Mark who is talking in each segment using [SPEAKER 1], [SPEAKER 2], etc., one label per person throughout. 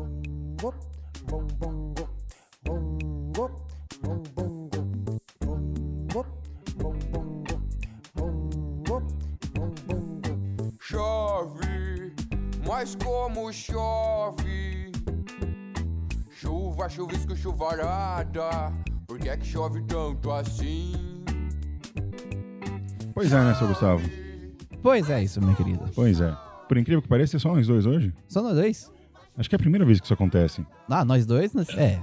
[SPEAKER 1] bongo, bom bongo, bongo, bom bongo, bongo, bom bongo, bongo, bom bongo.
[SPEAKER 2] Chove, mas como chove? Chuva, chuvisco, chuvarada. Por que é que chove tanto assim?
[SPEAKER 3] Pois é, né, seu Gustavo?
[SPEAKER 4] Pois é isso, minha querida.
[SPEAKER 3] Pois é. Por incrível que pareça, é só nós dois hoje.
[SPEAKER 4] Só nós dois?
[SPEAKER 3] Acho que é a primeira vez que isso acontece.
[SPEAKER 4] Ah, nós dois? Nós... É,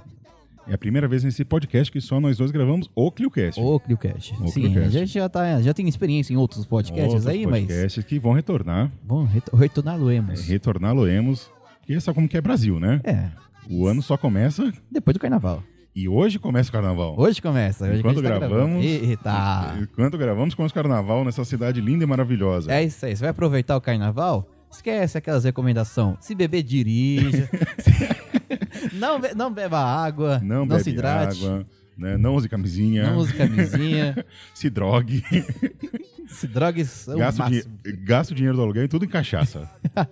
[SPEAKER 3] É a primeira vez nesse podcast que só nós dois gravamos o ClioCast.
[SPEAKER 4] o ClioCast.
[SPEAKER 3] O
[SPEAKER 4] Sim,
[SPEAKER 3] Cliocast.
[SPEAKER 4] a gente já, tá, já tem experiência em outros podcasts
[SPEAKER 3] Outros
[SPEAKER 4] aí, mas...
[SPEAKER 3] podcasts que vão retornar. né?
[SPEAKER 4] Vamos reto- retorná-lo-emos. É,
[SPEAKER 3] Retorná-lo-emos. Porque é só como que é Brasil, né? O ano só começa
[SPEAKER 4] depois do carnaval.
[SPEAKER 3] e hoje começa o carnaval.
[SPEAKER 4] Hoje começa. Hoje que a
[SPEAKER 3] Enquanto
[SPEAKER 4] gente tá gravando.
[SPEAKER 3] gravamos.
[SPEAKER 4] Eita!
[SPEAKER 3] Enquanto gravamos, começa o carnaval nessa cidade linda e maravilhosa.
[SPEAKER 4] É isso aí. Você vai aproveitar o carnaval? Esquece aquelas recomendações. Se beber, dirija. não, be- não beba água.
[SPEAKER 3] Não,
[SPEAKER 4] Não,
[SPEAKER 3] bebe
[SPEAKER 4] se hidrate.
[SPEAKER 3] água, né? não use camisinha,
[SPEAKER 4] Não use camisinha.
[SPEAKER 3] se drogue,
[SPEAKER 4] se drogue são o
[SPEAKER 3] gaste, o
[SPEAKER 4] máximo.
[SPEAKER 3] dinhe- gaste o dinheiro do aluguel e tudo em cachaça.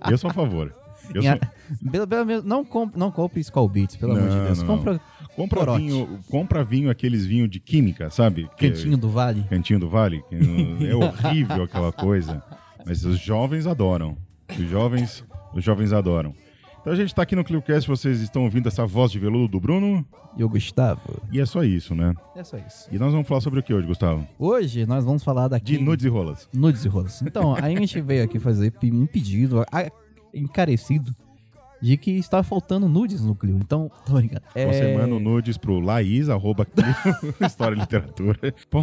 [SPEAKER 3] Eu sou a favor. Eu
[SPEAKER 4] Em
[SPEAKER 3] sou...
[SPEAKER 4] a- Pelo, pelo menos, não, comp, não compre Skull Beats, pelo amor de
[SPEAKER 3] Não,
[SPEAKER 4] Deus.
[SPEAKER 3] não,
[SPEAKER 4] Compra
[SPEAKER 3] Compra,
[SPEAKER 4] Corote.
[SPEAKER 3] vinho, compra vinho, aqueles vinhos de química, sabe? Que-
[SPEAKER 4] Cantinho do Vale.
[SPEAKER 3] Cantinho do Vale. que É horrível aquela coisa. Mas os jovens adoram. Os jovens, os jovens adoram. Então a gente tá aqui no ClioCast, vocês estão ouvindo essa voz de veludo do Bruno.
[SPEAKER 4] E o Gustavo.
[SPEAKER 3] E é só isso, né?
[SPEAKER 4] É só isso.
[SPEAKER 3] E nós vamos falar sobre o que hoje, Gustavo?
[SPEAKER 4] Hoje nós vamos falar daqui
[SPEAKER 3] De nudes e rolas.
[SPEAKER 4] nudes e rolas. Então, a gente veio aqui fazer pe- um pedido a- encarecido de que está faltando nudes no Clio. Então, tô brincando. É,
[SPEAKER 3] Você manda o nudes pro Laís, arroba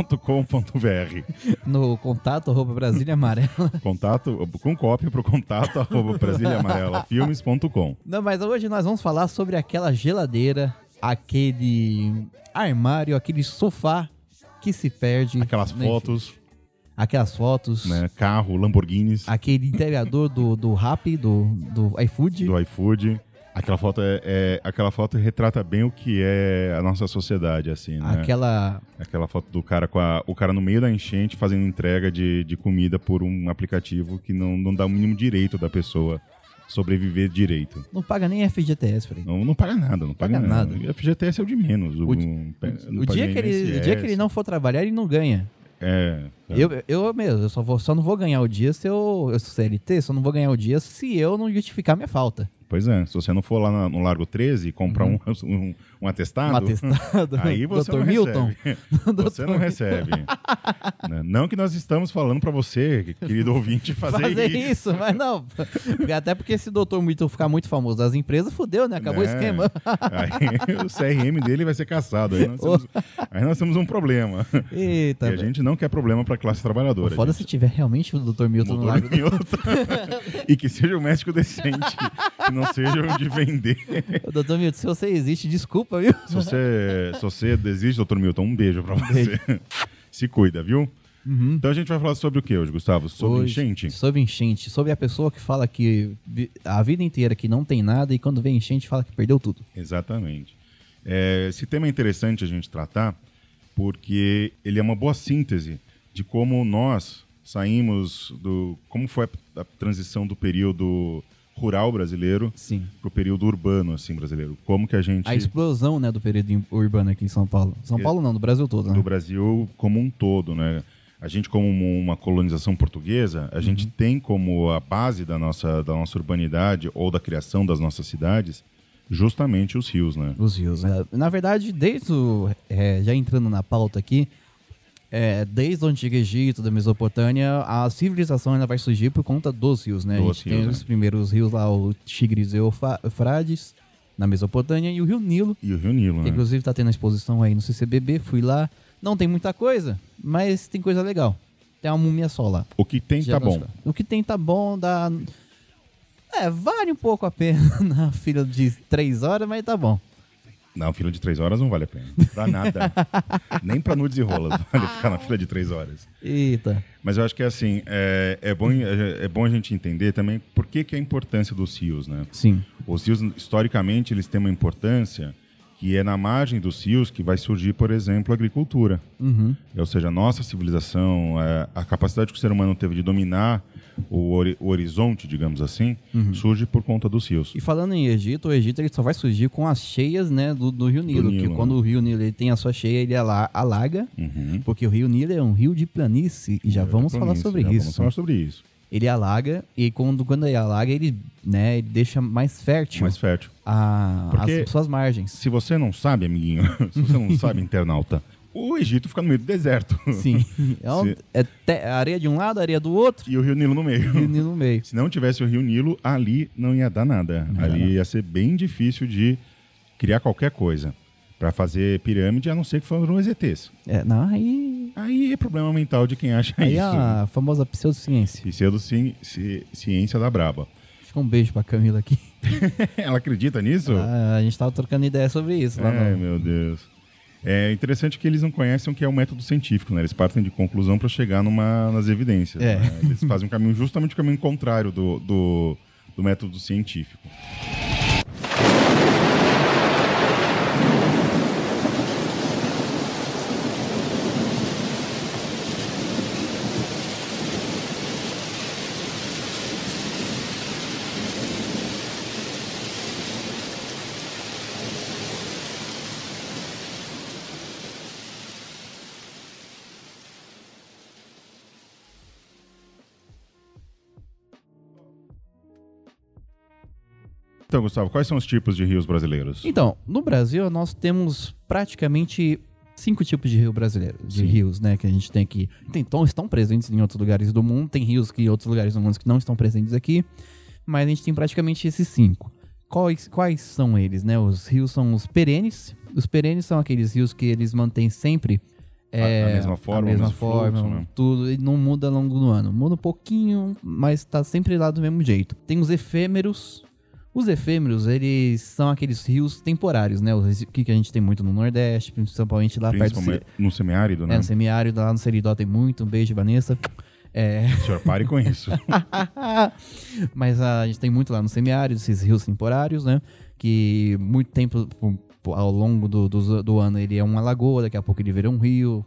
[SPEAKER 3] historialiteratura.com.br.
[SPEAKER 4] no contato arroba Brasília Amarela.
[SPEAKER 3] Contato, com cópia pro contato, arroba brasiliaamarelafilmes.com.
[SPEAKER 4] Não, mas hoje nós vamos falar sobre aquela geladeira, aquele armário, aquele sofá que se perde.
[SPEAKER 3] Aquelas
[SPEAKER 4] Enfim,
[SPEAKER 3] fotos,
[SPEAKER 4] Aquelas fotos.
[SPEAKER 3] né? Carro, Lamborghinis,
[SPEAKER 4] Aquele integrador do, do Rap, do, do iFood.
[SPEAKER 3] do iFood. Aquela foto é, é- Aquela foto retrata bem o que é a nossa sociedade, assim, né?
[SPEAKER 4] Aquela
[SPEAKER 3] Aquela foto do cara com a- o cara no meio da enchente fazendo entrega de, de comida por um aplicativo que não, não dá o mínimo direito da pessoa sobreviver direito.
[SPEAKER 4] Não paga nem FGTS pra ele.
[SPEAKER 3] Não, não paga nada, não paga,
[SPEAKER 4] Paga
[SPEAKER 3] nada.
[SPEAKER 4] nada.
[SPEAKER 3] E FGTS é o de menos. O,
[SPEAKER 4] O di-
[SPEAKER 3] não pe- não
[SPEAKER 4] O
[SPEAKER 3] paga
[SPEAKER 4] dia, que ele, o dia que ele
[SPEAKER 3] INSS.
[SPEAKER 4] não for trabalhar, ele não ganha.
[SPEAKER 3] É. tá.
[SPEAKER 4] Eu, eu mesmo, eu só, vou, só não vou ganhar o dia se eu. Eu sou CLT, só não vou ganhar o dia se eu não justificar minha falta.
[SPEAKER 3] Pois é, se você não for lá na- no Largo 13 e comprar um, um, um
[SPEAKER 4] Uhum. Um
[SPEAKER 3] atestado,
[SPEAKER 4] atestado.
[SPEAKER 3] aí você
[SPEAKER 4] Dr.
[SPEAKER 3] não
[SPEAKER 4] Milton.
[SPEAKER 3] recebe. você não recebe. Né? não que nós estamos falando pra você, querido ouvinte, fazer,
[SPEAKER 4] Fazer
[SPEAKER 3] isso.
[SPEAKER 4] isso, mas não. Até porque se o Dr. Milton ficar muito famoso das empresas, fudeu, né? Acabou
[SPEAKER 3] né?
[SPEAKER 4] o esquema.
[SPEAKER 3] Aí o CRM dele vai ser caçado. Aí nós temos, aí nós temos um problema.
[SPEAKER 4] Eita,
[SPEAKER 3] e a
[SPEAKER 4] velho.
[SPEAKER 3] gente não quer problema pra classe
[SPEAKER 4] O
[SPEAKER 3] trabalhadora.
[SPEAKER 4] Foda
[SPEAKER 3] gente.
[SPEAKER 4] se tiver realmente o Dr. Milton no
[SPEAKER 3] Mudou
[SPEAKER 4] lago.
[SPEAKER 3] de outra. e que seja um médico decente, que não seja um de vender.
[SPEAKER 4] Dr. Milton, se você existe, desculpa, viu?
[SPEAKER 3] Se você, se você desiste, doutor Milton, um beijo pra você. Se cuida, viu? Então a gente vai falar sobre o que hoje, Gustavo? Sobre
[SPEAKER 4] Hoje,
[SPEAKER 3] enchente?
[SPEAKER 4] Sobre enchente. Sobre a pessoa que fala que vi- a vida inteira que não tem nada e quando vem enchente fala que perdeu tudo.
[SPEAKER 3] Exatamente. É, esse tema é interessante a gente tratar porque ele é uma boa síntese de como nós saímos do. como foi a, a transição do período rural brasileiro
[SPEAKER 4] Sim.
[SPEAKER 3] pro período urbano assim brasileiro. Como que a gente
[SPEAKER 4] A explosão, né, do período im- urbano aqui em São Paulo. São
[SPEAKER 3] É.
[SPEAKER 4] Paulo não, do Brasil todo, né?
[SPEAKER 3] do Brasil como um todo, né? A gente, como um, uma colonização portuguesa, a gente
[SPEAKER 4] Uhum.
[SPEAKER 3] tem como a base da nossa, da nossa urbanidade ou da criação das nossas cidades justamente os rios, né?
[SPEAKER 4] Os rios. né? Na verdade, desde o... é, já entrando na pauta aqui, é, desde o Antigo Egito, da Mesopotâmia, a civilização ainda vai surgir por conta dos rios, né? a
[SPEAKER 3] Dos
[SPEAKER 4] gente tem
[SPEAKER 3] rios,
[SPEAKER 4] os
[SPEAKER 3] né?
[SPEAKER 4] primeiros rios lá, o Tigris e o Fa- Eufrates, na Mesopotâmia, e o Rio Nilo,
[SPEAKER 3] E o Rio Nilo,
[SPEAKER 4] Que,
[SPEAKER 3] né?
[SPEAKER 4] inclusive tá tendo a exposição aí no CCBB, fui lá. Não tem muita coisa, mas tem coisa legal. Tem uma múmia só lá.
[SPEAKER 3] O que tem
[SPEAKER 4] Já
[SPEAKER 3] tá bom.
[SPEAKER 4] gostou. O que tem tá bom, dá... É, vale um pouco a pena na fila de três horas, mas tá bom.
[SPEAKER 3] Na fila de três horas não vale a pena. Pra nada. Nem pra nudes e rolas vale ficar na fila de três horas.
[SPEAKER 4] Eita.
[SPEAKER 3] Mas eu acho que, assim, é, é, bom, é, é bom a gente entender também por que, que é a importância dos rios, né?
[SPEAKER 4] Sim.
[SPEAKER 3] Os rios, historicamente, eles têm uma importância que é na margem dos rios que vai surgir, por exemplo, a
[SPEAKER 4] Uhum.
[SPEAKER 3] É, agricultura. Ou seja, a nossa civilização, a, a capacidade que o ser humano teve de dominar o, hori- o horizonte, digamos assim, surge por conta dos rios.
[SPEAKER 4] Uhum. E falando em Egito, o Egito ele só vai surgir com as cheias né, do, do Rio Nilo.
[SPEAKER 3] Nilo,
[SPEAKER 4] que
[SPEAKER 3] né? Uhum.
[SPEAKER 4] quando o Rio Nilo ele tem a sua cheia, ele ala- alaga. Porque o Rio Nilo é um rio de planície. E já vamos
[SPEAKER 3] Pra
[SPEAKER 4] falar
[SPEAKER 3] mim,
[SPEAKER 4] sobre
[SPEAKER 3] É, já
[SPEAKER 4] isso.
[SPEAKER 3] né? Vamos falar sobre isso.
[SPEAKER 4] Ele alaga. E quando, quando ele alaga, ele, né, ele deixa mais fértil
[SPEAKER 3] Mais fértil.
[SPEAKER 4] a-
[SPEAKER 3] Porque-
[SPEAKER 4] as suas margens.
[SPEAKER 3] Se você não sabe, amiguinho, se você não sabe, internauta, o Egito fica no meio do deserto.
[SPEAKER 4] Sim. É, um-
[SPEAKER 3] Se-
[SPEAKER 4] é te- areia de um lado, areia do outro.
[SPEAKER 3] E o Rio Nilo no
[SPEAKER 4] E o
[SPEAKER 3] meio.
[SPEAKER 4] Nilo no meio.
[SPEAKER 3] Se não tivesse o Rio Nilo, ali não ia dar nada. ali ia ser bem difícil de criar qualquer coisa para fazer pirâmide, a não ser que foram os ETs.
[SPEAKER 4] É, não, aí.
[SPEAKER 3] Aí é problema mental de quem acha
[SPEAKER 4] Aí
[SPEAKER 3] isso.
[SPEAKER 4] a famosa pseudociência.
[SPEAKER 3] E cedo ci- ci- ciência da braba.
[SPEAKER 4] Fica um beijo pra Camila aqui.
[SPEAKER 3] Ela acredita nisso?
[SPEAKER 4] Ah, a gente tava trocando ideia sobre isso lá
[SPEAKER 3] Ai,
[SPEAKER 4] no-
[SPEAKER 3] meu Deus. É interessante que eles não conhecem o que é o método científico, né? Eles partem de conclusão para chegar numa, nas evidências.
[SPEAKER 4] É.
[SPEAKER 3] né? Eles fazem um caminho justamente o caminho contrário do, do, do método científico. Então, Gustavo, quais são os tipos de rios brasileiros?
[SPEAKER 4] Então, no Brasil, nós temos praticamente cinco tipos de rio brasileiro, de
[SPEAKER 3] Sim.
[SPEAKER 4] rios, né, que a gente tem aqui. Tem, então, estão presentes em outros lugares do mundo, tem rios que em outros lugares do mundo que não estão presentes aqui, mas a gente tem praticamente esses cinco. Quais, quais são eles, né? Os rios são os perenes. Os perenes são aqueles rios que eles mantêm sempre
[SPEAKER 3] a, a
[SPEAKER 4] é,
[SPEAKER 3] mesma forma,
[SPEAKER 4] a mesma
[SPEAKER 3] o mesmo
[SPEAKER 4] forma,
[SPEAKER 3] fluxo, né?
[SPEAKER 4] tudo, e não muda ao longo do ano. Muda um pouquinho, mas tá sempre lá do mesmo jeito. Tem os efêmeros. Os efêmeros, eles são aqueles rios temporários, né? Os que que a gente tem muito no Nordeste, principalmente lá perto do
[SPEAKER 3] Principalmente no semiárido,
[SPEAKER 4] um é,
[SPEAKER 3] né?
[SPEAKER 4] no semiárido, lá no Seridó tem muito. Um beijo, Vanessa. É...
[SPEAKER 3] O senhor pare com isso.
[SPEAKER 4] Mas a gente tem muito lá no semiárido, esses rios temporários, né? Que muito tempo pô, pô, ao longo do, do, do ano ele é uma lagoa, daqui a pouco ele vira um rio.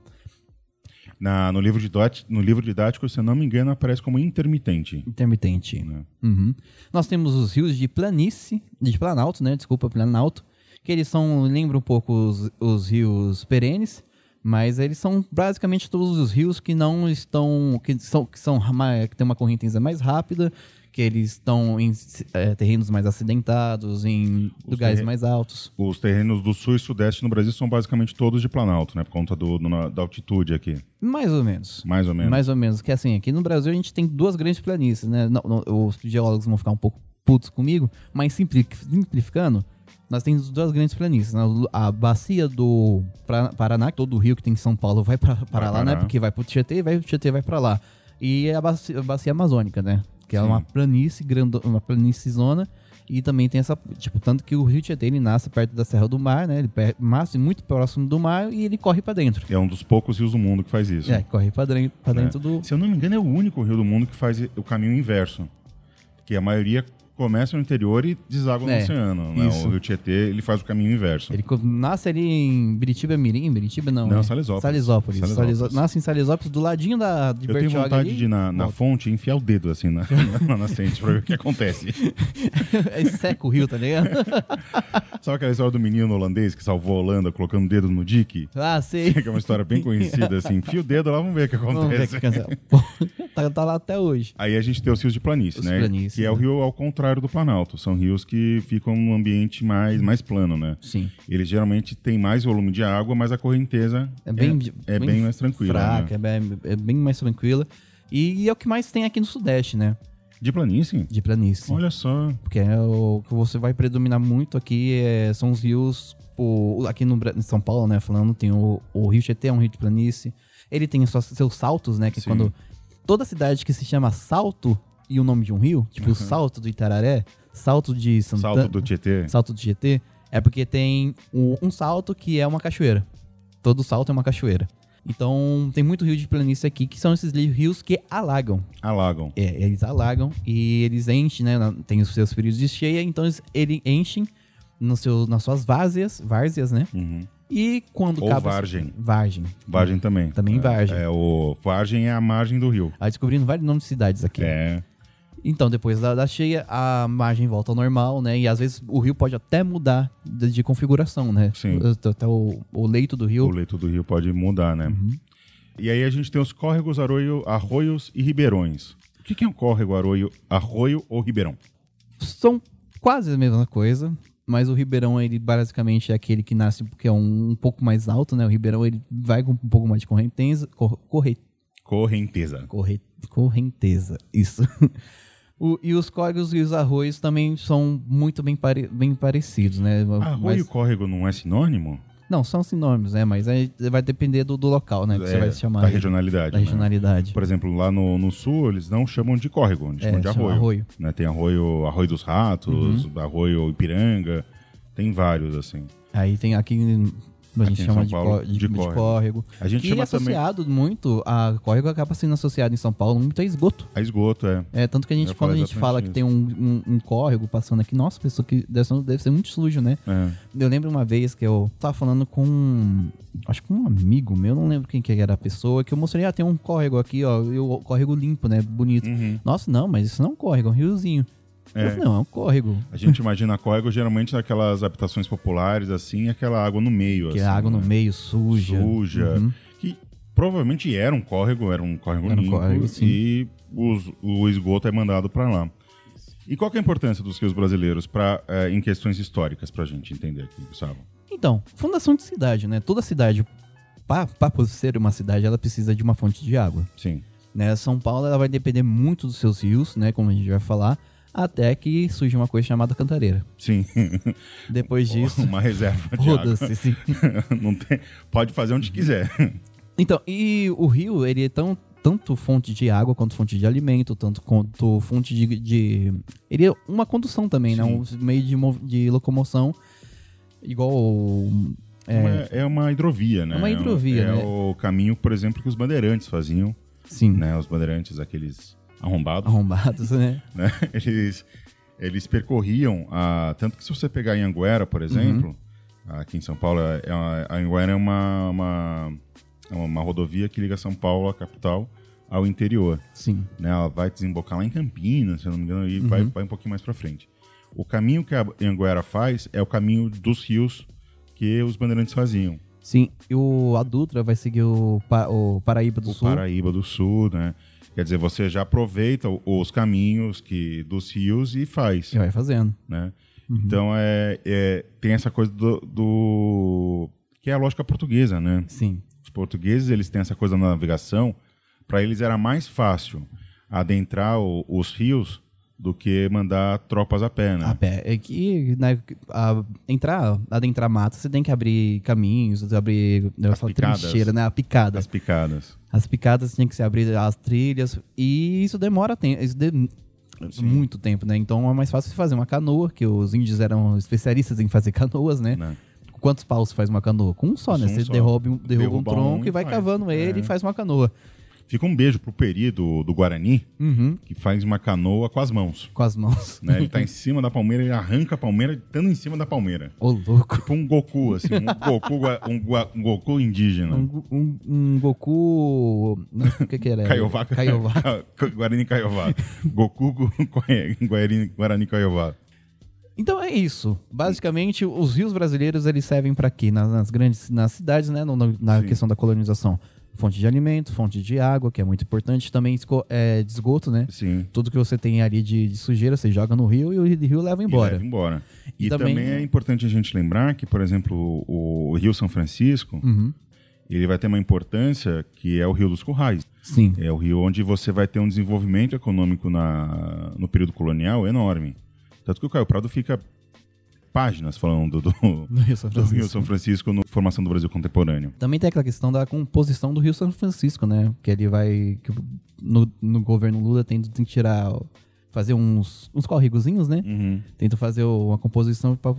[SPEAKER 3] Na- no, livro didático, no livro didático, se eu não me engano, aparece como intermitente.
[SPEAKER 4] Intermitente.
[SPEAKER 3] né?
[SPEAKER 4] Uhum. Nós temos os rios de planície, de planalto, né? Desculpa, planalto. Que eles são, lembra um pouco os, os rios perenes, mas eles são basicamente todos os rios que não estão, que são, que são ma- que tem uma correnteza mais rápida, que eles estão em eh, terrenos mais acidentados, em lugares
[SPEAKER 3] terre-
[SPEAKER 4] mais altos.
[SPEAKER 3] Os terrenos do sul e sudeste no Brasil são basicamente todos de planalto, né? Por conta do- do na- da altitude aqui.
[SPEAKER 4] Mais ou menos.
[SPEAKER 3] Mais ou menos.
[SPEAKER 4] Mais ou menos. Que assim, aqui no Brasil a gente tem duas grandes planícies, né? Não- não- os geólogos vão ficar um pouco putos comigo, mas simpli- simplificando, nós temos duas grandes planícies. né? A bacia do Pra- Paraná, que todo o rio que tem em São Paulo vai pra- para
[SPEAKER 3] Vai
[SPEAKER 4] lá, né?
[SPEAKER 3] parar.
[SPEAKER 4] Porque vai pro Tietê e vai, o Tietê vai pra lá. E é a bacia, a bacia amazônica, né? Que é
[SPEAKER 3] Sim.
[SPEAKER 4] uma planície grande, uma planície zona. E também tem essa, tipo, tanto que o Rio Tietê, ele nasce perto da Serra do Mar, né? Ele per- nasce muito próximo do mar e ele corre pra dentro.
[SPEAKER 3] É um dos poucos rios do mundo que faz isso.
[SPEAKER 4] É, corre pra dren- pra
[SPEAKER 3] né?
[SPEAKER 4] dentro do,
[SPEAKER 3] Se eu não me engano, é o único rio do mundo que faz o caminho inverso. Que a maioria começa no interior e deságua
[SPEAKER 4] É,
[SPEAKER 3] no oceano. né?
[SPEAKER 4] isso.
[SPEAKER 3] O rio Tietê, ele faz o caminho inverso.
[SPEAKER 4] Ele co- nasce ali em Biritiba Mirim, Biritiba não.
[SPEAKER 3] Não,
[SPEAKER 4] é
[SPEAKER 3] Salesópolis.
[SPEAKER 4] Salesópolis. Salesó-
[SPEAKER 3] Salesópolis.
[SPEAKER 4] Nasce em Salesópolis, do ladinho da, de
[SPEAKER 3] Eu tenho
[SPEAKER 4] Bertioga
[SPEAKER 3] vontade
[SPEAKER 4] ali.
[SPEAKER 3] de ir né? na, na fonte e enfiar o dedo assim na, na nascente pra ver o que acontece.
[SPEAKER 4] É seco o rio, tá ligado?
[SPEAKER 3] Sabe aquela história do menino holandês que salvou a Holanda colocando o dedo no dique?
[SPEAKER 4] Ah, sei.
[SPEAKER 3] Que é uma história bem conhecida, assim. Enfia o dedo lá, vamos ver o que acontece.
[SPEAKER 4] Vamos ver que cancela. Pô, tá, tá lá até hoje.
[SPEAKER 3] Aí a gente tem os rios de planície,
[SPEAKER 4] Os
[SPEAKER 3] né?
[SPEAKER 4] planícies,
[SPEAKER 3] que é o
[SPEAKER 4] né?
[SPEAKER 3] rio ao contrário do Planalto. São rios que ficam num ambiente mais, mais plano, né?
[SPEAKER 4] Sim.
[SPEAKER 3] Ele geralmente tem mais volume de água, mas a correnteza
[SPEAKER 4] É bem,
[SPEAKER 3] é, bem mais tranquila. né?
[SPEAKER 4] Fraca, é, bem, é bem mais tranquila. E, é o que mais tem aqui no Sudeste, né?
[SPEAKER 3] De planície?
[SPEAKER 4] De planície.
[SPEAKER 3] Olha só.
[SPEAKER 4] Porque é o que você vai predominar muito aqui é- são os rios. o- aqui no, Bra- em São Paulo, né? Falando, tem o, o Rio Tietê, é um rio de planície. Ele tem suas- seus saltos, né? Que
[SPEAKER 3] Sim.
[SPEAKER 4] quando. Toda cidade que se chama Salto e o nome de um rio, tipo o Salto do Itararé, Salto de Santana.
[SPEAKER 3] Uhum. Salto do Tietê.
[SPEAKER 4] Salto do Tietê, é porque tem um, um salto que é uma cachoeira. Todo salto é uma cachoeira. Então, tem muito rio de planície aqui, que são esses li- rios que alagam.
[SPEAKER 3] Alagam.
[SPEAKER 4] É, eles alagam e eles enchem, né? na- Tem os seus períodos de cheia, então eles, ele enchem no seu, nas suas várzeas, várzeas, né?
[SPEAKER 3] Uhum.
[SPEAKER 4] E quando
[SPEAKER 3] Ou
[SPEAKER 4] acaba-
[SPEAKER 3] vargem.
[SPEAKER 4] Vargem.
[SPEAKER 3] Vargem também.
[SPEAKER 4] Também
[SPEAKER 3] É,
[SPEAKER 4] Vargem.
[SPEAKER 3] É, o Vargem é a margem do rio.
[SPEAKER 4] Aí descobrindo vários nomes de cidades aqui.
[SPEAKER 3] É.
[SPEAKER 4] Então, depois da, da cheia, a margem volta ao normal, né? E às vezes o rio pode até mudar de, de configuração, né?
[SPEAKER 3] Sim.
[SPEAKER 4] Até até o, o leito do rio.
[SPEAKER 3] O leito do rio pode mudar, né?
[SPEAKER 4] Uhum.
[SPEAKER 3] E aí a gente tem os córregos, arroio, arroios e ribeirões. O que que é um córrego, arroio, arroio ou ribeirão?
[SPEAKER 4] São quase a mesma coisa, mas o ribeirão, ele basicamente é aquele que nasce porque é um, um pouco mais alto, né? O ribeirão, ele vai com um pouco mais de correnteza, cor, corre-
[SPEAKER 3] Correnteza.
[SPEAKER 4] corre- correnteza, isso. O- e os córregos e os arroios também são muito bem, pare- bem parecidos, né?
[SPEAKER 3] Arroio e
[SPEAKER 4] Mas-
[SPEAKER 3] córrego não é sinônimo?
[SPEAKER 4] não, são sinônimos, né? Mas aí vai depender do, do local, né? Que você
[SPEAKER 3] É,
[SPEAKER 4] vai se chamar.
[SPEAKER 3] Da
[SPEAKER 4] né?
[SPEAKER 3] regionalidade.
[SPEAKER 4] da
[SPEAKER 3] né?
[SPEAKER 4] regionalidade.
[SPEAKER 3] Por exemplo, lá no, no sul, eles não chamam de córrego, eles
[SPEAKER 4] É,
[SPEAKER 3] chamam de
[SPEAKER 4] chama
[SPEAKER 3] arroio.
[SPEAKER 4] arroio. Uhum.
[SPEAKER 3] né? Tem arroio, arroio dos ratos, arroio Ipiranga, tem vários, assim.
[SPEAKER 4] Aí tem aqui a
[SPEAKER 3] Aqui
[SPEAKER 4] gente
[SPEAKER 3] em
[SPEAKER 4] chama
[SPEAKER 3] São
[SPEAKER 4] de,
[SPEAKER 3] Paulo,
[SPEAKER 4] có- de,
[SPEAKER 3] de
[SPEAKER 4] de córrego.
[SPEAKER 3] córrego. A gente
[SPEAKER 4] que
[SPEAKER 3] chama
[SPEAKER 4] é associado muito a córrego acaba sendo associado em São Paulo muito a esgoto.
[SPEAKER 3] também a esgoto, é.
[SPEAKER 4] É, tanto que a gente,
[SPEAKER 3] Eu ia
[SPEAKER 4] quando a
[SPEAKER 3] falar
[SPEAKER 4] gente fala
[SPEAKER 3] exatamente
[SPEAKER 4] que tem um, um, um córrego passando aqui, nossa, pessoa que deve ser, deve ser muito sujo, né?
[SPEAKER 3] É.
[SPEAKER 4] Eu lembro uma vez que eu tava falando com. um- Acho que um amigo meu, não lembro quem que era a pessoa, que eu mostrei, ah, tem um córrego aqui, ó, e o córrego limpo, né? Bonito. Nossa, não, mas isso não é um córrego, é um riozinho.
[SPEAKER 3] Uhum. É.
[SPEAKER 4] Eu falei, não, é um córrego.
[SPEAKER 3] A gente imagina córrego geralmente naquelas habitações populares, assim, aquela água no meio.
[SPEAKER 4] Que é
[SPEAKER 3] assim,
[SPEAKER 4] água no
[SPEAKER 3] né?
[SPEAKER 4] meio, suja. Uhum.
[SPEAKER 3] Suja. Que provavelmente era um córrego, era um córrego
[SPEAKER 4] Era um
[SPEAKER 3] limpo.
[SPEAKER 4] córrego, sim.
[SPEAKER 3] E os- o esgoto é mandado para lá. E qual que é a importância dos rios brasileiros pra, eh, em questões históricas para a gente entender aqui, Gustavo?
[SPEAKER 4] Então, fundação de cidade, né? Toda cidade, para ser uma cidade, ela precisa de uma fonte de água.
[SPEAKER 3] Sim.
[SPEAKER 4] Né? São Paulo ela vai depender muito dos seus rios, né? Como a gente vai falar, até que surge uma coisa chamada cantareira.
[SPEAKER 3] Sim.
[SPEAKER 4] Depois disso,
[SPEAKER 3] Uma reserva de água.
[SPEAKER 4] foda-se. sim.
[SPEAKER 3] Não tem- Pode fazer onde quiser.
[SPEAKER 4] Então, e o rio, ele é tão, tanto fonte de água quanto fonte de alimento, tanto quanto fonte de. de- ele é uma condução também, né? Um meio de, mov- de locomoção, igual. o-
[SPEAKER 3] É, uma, é uma hidrovia, né?
[SPEAKER 4] É uma hidrovia,
[SPEAKER 3] É, o- é
[SPEAKER 4] né?
[SPEAKER 3] o caminho, por exemplo, que os bandeirantes faziam,
[SPEAKER 4] Sim,
[SPEAKER 3] né? Os bandeirantes, aqueles arrombados,
[SPEAKER 4] arrombados, né?
[SPEAKER 3] né? Eles, eles percorriam, a, tanto que se você pegar Anguera,
[SPEAKER 4] Uhum.
[SPEAKER 3] por exemplo, aqui em São Paulo, é uma- a Anguera é uma, uma, é uma rodovia que liga São Paulo, a capital, ao interior.
[SPEAKER 4] Sim.
[SPEAKER 3] né? Ela vai desembocar lá em Campinas, se eu não me engano, e
[SPEAKER 4] Uhum.
[SPEAKER 3] vai, vai um pouquinho mais pra frente. O caminho que a Anguera faz é o caminho dos rios que os bandeirantes faziam.
[SPEAKER 4] Sim, e o, a Dutra vai seguir o, Pa- o Paraíba do
[SPEAKER 3] O
[SPEAKER 4] Sul.
[SPEAKER 3] Paraíba do Sul, né? Quer dizer, você já aproveita o- os caminhos que dos rios e faz,
[SPEAKER 4] E vai fazendo.
[SPEAKER 3] né?
[SPEAKER 4] Uhum.
[SPEAKER 3] Então é, é- tem essa coisa do, do- que é a lógica portuguesa, né?
[SPEAKER 4] Sim.
[SPEAKER 3] Os portugueses eles têm essa coisa na navegação. Para eles era mais fácil adentrar o- os rios do que mandar tropas a pé, né?
[SPEAKER 4] A pé. É que né, a- entrar, adentrar mata, você tem que abrir caminhos, abrir eu
[SPEAKER 3] As
[SPEAKER 4] falo
[SPEAKER 3] picadas.
[SPEAKER 4] trincheira, né? A picada.
[SPEAKER 3] Das
[SPEAKER 4] As,
[SPEAKER 3] picadas.
[SPEAKER 4] picadas tem que ser abrir as trilhas. E isso demora tempo. Isso de- muito tempo, né? Então é mais fácil você fazer uma canoa, que os índios eram especialistas em fazer canoas, né?
[SPEAKER 3] Né?
[SPEAKER 4] Com Quantos paus você faz uma canoa? Com um só, né?
[SPEAKER 3] Com um
[SPEAKER 4] Você
[SPEAKER 3] só.
[SPEAKER 4] derruba, um- derruba um
[SPEAKER 3] Derruba um
[SPEAKER 4] tronco
[SPEAKER 3] e
[SPEAKER 4] e vai
[SPEAKER 3] faz.
[SPEAKER 4] cavando ele
[SPEAKER 3] É.
[SPEAKER 4] e faz uma canoa.
[SPEAKER 3] Fica um beijo pro Peri do, do Guarani,
[SPEAKER 4] Uhum.
[SPEAKER 3] que faz uma canoa com as mãos.
[SPEAKER 4] Com as mãos.
[SPEAKER 3] Né? Ele tá em cima da palmeira, ele arranca a palmeira estando em cima da palmeira.
[SPEAKER 4] Ô, louco.
[SPEAKER 3] Tipo um Goku, assim, um Goku, gua- um, gua- um Goku indígena.
[SPEAKER 4] Um, um- um Goku. Não, o que, que era?
[SPEAKER 3] Caiová.
[SPEAKER 4] é, Caiová.
[SPEAKER 3] Ca- Guarani Caiová. Goku gu- Guarani, Guarani Caiová.
[SPEAKER 4] Então é isso. Basicamente, os rios brasileiros eles servem para quê? Nas, nas grandes nas cidades, né? No- no- na
[SPEAKER 3] Sim.
[SPEAKER 4] questão da colonização. Fonte de alimento, fonte de água, que é muito importante. Também esco- é, de esgoto, né?
[SPEAKER 3] Sim.
[SPEAKER 4] Tudo que você tem ali de, de sujeira, você joga no rio e o rio leva
[SPEAKER 3] E
[SPEAKER 4] embora.
[SPEAKER 3] leva embora.
[SPEAKER 4] E
[SPEAKER 3] E,
[SPEAKER 4] também-
[SPEAKER 3] também... é importante a gente lembrar que, por exemplo, o, o Rio São Francisco,
[SPEAKER 4] Uhum.
[SPEAKER 3] ele vai ter uma importância que é o Rio dos Currais.
[SPEAKER 4] Sim.
[SPEAKER 3] É o rio onde você vai ter um desenvolvimento econômico na, no período colonial enorme. Tanto que o Caio Prado fica páginas falando do, do
[SPEAKER 4] No Rio São Francisco.
[SPEAKER 3] Rio São Francisco na formação do Brasil contemporâneo.
[SPEAKER 4] Também tem aquela questão da composição do Rio São Francisco, né? Que ele vai. Que no, no governo Lula tem, tem que tirar. Fazer uns, uns corregozinhos, né?
[SPEAKER 3] Uhum.
[SPEAKER 4] Tenta fazer o- uma composição para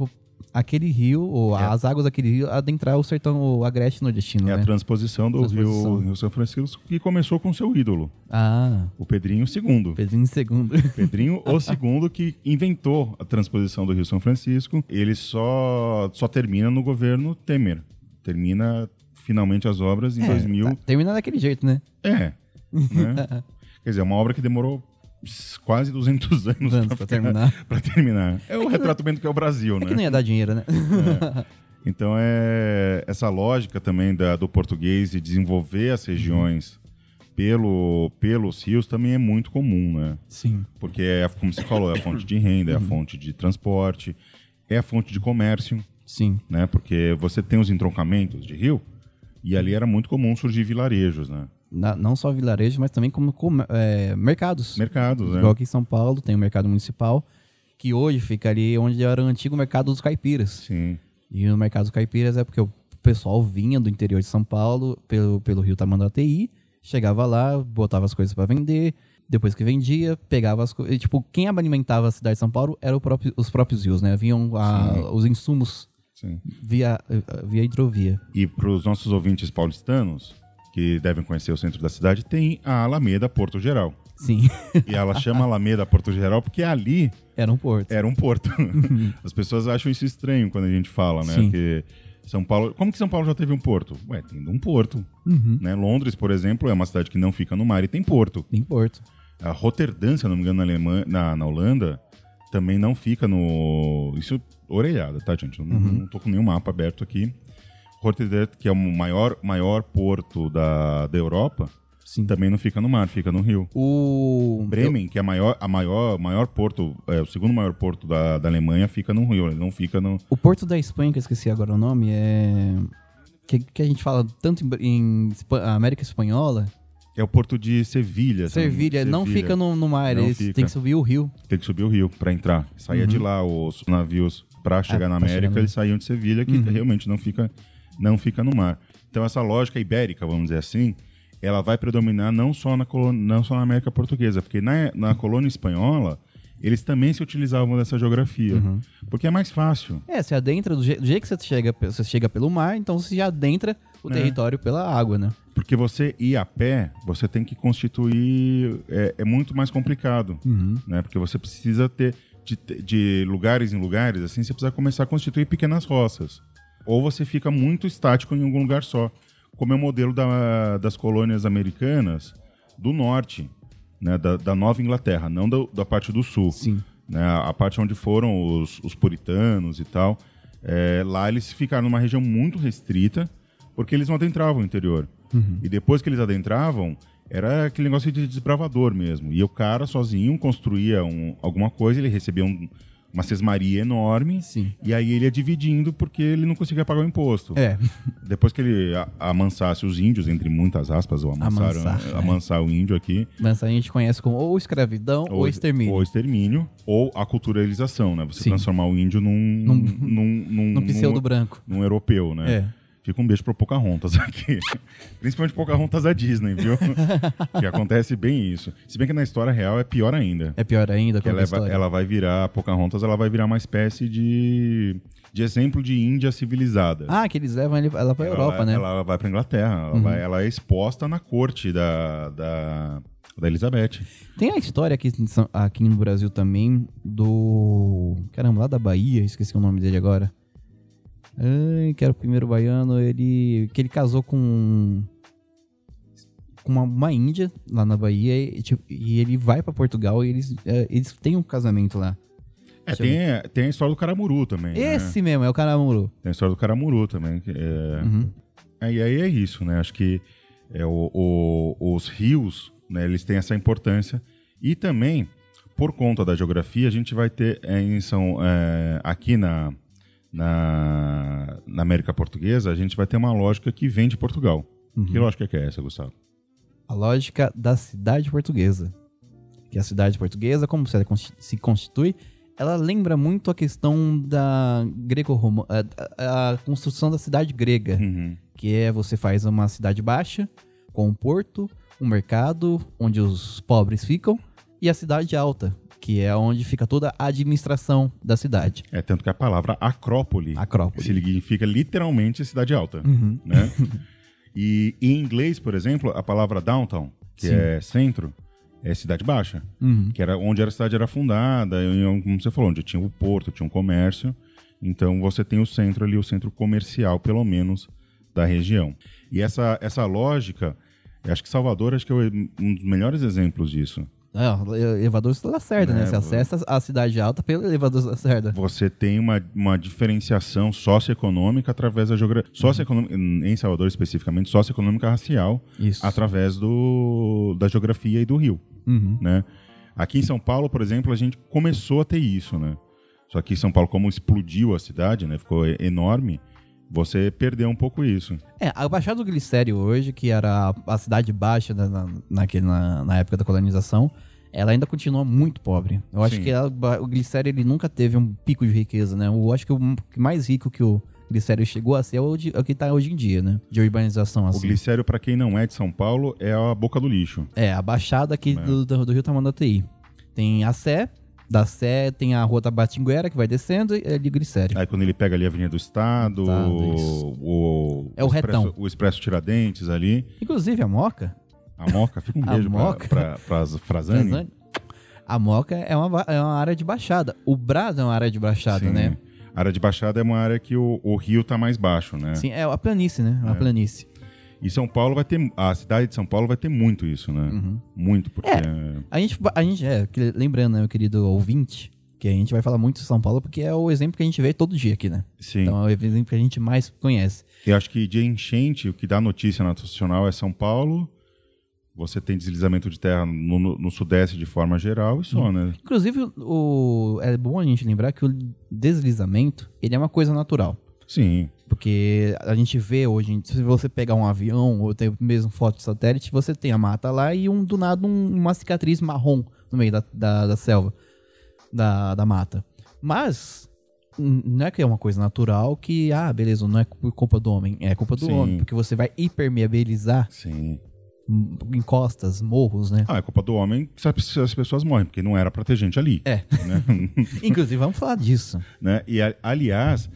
[SPEAKER 4] aquele rio, ou as águas daquele rio, adentrar o sertão, o agreste nordestino,
[SPEAKER 3] É a
[SPEAKER 4] né?
[SPEAKER 3] transposição do
[SPEAKER 4] Transposição.
[SPEAKER 3] Rio, Rio São Francisco que começou com seu ídolo,
[SPEAKER 4] Ah,
[SPEAKER 3] o Pedrinho II.
[SPEAKER 4] Pedrinho em segundo.
[SPEAKER 3] Pedrinho o segundo que inventou a transposição do Rio São Francisco. Ele só, só termina no governo Temer. Termina finalmente as obras em
[SPEAKER 4] É,
[SPEAKER 3] 2000.
[SPEAKER 4] tá terminando daquele jeito, né?
[SPEAKER 3] É. né? Quer dizer, é uma obra que demorou ps, quase 200 anos,
[SPEAKER 4] Anos
[SPEAKER 3] pra ficar-
[SPEAKER 4] pra terminar.
[SPEAKER 3] pra terminar. É o retratamento que é o Brasil,
[SPEAKER 4] É que
[SPEAKER 3] né?
[SPEAKER 4] não ia dar dinheiro, né?
[SPEAKER 3] Então é essa lógica também da- do português de desenvolver as regiões
[SPEAKER 4] Uhum.
[SPEAKER 3] pelo, pelos rios também é muito comum, né?
[SPEAKER 4] Sim.
[SPEAKER 3] Porque é, como você falou, é a fonte de renda, é a fonte de transporte, é a fonte de comércio,
[SPEAKER 4] Sim.
[SPEAKER 3] né? Porque você tem os entroncamentos de rio e ali era muito comum surgir vilarejos, né?
[SPEAKER 4] Na- não só vilarejos, mas também como, com- é, mercados.
[SPEAKER 3] Mercados, né?
[SPEAKER 4] Igual aqui em São Paulo tem o mercado municipal, que hoje fica ali onde era o antigo mercado dos caipiras.
[SPEAKER 3] Sim.
[SPEAKER 4] E no mercado dos caipiras é porque o pessoal vinha do interior de São Paulo, pelo, pelo Rio Tamanduateí, chegava lá, botava as coisas para vender, depois que vendia, pegava as coisas. Tipo, quem alimentava a cidade de São Paulo eram os próprios rios, né? Vinham a-
[SPEAKER 3] Sim.
[SPEAKER 4] os insumos
[SPEAKER 3] Sim.
[SPEAKER 4] via, via hidrovia.
[SPEAKER 3] E para os nossos ouvintes paulistanos, que devem conhecer o centro da cidade, tem a Alameda Porto Geral.
[SPEAKER 4] Sim,
[SPEAKER 3] E ela chama Alameda Porto Geral porque ali
[SPEAKER 4] era um porto.
[SPEAKER 3] era um porto. As pessoas acham isso estranho quando a gente fala, né?
[SPEAKER 4] Uhum. Sim.
[SPEAKER 3] Que São Paulo. Como que São Paulo já teve um porto? Ué, tendo um porto.
[SPEAKER 4] Uhum.
[SPEAKER 3] Né? Londres, por exemplo, é uma cidade que não fica no mar e tem porto.
[SPEAKER 4] Em porto.
[SPEAKER 3] A Roterdã, se eu não me engano, na, Alemanha, na, na Holanda, também não fica no. Isso orelhada, tá, gente? Eu Não,
[SPEAKER 4] Uhum.
[SPEAKER 3] não tô com nenhum mapa aberto aqui. Roterdã, que é o maior, maior porto da, da Europa,
[SPEAKER 4] Sim.
[SPEAKER 3] também não fica no mar, fica no rio.
[SPEAKER 4] O.
[SPEAKER 3] Bremen, que é a maior, a maior, maior porto, é, o segundo maior porto da, da Alemanha, fica no rio, ele não fica no.
[SPEAKER 4] O Porto da Espanha, que eu esqueci agora o nome, é. Que, que a gente fala tanto em, em Espa- América Espanhola.
[SPEAKER 3] É o porto de Então, Sevilha. se eu não-
[SPEAKER 4] Servilha, não fica no, no mar,
[SPEAKER 3] Não
[SPEAKER 4] eles
[SPEAKER 3] fica.
[SPEAKER 4] têm que subir o rio.
[SPEAKER 3] Tem que subir o rio pra entrar. Saía de lá os navios pra chegar na
[SPEAKER 4] Uhum. Ah, pra
[SPEAKER 3] América,
[SPEAKER 4] chegar Uhum. na-
[SPEAKER 3] eles saíam de Sevilha, que realmente não fica, não fica no mar. Então essa lógica ibérica, vamos dizer assim, ela vai predominar não só na, colo- não só na América Portuguesa, porque na, na colônia espanhola, eles também se utilizavam dessa geografia.
[SPEAKER 4] Uhum.
[SPEAKER 3] Porque é mais fácil.
[SPEAKER 4] É, você adentra, do, je- do jeito que você chega, pe- você chega pelo mar, então você já adentra o
[SPEAKER 3] É.
[SPEAKER 4] território pela água, né?
[SPEAKER 3] Porque você ir a pé, você tem que constituir. É, é muito mais complicado. Né? Porque você precisa ter. De, de lugares em lugares, assim, você precisa começar a constituir pequenas roças. Ou você fica muito estático em algum lugar só. Como é o modelo da- das colônias americanas do norte, né? da, da Nova Inglaterra, não da, da parte do sul.
[SPEAKER 4] Sim.
[SPEAKER 3] Né? A parte onde foram os, os puritanos e tal. é, lá eles ficaram numa região muito restrita, porque eles não adentravam o interior.
[SPEAKER 4] Uhum.
[SPEAKER 3] E depois que eles adentravam, era aquele negócio de desbravador mesmo. E o cara sozinho construía um- alguma coisa, ele recebia um- uma sesmaria enorme,
[SPEAKER 4] Sim.
[SPEAKER 3] e aí ele ia dividindo porque ele não conseguia pagar o imposto.
[SPEAKER 4] É.
[SPEAKER 3] Depois que ele a- amansasse os índios, entre muitas aspas, ou amansaram,
[SPEAKER 4] Amansar,
[SPEAKER 3] amansar,
[SPEAKER 4] né?
[SPEAKER 3] o índio aqui,
[SPEAKER 4] Mas a gente conhece como ou escravidão ou, extermínio.
[SPEAKER 3] ou extermínio, ou a culturalização, né? Você
[SPEAKER 4] Sim.
[SPEAKER 3] transformar o índio num. Num, num, num,
[SPEAKER 4] no pseudo branco.
[SPEAKER 3] num europeu, né?
[SPEAKER 4] É.
[SPEAKER 3] Fica um beijo pro Pocahontas aqui. Principalmente Pocahontas da Disney, viu? que acontece bem isso. Se bem que na história real é pior ainda.
[SPEAKER 4] É pior ainda
[SPEAKER 3] Que
[SPEAKER 4] com a
[SPEAKER 3] ela, vai,
[SPEAKER 4] história.
[SPEAKER 3] ela vai virar, a Pocahontas, ela vai virar uma espécie de, de exemplo de Índia civilizada.
[SPEAKER 4] Ah, que eles levam ele- ela pra
[SPEAKER 3] Ela
[SPEAKER 4] Europa,
[SPEAKER 3] vai-
[SPEAKER 4] né? Uhum.
[SPEAKER 3] Ela vai pra Inglaterra. Ela, vai- ela é exposta na corte da, da, da Elizabeth. É,
[SPEAKER 4] Tem a história aqui, em São- aqui no Brasil também do. Caramba, lá da Bahia, esqueci o nome dele agora. Ai, que era o primeiro baiano, ele. que ele casou com. com uma, uma índia lá na Bahia e, tipo, e ele vai pra Portugal e eles, é, eles têm um casamento lá.
[SPEAKER 3] É,
[SPEAKER 4] Deixa
[SPEAKER 3] tem, tem a história do Caramuru também. né?
[SPEAKER 4] Esse mesmo, é o Caramuru.
[SPEAKER 3] Tem a história do Caramuru também. que é-
[SPEAKER 4] Uhum.
[SPEAKER 3] Aí, aí é isso, né? Acho que é, o- o- os rios, né, eles têm essa importância. E também, por conta da geografia, a gente vai ter é, em São, é, aqui na, na, na América Portuguesa, a gente vai ter uma lógica que vem de Portugal. Que lógica que é essa, Gustavo?
[SPEAKER 4] A lógica da cidade portuguesa. Que a cidade portuguesa, como se ela consti- se constitui, ela lembra muito a questão da greco-romana, a, a construção da cidade grega, que é você faz uma cidade baixa com um porto, um mercado onde os pobres ficam e a cidade alta, que é onde fica toda a administração da cidade,
[SPEAKER 3] É tanto que a palavra acrópole,
[SPEAKER 4] Acrópole. Uhum,
[SPEAKER 3] significa literalmente cidade alta, né? E em inglês, por exemplo, a palavra downtown, que
[SPEAKER 4] Sim.
[SPEAKER 3] é centro, é cidade baixa,
[SPEAKER 4] Uhum.
[SPEAKER 3] que era onde era- a cidade era fundada, e, como você falou, onde tinha o porto, tinha um comércio. Então você tem o centro ali, o centro comercial, pelo menos da região. E essa, essa lógica, eu acho que Salvador acho que é um dos melhores exemplos disso.
[SPEAKER 4] É, ó, elevador da Lacerda, né?
[SPEAKER 3] É,
[SPEAKER 4] Você acessa a cidade alta pelo elevador da Lacerda.
[SPEAKER 3] Você tem uma, uma diferenciação socioeconômica através da geografia. Socioeconômica, em Salvador especificamente, socioeconômica racial,
[SPEAKER 4] Isso.
[SPEAKER 3] através do, da geografia e do rio.
[SPEAKER 4] Uhum.
[SPEAKER 3] né? Aqui em São Paulo, por exemplo, a gente começou a ter isso, né? Só que São Paulo, como explodiu a cidade, né? Ficou e- enorme. Você perdeu um pouco isso.
[SPEAKER 4] É, a Baixada do Glicério hoje, que era a- a cidade baixa na, na- naquele, na, na época da colonização, ela ainda continua muito pobre. Eu acho
[SPEAKER 3] Sim.
[SPEAKER 4] que a Ba- o Glicério ele nunca teve um pico de riqueza, né? Eu acho que o m- mais rico que o Glicério chegou a ser é o, de- é o que tá hoje em dia, né? De urbanização, assim.
[SPEAKER 3] O glicério, para quem não é de São Paulo, é a boca do lixo.
[SPEAKER 4] É, a baixada aqui do, do, do Rio Tamanduateí. Tem a Sé, da Sé tem a Rua da Batinguera, que vai descendo, e é ali o Glicério.
[SPEAKER 3] Aí quando ele pega ali a Avenida do Estado,
[SPEAKER 4] Estado, isso.
[SPEAKER 3] o, o,
[SPEAKER 4] É o
[SPEAKER 3] expresso,
[SPEAKER 4] retão.
[SPEAKER 3] o Expresso Tiradentes ali,
[SPEAKER 4] Inclusive, a Moca,
[SPEAKER 3] a Moca, fica um
[SPEAKER 4] A
[SPEAKER 3] beijo
[SPEAKER 4] Moca.
[SPEAKER 3] para as Frazani.
[SPEAKER 4] Tanzânia. A Moca é uma, ba- é uma área de baixada. O Brás é uma área de baixada,
[SPEAKER 3] Sim.
[SPEAKER 4] né?
[SPEAKER 3] A área de Baixada é uma área que o, o rio tá mais baixo, né?
[SPEAKER 4] Sim, é a planície, né? É uma planície.
[SPEAKER 3] E São Paulo vai ter, a cidade de São Paulo vai ter muito isso, né?
[SPEAKER 4] Uhum.
[SPEAKER 3] Muito, porque é-
[SPEAKER 4] A gente, va- a gente é, que- lembrando, né, meu querido ouvinte, que a gente vai falar muito de São Paulo, porque é o exemplo que a gente vê todo dia aqui, né?
[SPEAKER 3] Sim.
[SPEAKER 4] Então é o exemplo que a gente mais conhece.
[SPEAKER 3] Eu acho que de enchente, o que dá notícia nacional é São Paulo. Você tem deslizamento de terra no, no- no sudeste de forma geral e
[SPEAKER 4] Uhum.
[SPEAKER 3] só, né?
[SPEAKER 4] Inclusive, o, é bom a gente lembrar que o deslizamento, ele é uma coisa natural.
[SPEAKER 3] Sim.
[SPEAKER 4] Porque a gente vê hoje, se você pegar um avião ou até mesmo foto de satélite, você tem a mata lá e um do nada um- uma cicatriz marrom no meio da, da, da selva, da, da mata. Mas n- não é que é uma coisa natural que, ah, beleza, não é cu- culpa do homem, é culpa do
[SPEAKER 3] Sim.
[SPEAKER 4] homem, porque você vai hipermeabilizar
[SPEAKER 3] Sim.
[SPEAKER 4] hum, encostas, morros, né?
[SPEAKER 3] Ah, é culpa do homem que as as pessoas morrem, porque não era pra ter gente ali.
[SPEAKER 4] É. Inclusive, vamos falar disso.
[SPEAKER 3] Né? E, a- aliás,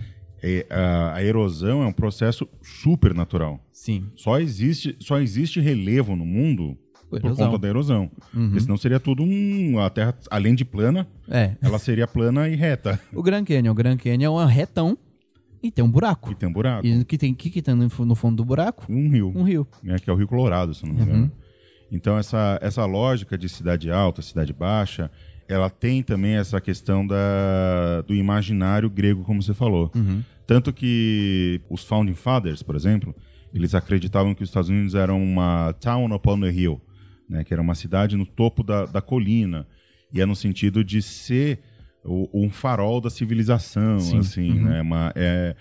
[SPEAKER 3] é, a, a erosão é um processo super natural.
[SPEAKER 4] Sim.
[SPEAKER 3] Só existe, só existe relevo no mundo por
[SPEAKER 4] Erosão.
[SPEAKER 3] conta da erosão.
[SPEAKER 4] Uhum.
[SPEAKER 3] Porque senão seria tudo um. A Terra, além de plana,
[SPEAKER 4] É.
[SPEAKER 3] ela seria plana e reta.
[SPEAKER 4] O Grand Canyon. O Grand Canyon é um retão e tem um buraco.
[SPEAKER 3] E tem um buraco.
[SPEAKER 4] E o que tem o que, que tem no fu- no fundo do buraco?
[SPEAKER 3] Um rio.
[SPEAKER 4] Um rio.
[SPEAKER 3] né, que é o Rio Colorado, se não me engano. Então, essa, essa lógica de cidade alta, cidade baixa, ela tem também essa questão da, do imaginário grego, como você falou. Tanto que os Founding Fathers, por exemplo, eles acreditavam que os Estados Unidos eram uma town upon a hill, né, que era uma cidade no topo da, da colina. E é no sentido de ser o- um farol da civilização,
[SPEAKER 4] Sim.
[SPEAKER 3] assim, né? Uma, é,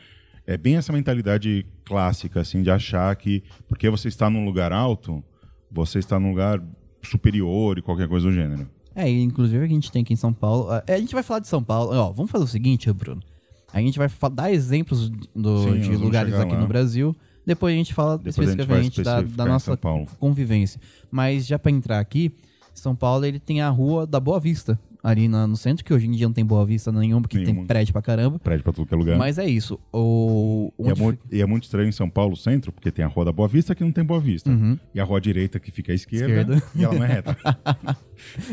[SPEAKER 3] é bem essa mentalidade clássica, assim, de achar que porque você está num lugar alto, você está num lugar superior e qualquer coisa do gênero.
[SPEAKER 4] É, e inclusive a gente tem aqui em São Paulo. A, a gente vai falar de São Paulo. Ó, vamos fazer o seguinte, Bruno. A gente vai fa- dar exemplos do-
[SPEAKER 3] Sim, nós
[SPEAKER 4] de
[SPEAKER 3] vamos
[SPEAKER 4] lugares
[SPEAKER 3] chegar
[SPEAKER 4] aqui
[SPEAKER 3] lá.
[SPEAKER 4] no Brasil. Depois a gente fala
[SPEAKER 3] Depois a gente vai
[SPEAKER 4] especificamente da- da,
[SPEAKER 3] especificar em São
[SPEAKER 4] nossa
[SPEAKER 3] Paulo.
[SPEAKER 4] convivência. Mas já pra entrar aqui, São Paulo ele tem a rua da Boa Vista. Ali na- no centro, que hoje em dia não tem Boa Vista nenhuma, porque tem
[SPEAKER 3] Nenhuma.
[SPEAKER 4] prédio pra caramba.
[SPEAKER 3] Prédio para tudo que é lugar.
[SPEAKER 4] Mas é isso. O,
[SPEAKER 3] e, é
[SPEAKER 4] onde
[SPEAKER 3] muito, e é muito estranho em São Paulo centro, porque tem a rua da Boa Vista que não tem Boa Vista. E a rua direita que fica à esquerda,
[SPEAKER 4] Uhum. Esquerda.
[SPEAKER 3] e ela não é reta.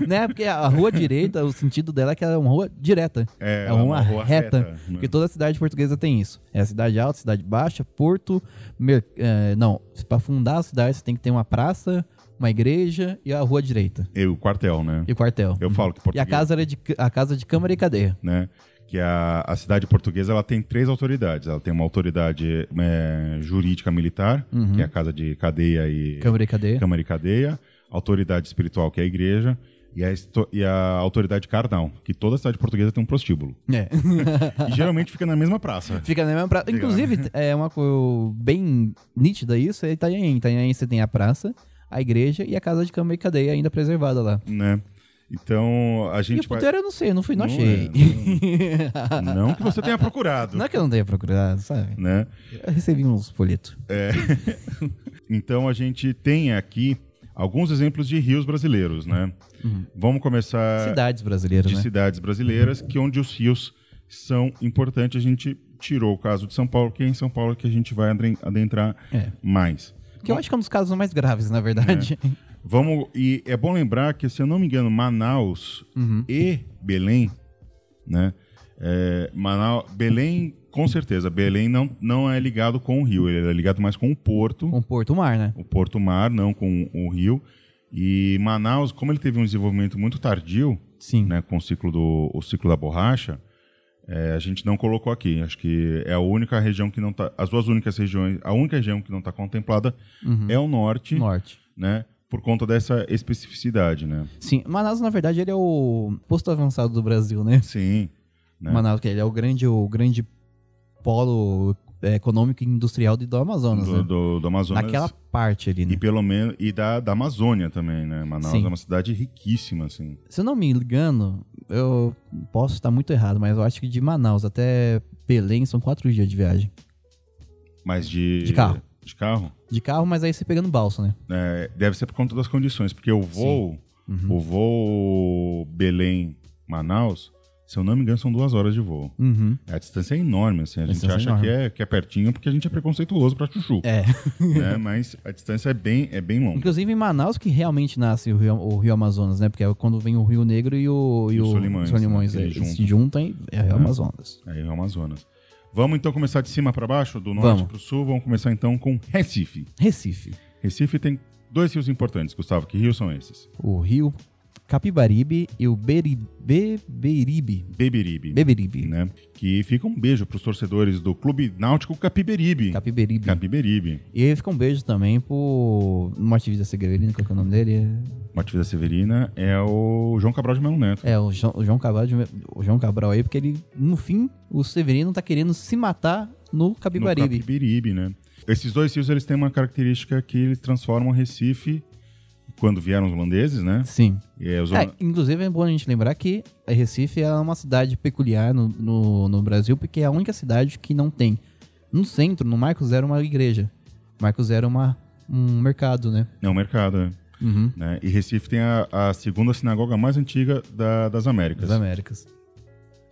[SPEAKER 4] né? Porque a rua direita, o sentido dela é que ela é uma rua direta.
[SPEAKER 3] É,
[SPEAKER 4] É,
[SPEAKER 3] ela
[SPEAKER 4] uma, rua reta.
[SPEAKER 3] né?
[SPEAKER 4] Porque toda cidade portuguesa tem isso. É a cidade alta, cidade baixa, porto. mer- eh, não, pra fundar a cidade você tem que ter uma praça, uma igreja e a rua direita.
[SPEAKER 3] E o quartel, né?
[SPEAKER 4] E o quartel.
[SPEAKER 3] Eu falo que
[SPEAKER 4] E a
[SPEAKER 3] português,
[SPEAKER 4] casa, era de, c- a casa de câmara e cadeia.
[SPEAKER 3] né? Que a, a cidade portuguesa ela tem três autoridades. Ela tem uma autoridade é, jurídica militar, que é a casa de cadeia e
[SPEAKER 4] Uhum. Câmara e cadeia.
[SPEAKER 3] Câmara e Cadeia, a autoridade espiritual, que é a igreja, e a, esto- e a autoridade carnal, que toda cidade portuguesa tem um prostíbulo.
[SPEAKER 4] É.
[SPEAKER 3] E geralmente fica na mesma praça.
[SPEAKER 4] Fica na mesma praça.
[SPEAKER 3] Fica na
[SPEAKER 4] Inclusive, é uma coisa bem nítida isso, é Itanhaém. Itanhaém você tem a praça, a igreja e a casa de câmara e cadeia ainda preservada lá.
[SPEAKER 3] Né? Então, a
[SPEAKER 4] E
[SPEAKER 3] gente
[SPEAKER 4] o
[SPEAKER 3] vai...
[SPEAKER 4] puteiro eu não sei, eu não fui, não,
[SPEAKER 3] Não é,
[SPEAKER 4] achei.
[SPEAKER 3] Não que você tenha procurado,
[SPEAKER 4] não é que eu não tenha procurado, sabe?
[SPEAKER 3] né?
[SPEAKER 4] Eu recebi uns folhetos.
[SPEAKER 3] Então, a gente tem aqui alguns exemplos de rios brasileiros, né?
[SPEAKER 4] Uhum.
[SPEAKER 3] Vamos começar
[SPEAKER 4] Cidades brasileiras,
[SPEAKER 3] É, de
[SPEAKER 4] né?
[SPEAKER 3] cidades brasileiras, que onde os rios são importantes. A gente tirou o caso de São Paulo, que é em São Paulo que a gente vai adren- adentrar
[SPEAKER 4] É.
[SPEAKER 3] mais.
[SPEAKER 4] Que eu acho que é um dos casos mais graves, na verdade.
[SPEAKER 3] Vamos e é bom lembrar que se eu não me engano Manaus e Belém, né, É, Manaus, Belém, com certeza. Belém não, não é ligado com o rio, ele é ligado mais com o porto.
[SPEAKER 4] Com Porto Mar, né?
[SPEAKER 3] o Porto Mar, não com o Rio. E Manaus, como ele teve um desenvolvimento muito tardio,
[SPEAKER 4] Sim.
[SPEAKER 3] né, com o ciclo, do, o ciclo da borracha, é, a gente não colocou aqui. Acho que é a única região que não está. As duas únicas regiões. A única região que não está contemplada
[SPEAKER 4] Uhum.
[SPEAKER 3] é o norte,
[SPEAKER 4] Norte.
[SPEAKER 3] né? Por conta dessa especificidade, né?
[SPEAKER 4] Sim. Manaus, na verdade, ele é o posto avançado do Brasil, né?
[SPEAKER 3] Sim. né?
[SPEAKER 4] Manaus, que ele é o grande, o grande polo é, econômico e industrial de- do Amazonas,
[SPEAKER 3] Do,
[SPEAKER 4] né?
[SPEAKER 3] do, do Amazonas.
[SPEAKER 4] Naquela parte ali, né?
[SPEAKER 3] E pelo menos. E da, da Amazônia também, né? Manaus
[SPEAKER 4] Sim.
[SPEAKER 3] é uma cidade riquíssima, assim.
[SPEAKER 4] Se eu não me engano, eu posso estar muito errado, mas eu acho que de Manaus até Belém são quatro dias de viagem.
[SPEAKER 3] Mas de.
[SPEAKER 4] De carro.
[SPEAKER 3] De carro?
[SPEAKER 4] De carro, mas aí você pegando balsa, né?
[SPEAKER 3] É, deve ser por conta das condições, porque o voo,
[SPEAKER 4] Uhum.
[SPEAKER 3] o voo Belém-Manaus, se eu não me engano, são duas horas de voo.
[SPEAKER 4] Uhum.
[SPEAKER 3] A distância é enorme, assim. A, gente
[SPEAKER 4] distância é
[SPEAKER 3] acha que é, que é pertinho porque a gente é preconceituoso pra chuchu.
[SPEAKER 4] É.
[SPEAKER 3] né? Mas a distância é bem, é bem longa.
[SPEAKER 4] Inclusive em Manaus que realmente nasce o Rio, o Rio Amazonas, né? Porque é quando vem o Rio Negro e o, e
[SPEAKER 3] E o
[SPEAKER 4] o
[SPEAKER 3] Solimões,
[SPEAKER 4] Solimões,
[SPEAKER 3] né?
[SPEAKER 4] é,
[SPEAKER 3] Eles
[SPEAKER 4] se juntam e é o Rio Amazonas.
[SPEAKER 3] Aí é o Amazonas. Vamos então começar de cima pra baixo, do norte
[SPEAKER 4] Vamos.
[SPEAKER 3] pro sul. Vamos começar então com Recife.
[SPEAKER 4] Recife.
[SPEAKER 3] Recife tem dois rios importantes, Gustavo. Que rios são esses?
[SPEAKER 4] O Rio Capibaribe e o Beri- Beberibe.
[SPEAKER 3] Beberibe.
[SPEAKER 4] Beberibe.
[SPEAKER 3] né? Que fica um beijo pros torcedores do Clube Náutico Capiberibe.
[SPEAKER 4] Capiberibe.
[SPEAKER 3] Capiberibe.
[SPEAKER 4] E aí fica um beijo também pro Morte da Severino, qual que é o nome dele?
[SPEAKER 3] Matilda Severina é o João Cabral de Melo Neto.
[SPEAKER 4] É, o João, o João Cabral, de- o João Cabral aí, porque ele, no fim, o Severino tá querendo se matar no
[SPEAKER 3] No
[SPEAKER 4] Capibaribe.
[SPEAKER 3] Capiberibe, né? Esses dois rios, eles têm uma característica que eles transformam Recife, quando vieram os holandeses, né?
[SPEAKER 4] Sim.
[SPEAKER 3] E é, os
[SPEAKER 4] É,
[SPEAKER 3] holan-
[SPEAKER 4] inclusive é bom a gente lembrar que a Recife é uma cidade peculiar no, no, no Brasil, porque é a única cidade que não tem. No centro, no Marco Zero, é uma igreja. Marco Zero é uma, um mercado, né?
[SPEAKER 3] é um mercado,
[SPEAKER 4] Uhum.
[SPEAKER 3] né? E Recife tem a, a segunda sinagoga mais antiga da- das Américas.
[SPEAKER 4] Das Américas.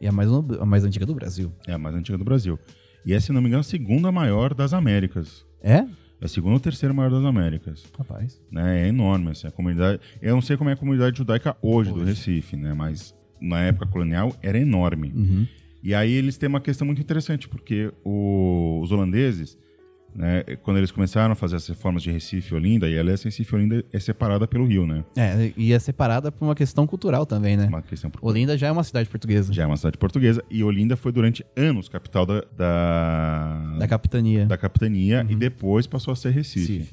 [SPEAKER 4] E é a mais, no- a mais antiga do Brasil.
[SPEAKER 3] É a mais antiga do Brasil. E é, se não me engano, a segunda maior das Américas.
[SPEAKER 4] É?
[SPEAKER 3] É a segunda ou terceira maior das Américas.
[SPEAKER 4] Rapaz.
[SPEAKER 3] né? É enorme, assim, a comunidade... Eu não sei como é a comunidade judaica hoje, do Recife, né? Mas na época colonial era enorme.
[SPEAKER 4] Uhum.
[SPEAKER 3] E aí eles têm uma questão muito interessante, porque o- os holandeses, né, quando eles começaram a fazer as reformas de Recife e Olinda, e aliás, Recife e Olinda é separada pelo rio, né?
[SPEAKER 4] É, e é separada por uma questão cultural também, né?
[SPEAKER 3] Uma questão por-
[SPEAKER 4] Olinda já é uma cidade portuguesa.
[SPEAKER 3] já é uma cidade portuguesa, e Olinda foi durante anos capital da, da,
[SPEAKER 4] Da capitania.
[SPEAKER 3] da capitania e depois passou a ser Recife.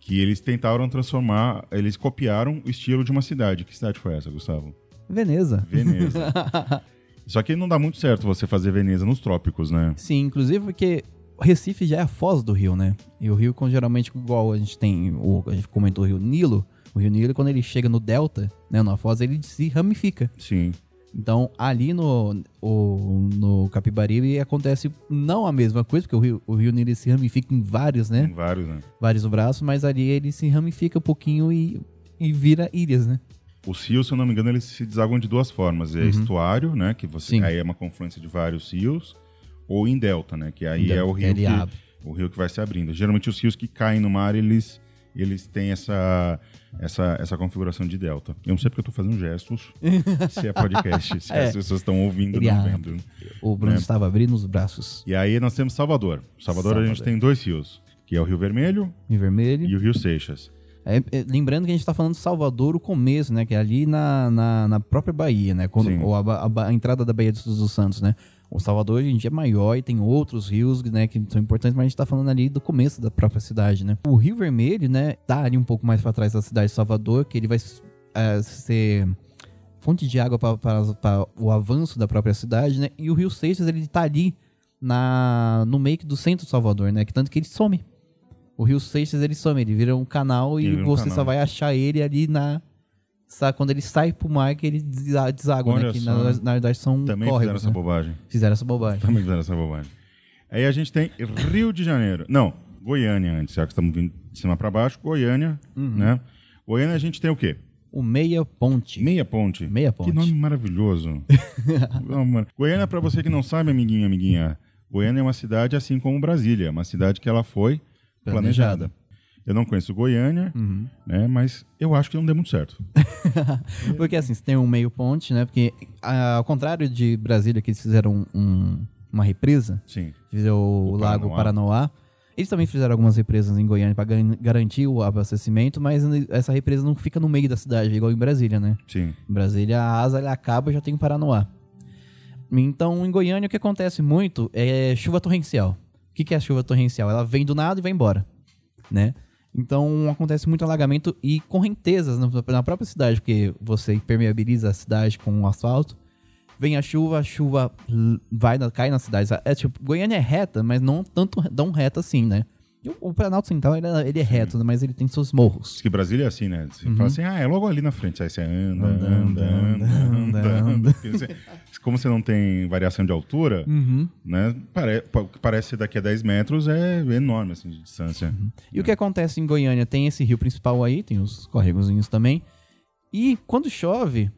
[SPEAKER 3] Que eles tentaram transformar, eles copiaram o estilo de uma cidade. Que cidade foi essa, Gustavo?
[SPEAKER 4] Veneza.
[SPEAKER 3] Veneza. Só que não dá muito certo você fazer Veneza nos trópicos, né?
[SPEAKER 4] Sim, inclusive porque Recife já é a foz do rio, né? E o rio, quando geralmente, igual a gente tem, o, a gente comentou o rio Nilo, o rio Nilo, quando ele chega no delta, né, na foz, ele se ramifica.
[SPEAKER 3] Sim.
[SPEAKER 4] Então, ali no, o- no Capibaribe acontece não a mesma coisa, porque o rio, o rio Nilo ele se ramifica em vários, né?
[SPEAKER 3] Tem vários, né?
[SPEAKER 4] Vários braços, mas ali ele se ramifica um pouquinho e, e vira ilhas, né?
[SPEAKER 3] Os rios, se eu não me engano, eles se desaguam de duas formas. É estuário, né? Que você
[SPEAKER 4] Uhum. Sim.
[SPEAKER 3] aí é uma confluência de vários rios, ou em delta, né? Que aí
[SPEAKER 4] Em delta,
[SPEAKER 3] é o
[SPEAKER 4] que
[SPEAKER 3] rio
[SPEAKER 4] ele
[SPEAKER 3] que,
[SPEAKER 4] abre.
[SPEAKER 3] o rio que vai se abrindo. Geralmente os rios que caem no mar, eles, eles têm essa, essa, essa configuração de delta. Eu não sei porque eu tô fazendo gestos, se é podcast, se
[SPEAKER 4] É.
[SPEAKER 3] as pessoas estão ouvindo
[SPEAKER 4] Ele
[SPEAKER 3] não
[SPEAKER 4] abre.
[SPEAKER 3] vendo.
[SPEAKER 4] O Bruno
[SPEAKER 3] né?
[SPEAKER 4] estava abrindo os braços
[SPEAKER 3] E aí nós temos Salvador. Salvador, a gente
[SPEAKER 4] Salvador.
[SPEAKER 3] tem dois rios, que é o Rio Vermelho
[SPEAKER 4] em vermelho.
[SPEAKER 3] e o Rio Seixas.
[SPEAKER 4] É, é, lembrando que a gente tá falando de Salvador, o começo, né? Que é ali na, na, na própria Bahia, né? Quando,
[SPEAKER 3] Sim.
[SPEAKER 4] ou a, ba- a ba- a entrada da Bahia dos, dos Santos, né? O Salvador hoje em dia é maior e tem outros rios, né? Que são importantes, mas a gente tá falando ali do começo da própria cidade, né? O Rio Vermelho, né? Tá ali um pouco mais pra trás da cidade de Salvador, que ele vai s- eh, ser fonte de água para o avanço da própria cidade, né? E o Rio Seixas, ele tá ali na, no meio que do centro de Salvador, né? Que tanto que ele some. O Rio Seixas, ele some, ele vira um canal e
[SPEAKER 3] Ele vira um
[SPEAKER 4] você
[SPEAKER 3] canal.
[SPEAKER 4] só vai achar ele ali na... sa- Quando ele sai pro mar, que ele desa- deságua,
[SPEAKER 3] Olha
[SPEAKER 4] né? Que
[SPEAKER 3] só.
[SPEAKER 4] na, na verdade são
[SPEAKER 3] Também fizeram
[SPEAKER 4] córregos,
[SPEAKER 3] essa
[SPEAKER 4] né?
[SPEAKER 3] bobagem.
[SPEAKER 4] Fizeram essa bobagem.
[SPEAKER 3] Também fizeram essa bobagem. Aí a gente tem Rio de Janeiro. Não, Goiânia antes, já que estamos vindo de cima para baixo. Goiânia,
[SPEAKER 4] Uhum.
[SPEAKER 3] né? Goiânia a gente tem o quê?
[SPEAKER 4] O Meia Ponte.
[SPEAKER 3] Meia Ponte.
[SPEAKER 4] Meia Ponte.
[SPEAKER 3] Que nome maravilhoso. Não, mano. Goiânia, para você que não sabe, amiguinho, amiguinha, Goiânia é uma cidade assim como Brasília, uma cidade que ela foi planejada.
[SPEAKER 4] Planejada. Uhum.
[SPEAKER 3] Eu não conheço Goiânia, né, mas eu acho que não deu muito certo.
[SPEAKER 4] Porque assim, você tem um meio ponte, né? Porque ah, ao contrário de Brasília, que eles fizeram um- um- uma represa,
[SPEAKER 3] Sim.
[SPEAKER 4] fizeram o,
[SPEAKER 3] O
[SPEAKER 4] Lago
[SPEAKER 3] Paranoá.
[SPEAKER 4] Paranoá. Eles também fizeram algumas represas em Goiânia para garantir o abastecimento, mas essa represa não fica no meio da cidade, igual em Brasília, né?
[SPEAKER 3] Sim.
[SPEAKER 4] Em Brasília, a asa ela acaba e já tem Paranoá. Então, em Goiânia, o que acontece muito é chuva torrencial. O que que é a chuva torrencial? Ela vem do nada e vai embora, né? Então, acontece muito alagamento e correntezas na na própria cidade, porque você impermeabiliza a cidade com o asfalto. Vem a chuva, a chuva l- vai na- cai na cidade. É tipo, Goiânia é reta, mas não tanto tão reta assim, né? E o- O Planalto Central, ele, é- ele é reto, né? mas ele tem seus morros.
[SPEAKER 3] Diz que Brasília é assim, né? Você fala assim, ah, é logo ali na frente. Aí você anda,
[SPEAKER 4] Uhum. Anda,
[SPEAKER 3] anda,
[SPEAKER 4] anda,
[SPEAKER 3] anda, anda.
[SPEAKER 4] anda, anda.
[SPEAKER 3] Porque você- Como você não tem variação de altura, né? Pare, pa- o que parece daqui a 10 metros é enorme, assim, de distância.
[SPEAKER 4] E o que acontece em Goiânia? Tem esse rio principal aí, tem os corregozinhos também. E quando chove,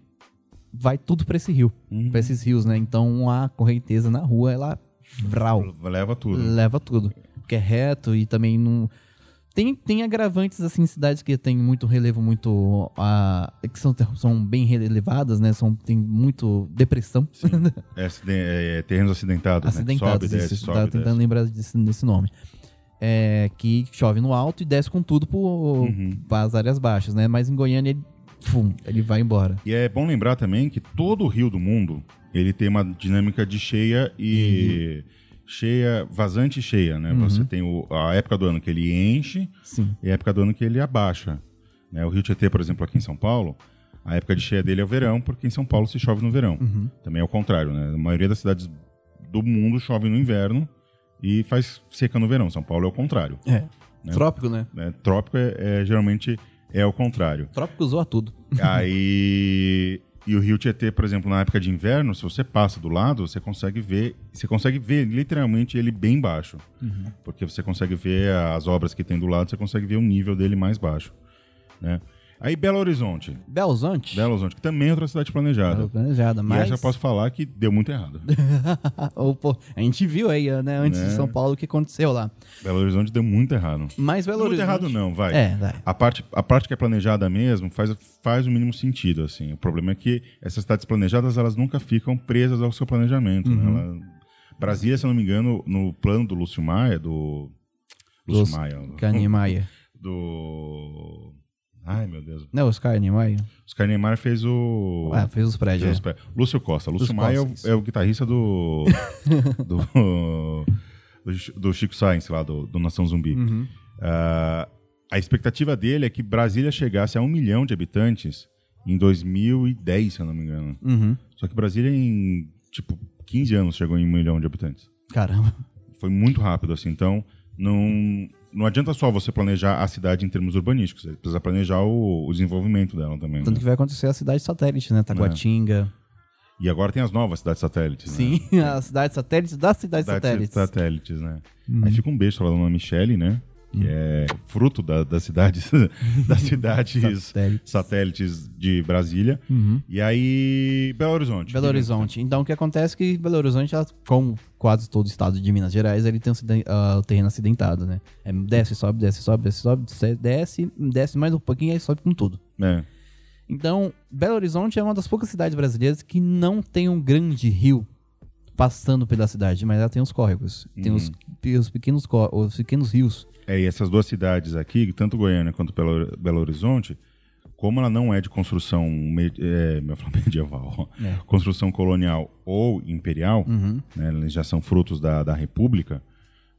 [SPEAKER 4] vai tudo pra esse rio, pra esses rios, né? Então a correnteza na rua, ela vral,
[SPEAKER 3] Leva tudo.
[SPEAKER 4] leva tudo. Porque é reto e também não. Tem, tem agravantes, assim, em cidades que tem muito relevo, muito. ah, que são, são bem relevadas, né? São, tem muito depressão.
[SPEAKER 3] É, aciden- é, é terrenos acidentados,
[SPEAKER 4] acidentados.
[SPEAKER 3] né? Sobe,
[SPEAKER 4] isso,
[SPEAKER 3] desce,
[SPEAKER 4] eu
[SPEAKER 3] sobe,
[SPEAKER 4] tava
[SPEAKER 3] desce.
[SPEAKER 4] tentando lembrar desse, desse nome. É, que chove no alto e desce com tudo
[SPEAKER 3] Uhum.
[SPEAKER 4] para as áreas baixas, né? Mas em Goiânia ele, fum, ele vai embora.
[SPEAKER 3] E é bom lembrar também que todo rio do mundo, ele tem uma dinâmica de cheia
[SPEAKER 4] Uhum.
[SPEAKER 3] e... Cheia, vazante e cheia, né? Você tem o- a época do ano que ele enche,
[SPEAKER 4] Sim.
[SPEAKER 3] é a época do ano que ele abaixa. né? O Rio Tietê, por exemplo, aqui em São Paulo, a época de cheia dele é o verão, porque em São Paulo se chove no verão. Também é o contrário, né? A maioria das cidades do mundo chove no inverno e faz seca no verão. São Paulo é o contrário.
[SPEAKER 4] É.
[SPEAKER 3] Né?
[SPEAKER 4] Trópico, né?
[SPEAKER 3] né? Trópico é, é- geralmente é o contrário.
[SPEAKER 4] Trópico zoa tudo.
[SPEAKER 3] Aí. E o Rio Tietê, por exemplo, na época de inverno, se você passa do lado, você consegue ver. Você consegue ver literalmente ele bem baixo.
[SPEAKER 4] Uhum.
[SPEAKER 3] Porque você consegue ver as obras que tem do lado, você consegue ver o nível dele mais baixo. Né? Aí Belo Horizonte.
[SPEAKER 4] Belzonte?
[SPEAKER 3] Belo Horizonte, que também é outra cidade
[SPEAKER 4] Tava
[SPEAKER 3] planejada.
[SPEAKER 4] planejada,
[SPEAKER 3] E
[SPEAKER 4] mas.
[SPEAKER 3] essa eu posso falar que deu muito errado.
[SPEAKER 4] Ou, pô, a gente viu aí, né, antes de
[SPEAKER 3] Né?
[SPEAKER 4] São Paulo, o que aconteceu lá.
[SPEAKER 3] Belo Horizonte deu muito errado.
[SPEAKER 4] Mas Belo
[SPEAKER 3] Muito
[SPEAKER 4] Horizonte.
[SPEAKER 3] errado não, vai.
[SPEAKER 4] É, vai.
[SPEAKER 3] A parte, a parte que é planejada mesmo faz, faz o mínimo sentido, assim. O problema é que essas cidades planejadas, elas nunca ficam presas ao seu planejamento, né? Ela- Brasília, se eu não me engano, no plano do Lúcio Maia, do... Lúcio
[SPEAKER 4] Dos
[SPEAKER 3] Maia.
[SPEAKER 4] Canimaia.
[SPEAKER 3] Do... Ai, meu Deus.
[SPEAKER 4] Não, os Canimaia.
[SPEAKER 3] Oscar Niemeyer fez o...
[SPEAKER 4] Ah, fez os
[SPEAKER 3] fez
[SPEAKER 4] prédios.
[SPEAKER 3] os pré- Lúcio Costa. Lúcio,
[SPEAKER 4] Lúcio
[SPEAKER 3] Maia é o-
[SPEAKER 4] Costa, isso.
[SPEAKER 3] é, o, guitarrista do... do... do Chi- Do Chico Science lá, do, do Nação Zumbi.
[SPEAKER 4] Uhum.
[SPEAKER 3] Ah, a expectativa dele é que Brasília chegasse a um milhão de habitantes em 2010, se eu não me engano.
[SPEAKER 4] Uhum.
[SPEAKER 3] Só que Brasília, em tipo 15 anos, chegou em um milhão de habitantes.
[SPEAKER 4] Caramba.
[SPEAKER 3] Foi muito rápido, assim. Então, não, não adianta só você planejar a cidade em termos urbanísticos. Você precisa planejar o, o desenvolvimento dela também.
[SPEAKER 4] Tanto
[SPEAKER 3] né?
[SPEAKER 4] que vai acontecer a cidade satélite, né? Taguatinga.
[SPEAKER 3] E agora tem as novas cidades satélites. né?
[SPEAKER 4] Sim, a cidade satélite das cidades
[SPEAKER 3] Cidades
[SPEAKER 4] satélites. Uhum.
[SPEAKER 3] satélites, né? Aí fica um beijo pra dona Michele, né? Que é fruto da- das cidades, das cidades
[SPEAKER 4] Satélites.
[SPEAKER 3] satélites. de Brasília. E aí, Belo Horizonte.
[SPEAKER 4] Belo Horizonte. Então, o que acontece é que Belo Horizonte, ela, como quase todo o estado de Minas Gerais, ele tem um aciden- ah, o terreno acidentado, né? É, desce, sobe, desce, sobe, desce, sobe, desce, desce, desce mais um pouquinho e aí sobe com tudo.
[SPEAKER 3] É,
[SPEAKER 4] Então, Belo Horizonte é uma das poucas cidades brasileiras que não tem um grande rio passando pela cidade, mas ela tem os córregos, tem os, tem os pequenos, có- os pequenos rios.
[SPEAKER 3] É, e essas duas cidades aqui, tanto Goiânia quanto Belo, Belo Horizonte, como ela não é de construção me- é, eu ia falar medieval, ó.
[SPEAKER 4] É.
[SPEAKER 3] construção colonial ou imperial, né, eles já são frutos da, da República,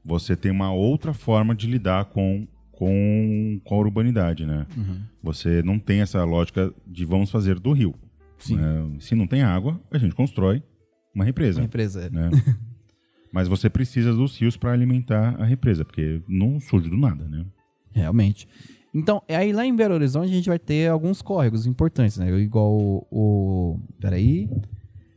[SPEAKER 3] você tem uma outra forma de lidar com, com, com a urbanidade, né?
[SPEAKER 4] Uhum.
[SPEAKER 3] Você não tem essa lógica de vamos fazer do rio.
[SPEAKER 4] Sim.
[SPEAKER 3] né? Se não tem água, a gente constrói uma represa.
[SPEAKER 4] Uma empresa. é.
[SPEAKER 3] né? Mas você precisa dos rios para alimentar a represa, porque não surge do nada, né?
[SPEAKER 4] Realmente. Então, é aí lá em Belo Horizonte a gente vai ter alguns córregos importantes, né? Igual o. o- peraí.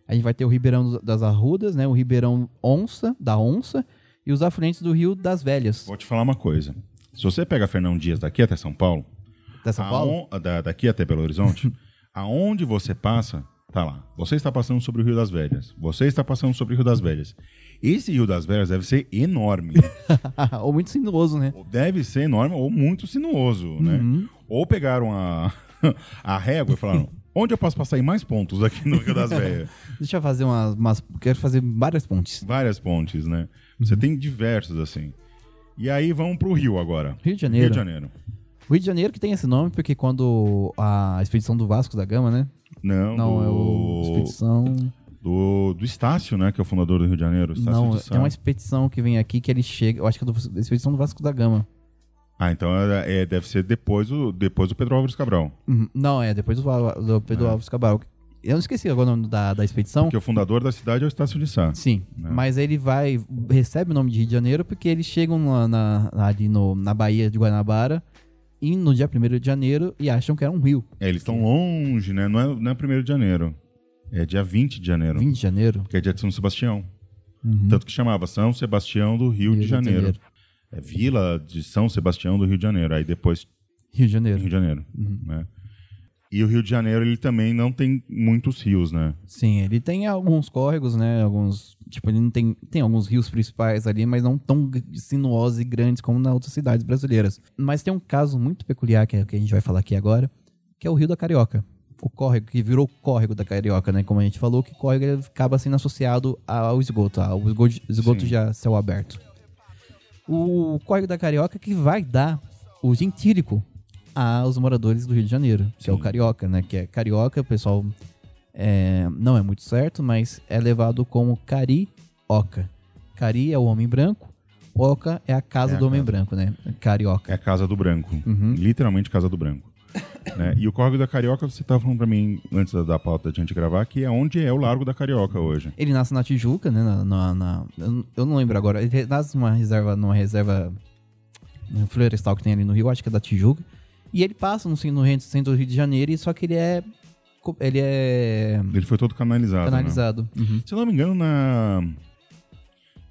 [SPEAKER 4] A gente vai ter o Ribeirão dos- das Arrudas, né? O Ribeirão Onça, da Onça, e os afluentes do Rio das Velhas.
[SPEAKER 3] Vou te falar uma coisa. Se você pega Fernão Dias daqui até São Paulo, Ah, um.
[SPEAKER 4] Da São Paulo?
[SPEAKER 3] aon- da- daqui até Belo Horizonte, aonde você passa, Tá lá. Você está passando sobre o Rio das Velhas. Você está passando sobre o Rio das Velhas. Esse Rio das Velhas deve ser enorme.
[SPEAKER 4] Ou muito sinuoso, né?
[SPEAKER 3] Ou deve ser enorme ou muito sinuoso,
[SPEAKER 4] Uhum.
[SPEAKER 3] né? Ou pegaram a, a régua e falaram, onde eu posso passar em mais pontos aqui no Rio das Velhas?
[SPEAKER 4] Deixa eu fazer umas, umas- Quero fazer várias pontes.
[SPEAKER 3] Várias pontes, né?
[SPEAKER 4] Uhum.
[SPEAKER 3] Você tem diversos, assim. E aí vamos pro Rio agora.
[SPEAKER 4] Rio de Janeiro.
[SPEAKER 3] Rio de Janeiro.
[SPEAKER 4] O Rio de Janeiro que tem esse nome porque quando a expedição do Vasco da Gama, né?
[SPEAKER 3] Não,
[SPEAKER 4] Não,
[SPEAKER 3] do...
[SPEAKER 4] é o expedição.
[SPEAKER 3] do, do Estácio, né? Que é o fundador do Rio de Janeiro. Estácio
[SPEAKER 4] Não,
[SPEAKER 3] de Sá.
[SPEAKER 4] é uma expedição que vem aqui que ele chega. Eu acho que é do- da expedição do Vasco da Gama.
[SPEAKER 3] Ah, então é, é, deve ser depois do, depois do Pedro Álvares Cabral.
[SPEAKER 4] Uhum. Não, é depois do, Va- do
[SPEAKER 3] É.
[SPEAKER 4] Pedro Alves Cabral. Eu não esqueci agora o nome da, da expedição.
[SPEAKER 3] Porque o fundador da cidade é o Estácio de Sá.
[SPEAKER 4] Sim, mas ele vai, recebe o nome de Rio de Janeiro porque eles chegam na, na- ali no, na Baía de Guanabara e no dia 1 de janeiro e acham que era um rio.
[SPEAKER 3] É, eles estão longe, né? Não é, não é 1 de janeiro. É dia 20 de janeiro.
[SPEAKER 4] 20 de janeiro.
[SPEAKER 3] Que é dia de São Sebastião. Tanto que chamava São Sebastião do Uhum. Rio, de Janeiro. É Vila de São Sebastião do Rio de Janeiro. Aí depois
[SPEAKER 4] Rio de Janeiro.
[SPEAKER 3] Rio de Janeiro. Né? E o Rio de Janeiro, ele também não tem muitos rios, né?
[SPEAKER 4] Sim, ele tem alguns córregos, né? Alguns. Tipo, ele não tem. Tem alguns rios principais ali, mas não tão g- sinuosos e grandes como nas outras cidades brasileiras. Mas tem um caso muito peculiar que, é, o que a gente vai falar aqui agora, que é o Rio da Carioca. O córrego, que virou córrego da Carioca, né? Como a gente falou, que córrego ele acaba sendo associado ao esgoto, ao esgoto, esgoto já céu aberto. O córrego da Carioca que vai dar o gentílico aos moradores do Rio de Janeiro, que é o Carioca, né? Que é Carioca, o pessoal é, não é muito certo, mas é levado como carioca. Cari é o homem branco, oca é a casa
[SPEAKER 3] É a
[SPEAKER 4] do homem
[SPEAKER 3] casa.
[SPEAKER 4] branco, né? Carioca.
[SPEAKER 3] É a Casa do Branco.
[SPEAKER 4] Uhum.
[SPEAKER 3] Literalmente Casa do Branco. né? E o Córrego da Carioca, você estava falando pra mim antes da, da pauta de a gente gravar, que é onde é o Largo da Carioca hoje.
[SPEAKER 4] Ele nasce na Tijuca, né? Na, na- na- eu não- eu não lembro agora. Ele nasce numa reserva, numa reserva né, florestal que tem ali no Rio, acho que é da Tijuca. E ele passa no, cin- no re- centro do Rio de Janeiro, e só que ele é. co- Ele é.
[SPEAKER 3] Ele foi todo canalizado. né?
[SPEAKER 4] canalizado. Uhum.
[SPEAKER 3] Se eu não me engano, na.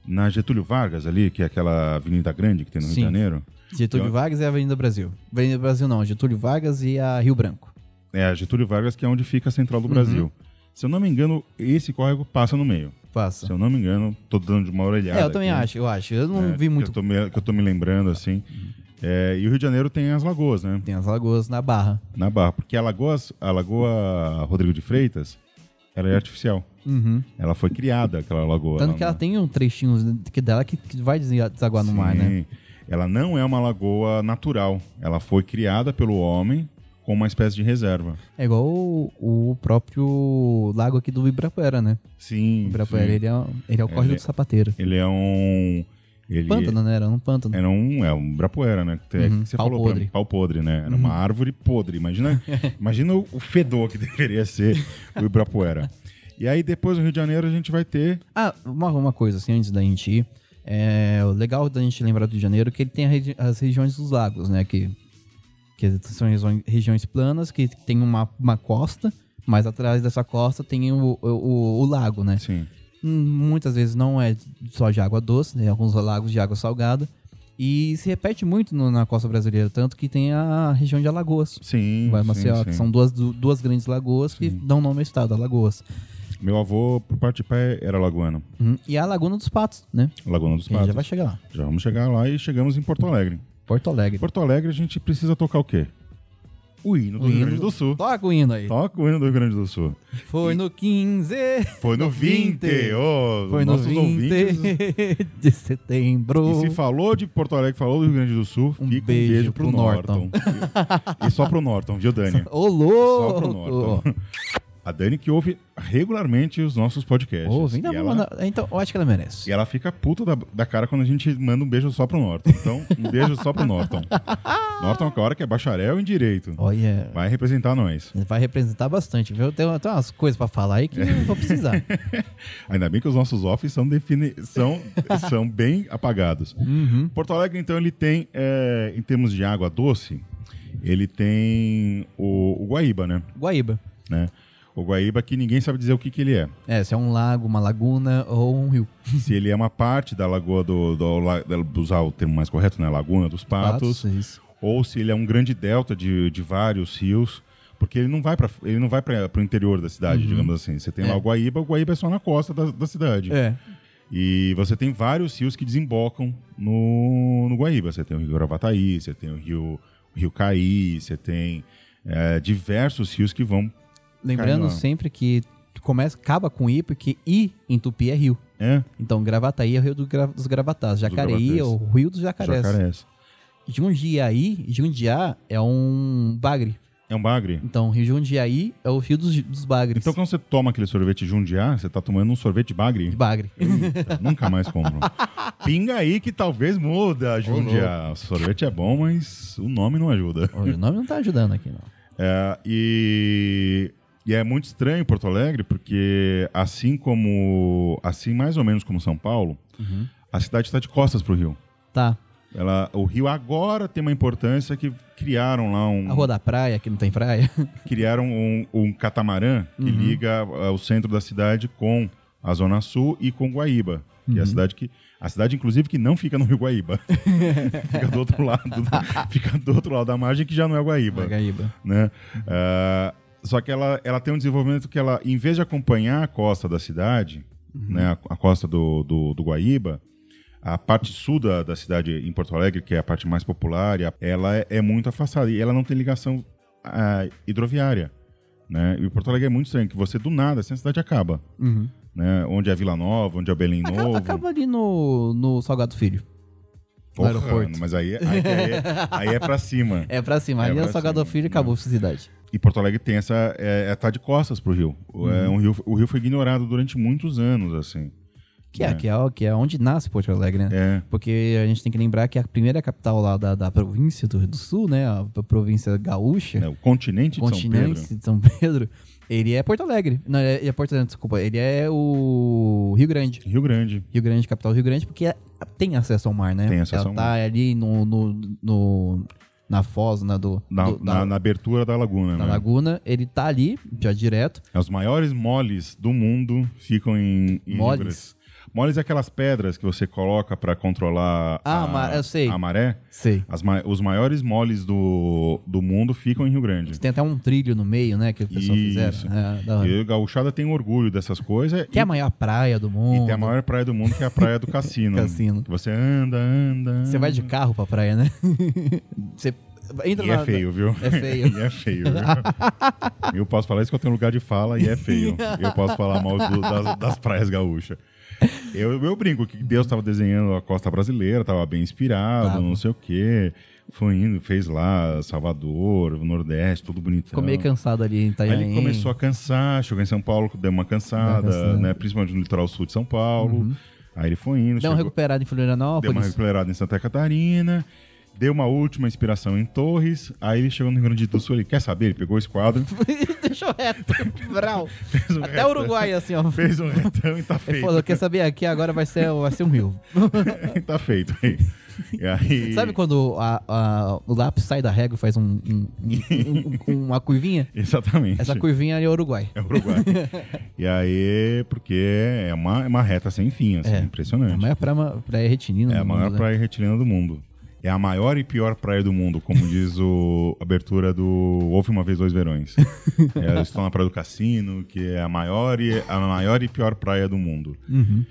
[SPEAKER 3] Na Getúlio Vargas ali, que é aquela avenida grande que tem no Rio
[SPEAKER 4] Sim.
[SPEAKER 3] de Janeiro.
[SPEAKER 4] Getúlio
[SPEAKER 3] Eu-
[SPEAKER 4] Vargas é a Avenida Brasil. Avenida Brasil não, Getúlio Vargas e a Rio Branco.
[SPEAKER 3] É a Getúlio Vargas, que é onde fica a central
[SPEAKER 4] Uhum.
[SPEAKER 3] do Brasil. Se eu não me engano, esse córrego passa no meio.
[SPEAKER 4] Passa.
[SPEAKER 3] Se eu não me engano, tô dando de uma orelhada.
[SPEAKER 4] Tá. É, eu também
[SPEAKER 3] aqui,
[SPEAKER 4] acho, eu acho. Eu não
[SPEAKER 3] né,
[SPEAKER 4] vi muito Uhum.
[SPEAKER 3] Que eu tô me, que eu tô me lembrando, assim. É, e o Rio de Janeiro tem as lagoas, né?
[SPEAKER 4] Tem as lagoas na Barra.
[SPEAKER 3] Na Barra. Porque a lagoa, a lagoa Rodrigo de Freitas, ela é artificial. Ela foi criada, aquela lagoa.
[SPEAKER 4] Uhum. Tanto que ela tem um trechinho que dela que, que vai desa- desaguar no mar, né?
[SPEAKER 3] Ela não é uma lagoa natural. Ela foi criada pelo homem com uma espécie de reserva.
[SPEAKER 4] É igual o, o próprio lago aqui do Ibirapuera, né? O
[SPEAKER 3] Sim.
[SPEAKER 4] Ibirapuera,
[SPEAKER 3] sim.
[SPEAKER 4] ele é, ele é o córrego
[SPEAKER 3] Ele-
[SPEAKER 4] do sapateiro.
[SPEAKER 3] Ele é um... Ele
[SPEAKER 4] Pântano, né? Era um pântano.
[SPEAKER 3] Era um, é um brapuera, né? Que
[SPEAKER 4] Uhum,
[SPEAKER 3] que você
[SPEAKER 4] pau
[SPEAKER 3] falou pra
[SPEAKER 4] podre. Uhum.
[SPEAKER 3] mim, pau podre, né? Era uma árvore podre. Imagina, imagina o o fedor que deveria ser o Ibirapuera. E aí depois no Rio de Janeiro a gente vai ter
[SPEAKER 4] Ah, uma, uma coisa assim, antes da gente ir. É, o legal da gente lembrar do Rio de Janeiro é que ele tem a regi- as regiões dos lagos, né? Que, que são regiões, regiões planas, que tem uma, uma costa, mas atrás dessa costa tem o, o, o- o lago, né?
[SPEAKER 3] Sim.
[SPEAKER 4] Hum, muitas vezes não é só de água doce, tem alguns lagos de água salgada. E se repete muito no- na costa brasileira, tanto que tem a região de Alagoas.
[SPEAKER 3] Sim.
[SPEAKER 4] Vai
[SPEAKER 3] sim,
[SPEAKER 4] Maceió,
[SPEAKER 3] sim.
[SPEAKER 4] que são duas, du- duas grandes lagoas que dão nome ao estado, Alagoas.
[SPEAKER 3] Meu avô, por parte de pai, era lagoano.
[SPEAKER 4] Uhum. E a Laguna dos Patos, né?
[SPEAKER 3] Lagoano dos
[SPEAKER 4] Que a
[SPEAKER 3] Patos.
[SPEAKER 4] gente já vai chegar lá.
[SPEAKER 3] Já vamos chegar lá e chegamos em Porto Alegre.
[SPEAKER 4] Porto
[SPEAKER 3] Em
[SPEAKER 4] Alegre.
[SPEAKER 3] Porto Alegre a gente precisa tocar o quê? O hino do
[SPEAKER 4] O
[SPEAKER 3] Rio
[SPEAKER 4] hino
[SPEAKER 3] Grande do Sul.
[SPEAKER 4] Toca o hino aí.
[SPEAKER 3] Toca o hino do Rio Grande do Sul.
[SPEAKER 4] Foi no 15.
[SPEAKER 3] Foi no 20,
[SPEAKER 4] 20.
[SPEAKER 3] ô,
[SPEAKER 4] Foi no
[SPEAKER 3] nossos
[SPEAKER 4] 20
[SPEAKER 3] ouvintes
[SPEAKER 4] de setembro.
[SPEAKER 3] E se falou de Porto Alegre, falou do Rio Grande do Sul,
[SPEAKER 4] Um
[SPEAKER 3] fica um
[SPEAKER 4] beijo
[SPEAKER 3] beijo pro,
[SPEAKER 4] pro
[SPEAKER 3] Norton. e só pro Norton, viu, Dani?
[SPEAKER 4] Ô,
[SPEAKER 3] Só pro
[SPEAKER 4] louco!
[SPEAKER 3] Norton. A Dani que ouve regularmente os nossos podcasts.
[SPEAKER 4] Ô, vem dar
[SPEAKER 3] e,
[SPEAKER 4] uma
[SPEAKER 3] ela,
[SPEAKER 4] mandada- Então, eu acho que ela merece.
[SPEAKER 3] e ela fica puta da, da cara quando a gente manda um beijo só pro Norton. Então, um beijo só pro Norton. Norton, que hora que é bacharel em direito.
[SPEAKER 4] Olha,
[SPEAKER 3] Vai representar nós.
[SPEAKER 4] vai representar bastante, viu? Tem, tem umas coisas pra falar aí que eu vou precisar.
[SPEAKER 3] Ainda bem que os nossos offs são, defini- são, são bem apagados. Porto Alegre, então, ele tem, é, em termos de água doce, ele tem o, o Guaíba, né?
[SPEAKER 4] Guaíba.
[SPEAKER 3] né? O Guaíba que ninguém sabe dizer o que, que ele é.
[SPEAKER 4] É, se é um lago, uma laguna ou um rio.
[SPEAKER 3] Se ele é uma parte da lagoa do... do, la- da- usar o termo mais correto, né? Laguna dos Patos.
[SPEAKER 4] Patos, isso.
[SPEAKER 3] Ou se ele é um grande delta de, de vários rios. porque ele não vai para ele não vai para o interior da cidade, digamos assim. Você tem lá o Guaíba, o Guaíba é só na costa da, da cidade.
[SPEAKER 4] É.
[SPEAKER 3] E você tem vários rios que desembocam no, no Guaíba. Você tem o rio Gravataí, você tem o rio, o rio Caí, você tem é, diversos rios que vão.
[SPEAKER 4] Lembrando
[SPEAKER 3] Caramba.
[SPEAKER 4] sempre que começa, acaba com I, porque I em tupi é rio.
[SPEAKER 3] É,
[SPEAKER 4] Então, Gravataí é o rio do gra- dos Gravatás. Jacareí é o
[SPEAKER 3] Gravatás.
[SPEAKER 4] rio dos Jacarés.
[SPEAKER 3] jacarés.
[SPEAKER 4] Jundiaí, Jundiá é um bagre.
[SPEAKER 3] É um bagre.
[SPEAKER 4] Então, rio Jundiaí é o rio dos, dos bagres.
[SPEAKER 3] Então quando você toma aquele sorvete de Jundiá, você tá tomando um sorvete de
[SPEAKER 4] De
[SPEAKER 3] bagre.
[SPEAKER 4] bagre.
[SPEAKER 3] Eita, Nunca mais compro. Pinga aí que talvez muda, Jundiá. O sorvete é bom, mas o nome não ajuda.
[SPEAKER 4] Olha, o nome não tá ajudando aqui, não.
[SPEAKER 3] É, e, e é muito estranho Porto Alegre, porque assim como. Assim, mais ou menos como São Paulo, a cidade está de costas para o rio.
[SPEAKER 4] Tá.
[SPEAKER 3] Ela, o rio agora tem uma importância que criaram lá um.
[SPEAKER 4] A Rua da Praia, que não tem praia.
[SPEAKER 3] Criaram um, um catamarã que liga ah, o centro da cidade com a Zona Sul e com Guaíba. Que é a cidade que. A cidade, inclusive, que não fica no Rio Guaíba. fica do outro lado. do- fica do outro lado da margem que já não é Guaíba
[SPEAKER 4] Magaíba.
[SPEAKER 3] né? Ah, só que ela, ela tem um desenvolvimento que ela, em vez de acompanhar a costa da cidade, né, a, a costa do, do, do Guaíba, a parte sul da, da cidade em Porto Alegre, que é a parte mais popular, e a- ela é, é muito afastada e ela não tem ligação ah, hidroviária. Né? E Porto Alegre é muito estranho, que você do nada, assim, a cidade acaba.
[SPEAKER 4] Uhum.
[SPEAKER 3] Né? Onde é Vila Nova, onde é Belém
[SPEAKER 4] Aca-
[SPEAKER 3] Novo.
[SPEAKER 4] Acaba, ali no, no Salgado Filho.
[SPEAKER 3] Porra,
[SPEAKER 4] aeroporto.
[SPEAKER 3] Mas aí, aí, aí, aí é pra cima.
[SPEAKER 4] É pra cima.
[SPEAKER 3] É
[SPEAKER 4] Ali é
[SPEAKER 3] pra
[SPEAKER 4] o Salgado
[SPEAKER 3] cima,
[SPEAKER 4] Filho
[SPEAKER 3] né?
[SPEAKER 4] e acabou a cidade.
[SPEAKER 3] E Porto Alegre tem essa. É, é tá de costas pro rio. O-
[SPEAKER 4] Uhum.
[SPEAKER 3] é um rio. O rio foi ignorado durante muitos anos, assim.
[SPEAKER 4] Que é, Que, é, que é onde nasce Porto Alegre, né?
[SPEAKER 3] É.
[SPEAKER 4] Porque a gente tem que lembrar que a primeira capital lá da, da província do Rio do Sul, né? A p- província gaúcha,
[SPEAKER 3] né, o continente, de
[SPEAKER 4] É. continente
[SPEAKER 3] São Pedro.
[SPEAKER 4] de São Pedro, ele é Porto Alegre. Não, é, é Porto Alegre, desculpa. Ele é o Rio Grande.
[SPEAKER 3] Rio Grande.
[SPEAKER 4] Rio Grande, capital do Rio Grande, porque é- tem acesso ao mar, né?
[SPEAKER 3] Tem acesso
[SPEAKER 4] Ela
[SPEAKER 3] ao
[SPEAKER 4] tá ali no, no, no- na foz, na do,
[SPEAKER 3] Na,
[SPEAKER 4] do-
[SPEAKER 3] na, na abertura da laguna,
[SPEAKER 4] na
[SPEAKER 3] né?
[SPEAKER 4] laguna. Ele tá ali, já direto.
[SPEAKER 3] Os maiores moles do mundo ficam em, em
[SPEAKER 4] Moles?
[SPEAKER 3] Libras. Moles é aquelas pedras que você coloca pra controlar
[SPEAKER 4] Ah,
[SPEAKER 3] a,
[SPEAKER 4] ma- eu sei.
[SPEAKER 3] a maré.
[SPEAKER 4] Sei.
[SPEAKER 3] As ma- os maiores moles do, do mundo ficam em Rio Grande.
[SPEAKER 4] Tem até um trilho no meio, né? Que o pessoal
[SPEAKER 3] Isso.
[SPEAKER 4] fizeram. É, da hora.
[SPEAKER 3] E o Gauchada tem orgulho dessas coisas.
[SPEAKER 4] Que
[SPEAKER 3] e
[SPEAKER 4] é a maior praia do mundo.
[SPEAKER 3] E tem a maior praia do mundo, que é a praia do cassino.
[SPEAKER 4] Cassino.
[SPEAKER 3] Que Você anda, anda. anda.
[SPEAKER 4] Você vai de carro pra praia, né? Você entra
[SPEAKER 3] E
[SPEAKER 4] na...
[SPEAKER 3] é feio, viu?
[SPEAKER 4] É feio.
[SPEAKER 3] e é feio, viu? eu posso falar isso que eu tenho lugar de fala e é feio. Eu posso falar mal do- das, das praias gaúchas. Eu, eu brinco que Deus estava desenhando a costa brasileira, estava bem inspirado,
[SPEAKER 4] Tava.
[SPEAKER 3] não sei o quê. Foi indo, fez lá Salvador, o Nordeste, tudo bonitão.
[SPEAKER 4] Ficou meio cansado ali em
[SPEAKER 3] Aí
[SPEAKER 4] Itanhaém.
[SPEAKER 3] ele Então, começou a cansar, chegou em São Paulo, deu uma cansada,
[SPEAKER 4] Deu uma cansada. Uhum.
[SPEAKER 3] né? Principalmente no litoral sul de São Paulo. Aí ele foi indo,
[SPEAKER 4] Deu
[SPEAKER 3] chegou-
[SPEAKER 4] uma recuperada em
[SPEAKER 3] Deu uma
[SPEAKER 4] Florianópolis.
[SPEAKER 3] recuperada em Santa Catarina, deu uma última inspiração em Torres, aí ele chegou no Rio Grande do Sul, ele quer saber, ele pegou esse quadro,
[SPEAKER 4] Deixou reto. Brau.
[SPEAKER 3] fez um
[SPEAKER 4] Até
[SPEAKER 3] retão-
[SPEAKER 4] o Uruguai, assim, ó.
[SPEAKER 3] Fez um retão e tá
[SPEAKER 4] Ele
[SPEAKER 3] feito.
[SPEAKER 4] falou, quer saber? Aqui agora vai ser, vai ser um rio.
[SPEAKER 3] tá feito. aí. E aí-
[SPEAKER 4] Sabe quando a- a- o lápis sai da régua e faz um, um- um- um- uma curvinha?
[SPEAKER 3] Exatamente.
[SPEAKER 4] Essa curvinha ali é o Uruguai.
[SPEAKER 3] É o Uruguai. e aí, porque é uma, é uma reta sem fim, assim,
[SPEAKER 4] É.
[SPEAKER 3] impressionante.
[SPEAKER 4] É a maior praia, praia retinina.
[SPEAKER 3] É a
[SPEAKER 4] do
[SPEAKER 3] maior
[SPEAKER 4] mundo, né?
[SPEAKER 3] praia retilina do mundo. É a maior e pior praia do mundo, como diz o a abertura do Houve uma vez dois verões. É, eles estão na praia do cassino, que é a maior e a maior e pior praia do mundo.
[SPEAKER 4] Uhum.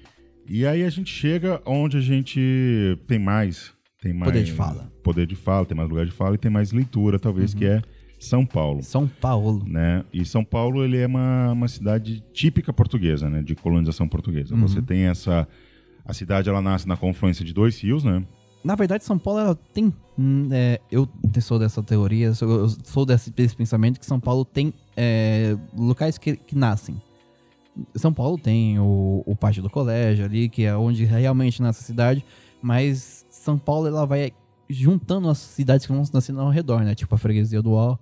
[SPEAKER 3] E aí a gente chega onde a gente tem mais, tem mais
[SPEAKER 4] de fala. Uhum.
[SPEAKER 3] poder de fala, tem mais lugar de fala e tem mais leitura, talvez que é São Paulo
[SPEAKER 4] São Paulo.
[SPEAKER 3] né? E São Paulo ele é uma, uma cidade típica portuguesa, né? De colonização portuguesa. Você
[SPEAKER 4] Uhum.
[SPEAKER 3] tem essa a cidade ela nasce na confluência de dois rios, né?
[SPEAKER 4] Na verdade, São Paulo ela tem. hum, é, eu sou dessa teoria, eu sou, eu sou desse, desse pensamento que São Paulo tem é, locais que, que nascem. São Paulo tem o, o pátio do colégio ali, que é onde realmente nasce a cidade, mas São Paulo ela vai juntando as cidades que vão nascendo ao redor, né? Tipo a freguesia do Ó,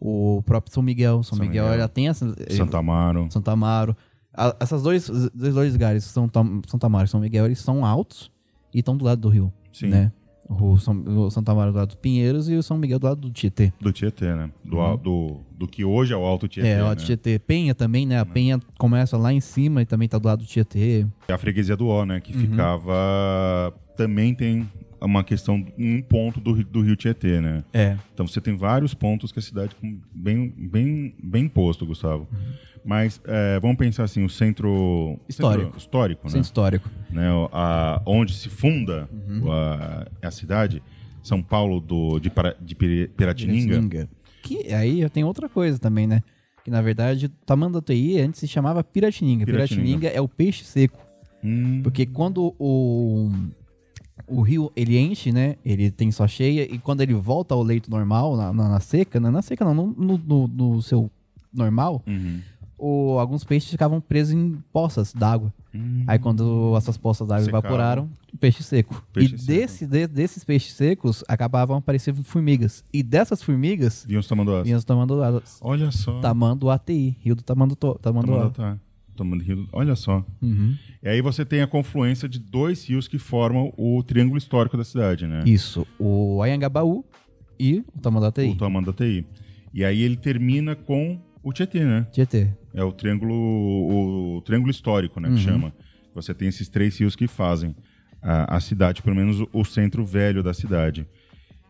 [SPEAKER 4] o próprio São Miguel. São,
[SPEAKER 3] São
[SPEAKER 4] Miguel,
[SPEAKER 3] Miguel.
[SPEAKER 4] ela tem essa.
[SPEAKER 3] Santo Amaro.
[SPEAKER 4] Santo Amaro. A- essas dois, esses dois lugares, São, Tam- Santo Amaro e São Miguel, eles são altos e estão do lado do rio.
[SPEAKER 3] Sim.
[SPEAKER 4] Né? O, São, o Santo Amaro do lado do Pinheiros e o São Miguel do lado do Tietê.
[SPEAKER 3] Do Tietê, né? Do, al- do, do que hoje é o Alto Tietê.
[SPEAKER 4] Uhum. é, o
[SPEAKER 3] né?
[SPEAKER 4] lado do Tietê. Penha também, né? A Penha começa lá em cima e também tá do lado do Tietê.
[SPEAKER 3] É a freguesia do Ó, né? Que ficava. Também tem uma questão, um ponto do, ri- do rio Tietê, né?
[SPEAKER 4] É.
[SPEAKER 3] Então você tem vários pontos que a cidade com- bem bem bem posto, Gustavo.
[SPEAKER 4] Uhum.
[SPEAKER 3] Mas é, vamos pensar assim, o centro
[SPEAKER 4] Histórico.
[SPEAKER 3] centro histórico,
[SPEAKER 4] Centro
[SPEAKER 3] né?
[SPEAKER 4] histórico.
[SPEAKER 3] né? o- a- onde se funda a, é a cidade, São Paulo do de, Para- de Pira- Piratininga.
[SPEAKER 4] Piratininga. Que aí já tem outra coisa também, né? Que na verdade, o tamanho da TI antes se chamava Piratininga.
[SPEAKER 3] Piratininga.
[SPEAKER 4] Piratininga, é o peixe seco.
[SPEAKER 3] Hum,
[SPEAKER 4] Porque quando o, o rio ele enche, né? Ele tem só cheia. E quando ele volta ao leito normal, na, na- na seca, não é na seca não, no, no- no- no seu normal,
[SPEAKER 3] uhum.
[SPEAKER 4] o, alguns peixes ficavam presos em poças d'água.
[SPEAKER 3] Hum.
[SPEAKER 4] Aí quando essas poças d'água
[SPEAKER 3] Secaram.
[SPEAKER 4] evaporaram, peixe seco.
[SPEAKER 3] Peixe
[SPEAKER 4] e
[SPEAKER 3] seco.
[SPEAKER 4] desse- de- desses peixes secos acabavam aparecendo formigas. E dessas formigas
[SPEAKER 3] Vinham os tamanduás.
[SPEAKER 4] vinham os tamanduás.
[SPEAKER 3] tá Olha só. tá
[SPEAKER 4] Tamanduá ATI, Rio do Tamanduá. Tamanduá.
[SPEAKER 3] Tamanduá. Tamanduá. Tá Olha só.
[SPEAKER 4] Uhum.
[SPEAKER 3] E aí você tem a confluência de dois rios que formam o triângulo histórico da cidade, né?
[SPEAKER 4] Isso, o Ayangabaú e o Tamanduá
[SPEAKER 3] O
[SPEAKER 4] ATI.
[SPEAKER 3] Tamanduateí. E aí ele termina com o Tietê, né?
[SPEAKER 4] Tietê.
[SPEAKER 3] É o triângulo, o, o triângulo histórico, né? Que chama. Você tem esses três rios que fazem a, a cidade, pelo menos o, o centro velho da cidade.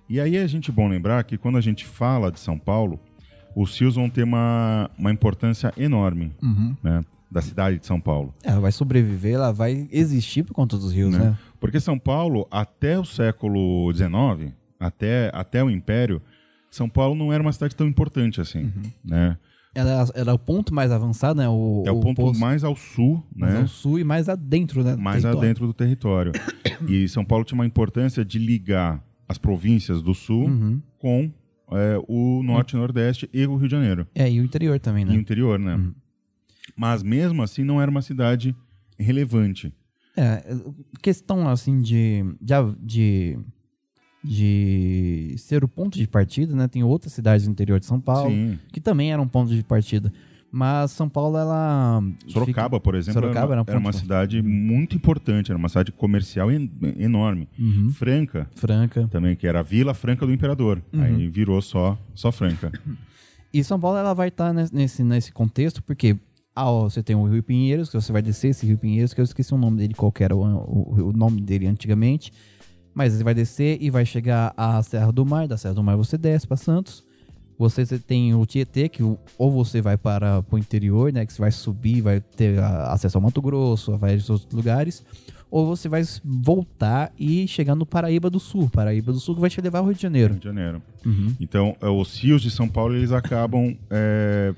[SPEAKER 3] E aí é gente bom lembrar que quando a gente fala de São Paulo, os rios vão ter uma, uma importância enorme,
[SPEAKER 4] Uhum.
[SPEAKER 3] né? Da cidade de São Paulo.
[SPEAKER 4] Ela vai sobreviver, ela vai existir por conta dos rios, né?
[SPEAKER 3] Porque São Paulo, até o século XIX, até, até o Império, São Paulo não era uma cidade tão importante assim, né?
[SPEAKER 4] Ela era o ponto mais avançado, né? O, é
[SPEAKER 3] É o, ponto
[SPEAKER 4] posto
[SPEAKER 3] mais ao sul,
[SPEAKER 4] mais
[SPEAKER 3] né?
[SPEAKER 4] ao sul e mais adentro, né? do
[SPEAKER 3] mais
[SPEAKER 4] território.
[SPEAKER 3] adentro do território. E São Paulo tinha uma importância de ligar as províncias do sul
[SPEAKER 4] Uhum.
[SPEAKER 3] com é, o norte, nordeste e o Rio de Janeiro.
[SPEAKER 4] É, e o interior também,
[SPEAKER 3] E o
[SPEAKER 4] né?
[SPEAKER 3] interior, né? Mas mesmo assim não era uma cidade relevante.
[SPEAKER 4] É, questão assim de, de, a- de, de ser o ponto de partida, né? Tem outras cidades do interior de São Paulo
[SPEAKER 3] Sim.
[SPEAKER 4] que também eram ponto de partida. Mas São Paulo, ela.
[SPEAKER 3] Sorocaba, por exemplo, era,
[SPEAKER 4] Sorocaba era
[SPEAKER 3] uma,
[SPEAKER 4] um
[SPEAKER 3] era uma
[SPEAKER 4] ponto-
[SPEAKER 3] cidade muito importante, era uma cidade comercial en- enorme.
[SPEAKER 4] fica- Uhum.
[SPEAKER 3] Franca
[SPEAKER 4] Franca.
[SPEAKER 3] também, que era a Vila Franca do Imperador.
[SPEAKER 4] Uhum.
[SPEAKER 3] Aí virou só, só Franca.
[SPEAKER 4] E São Paulo ela vai estar nesse, nesse contexto, porque ah, ó, você tem o Rio Pinheiros, que você vai descer esse Rio Pinheiros, que eu esqueci o nome dele, qual que era o, o- o nome dele antigamente. Mas você vai descer e vai chegar à Serra do Mar, da Serra do Mar você desce para Santos. Você, você tem o Tietê, que o- ou você vai para o interior, né? Que você vai subir, vai ter a- acesso ao Mato Grosso, a vários outros lugares. Ou você vai s- voltar e chegar no Paraíba do Sul. Paraíba do Sul que vai te levar ao Rio de
[SPEAKER 3] Rio
[SPEAKER 4] Janeiro.
[SPEAKER 3] de Janeiro. Então, eh, os rios de São Paulo, eles acabam eh,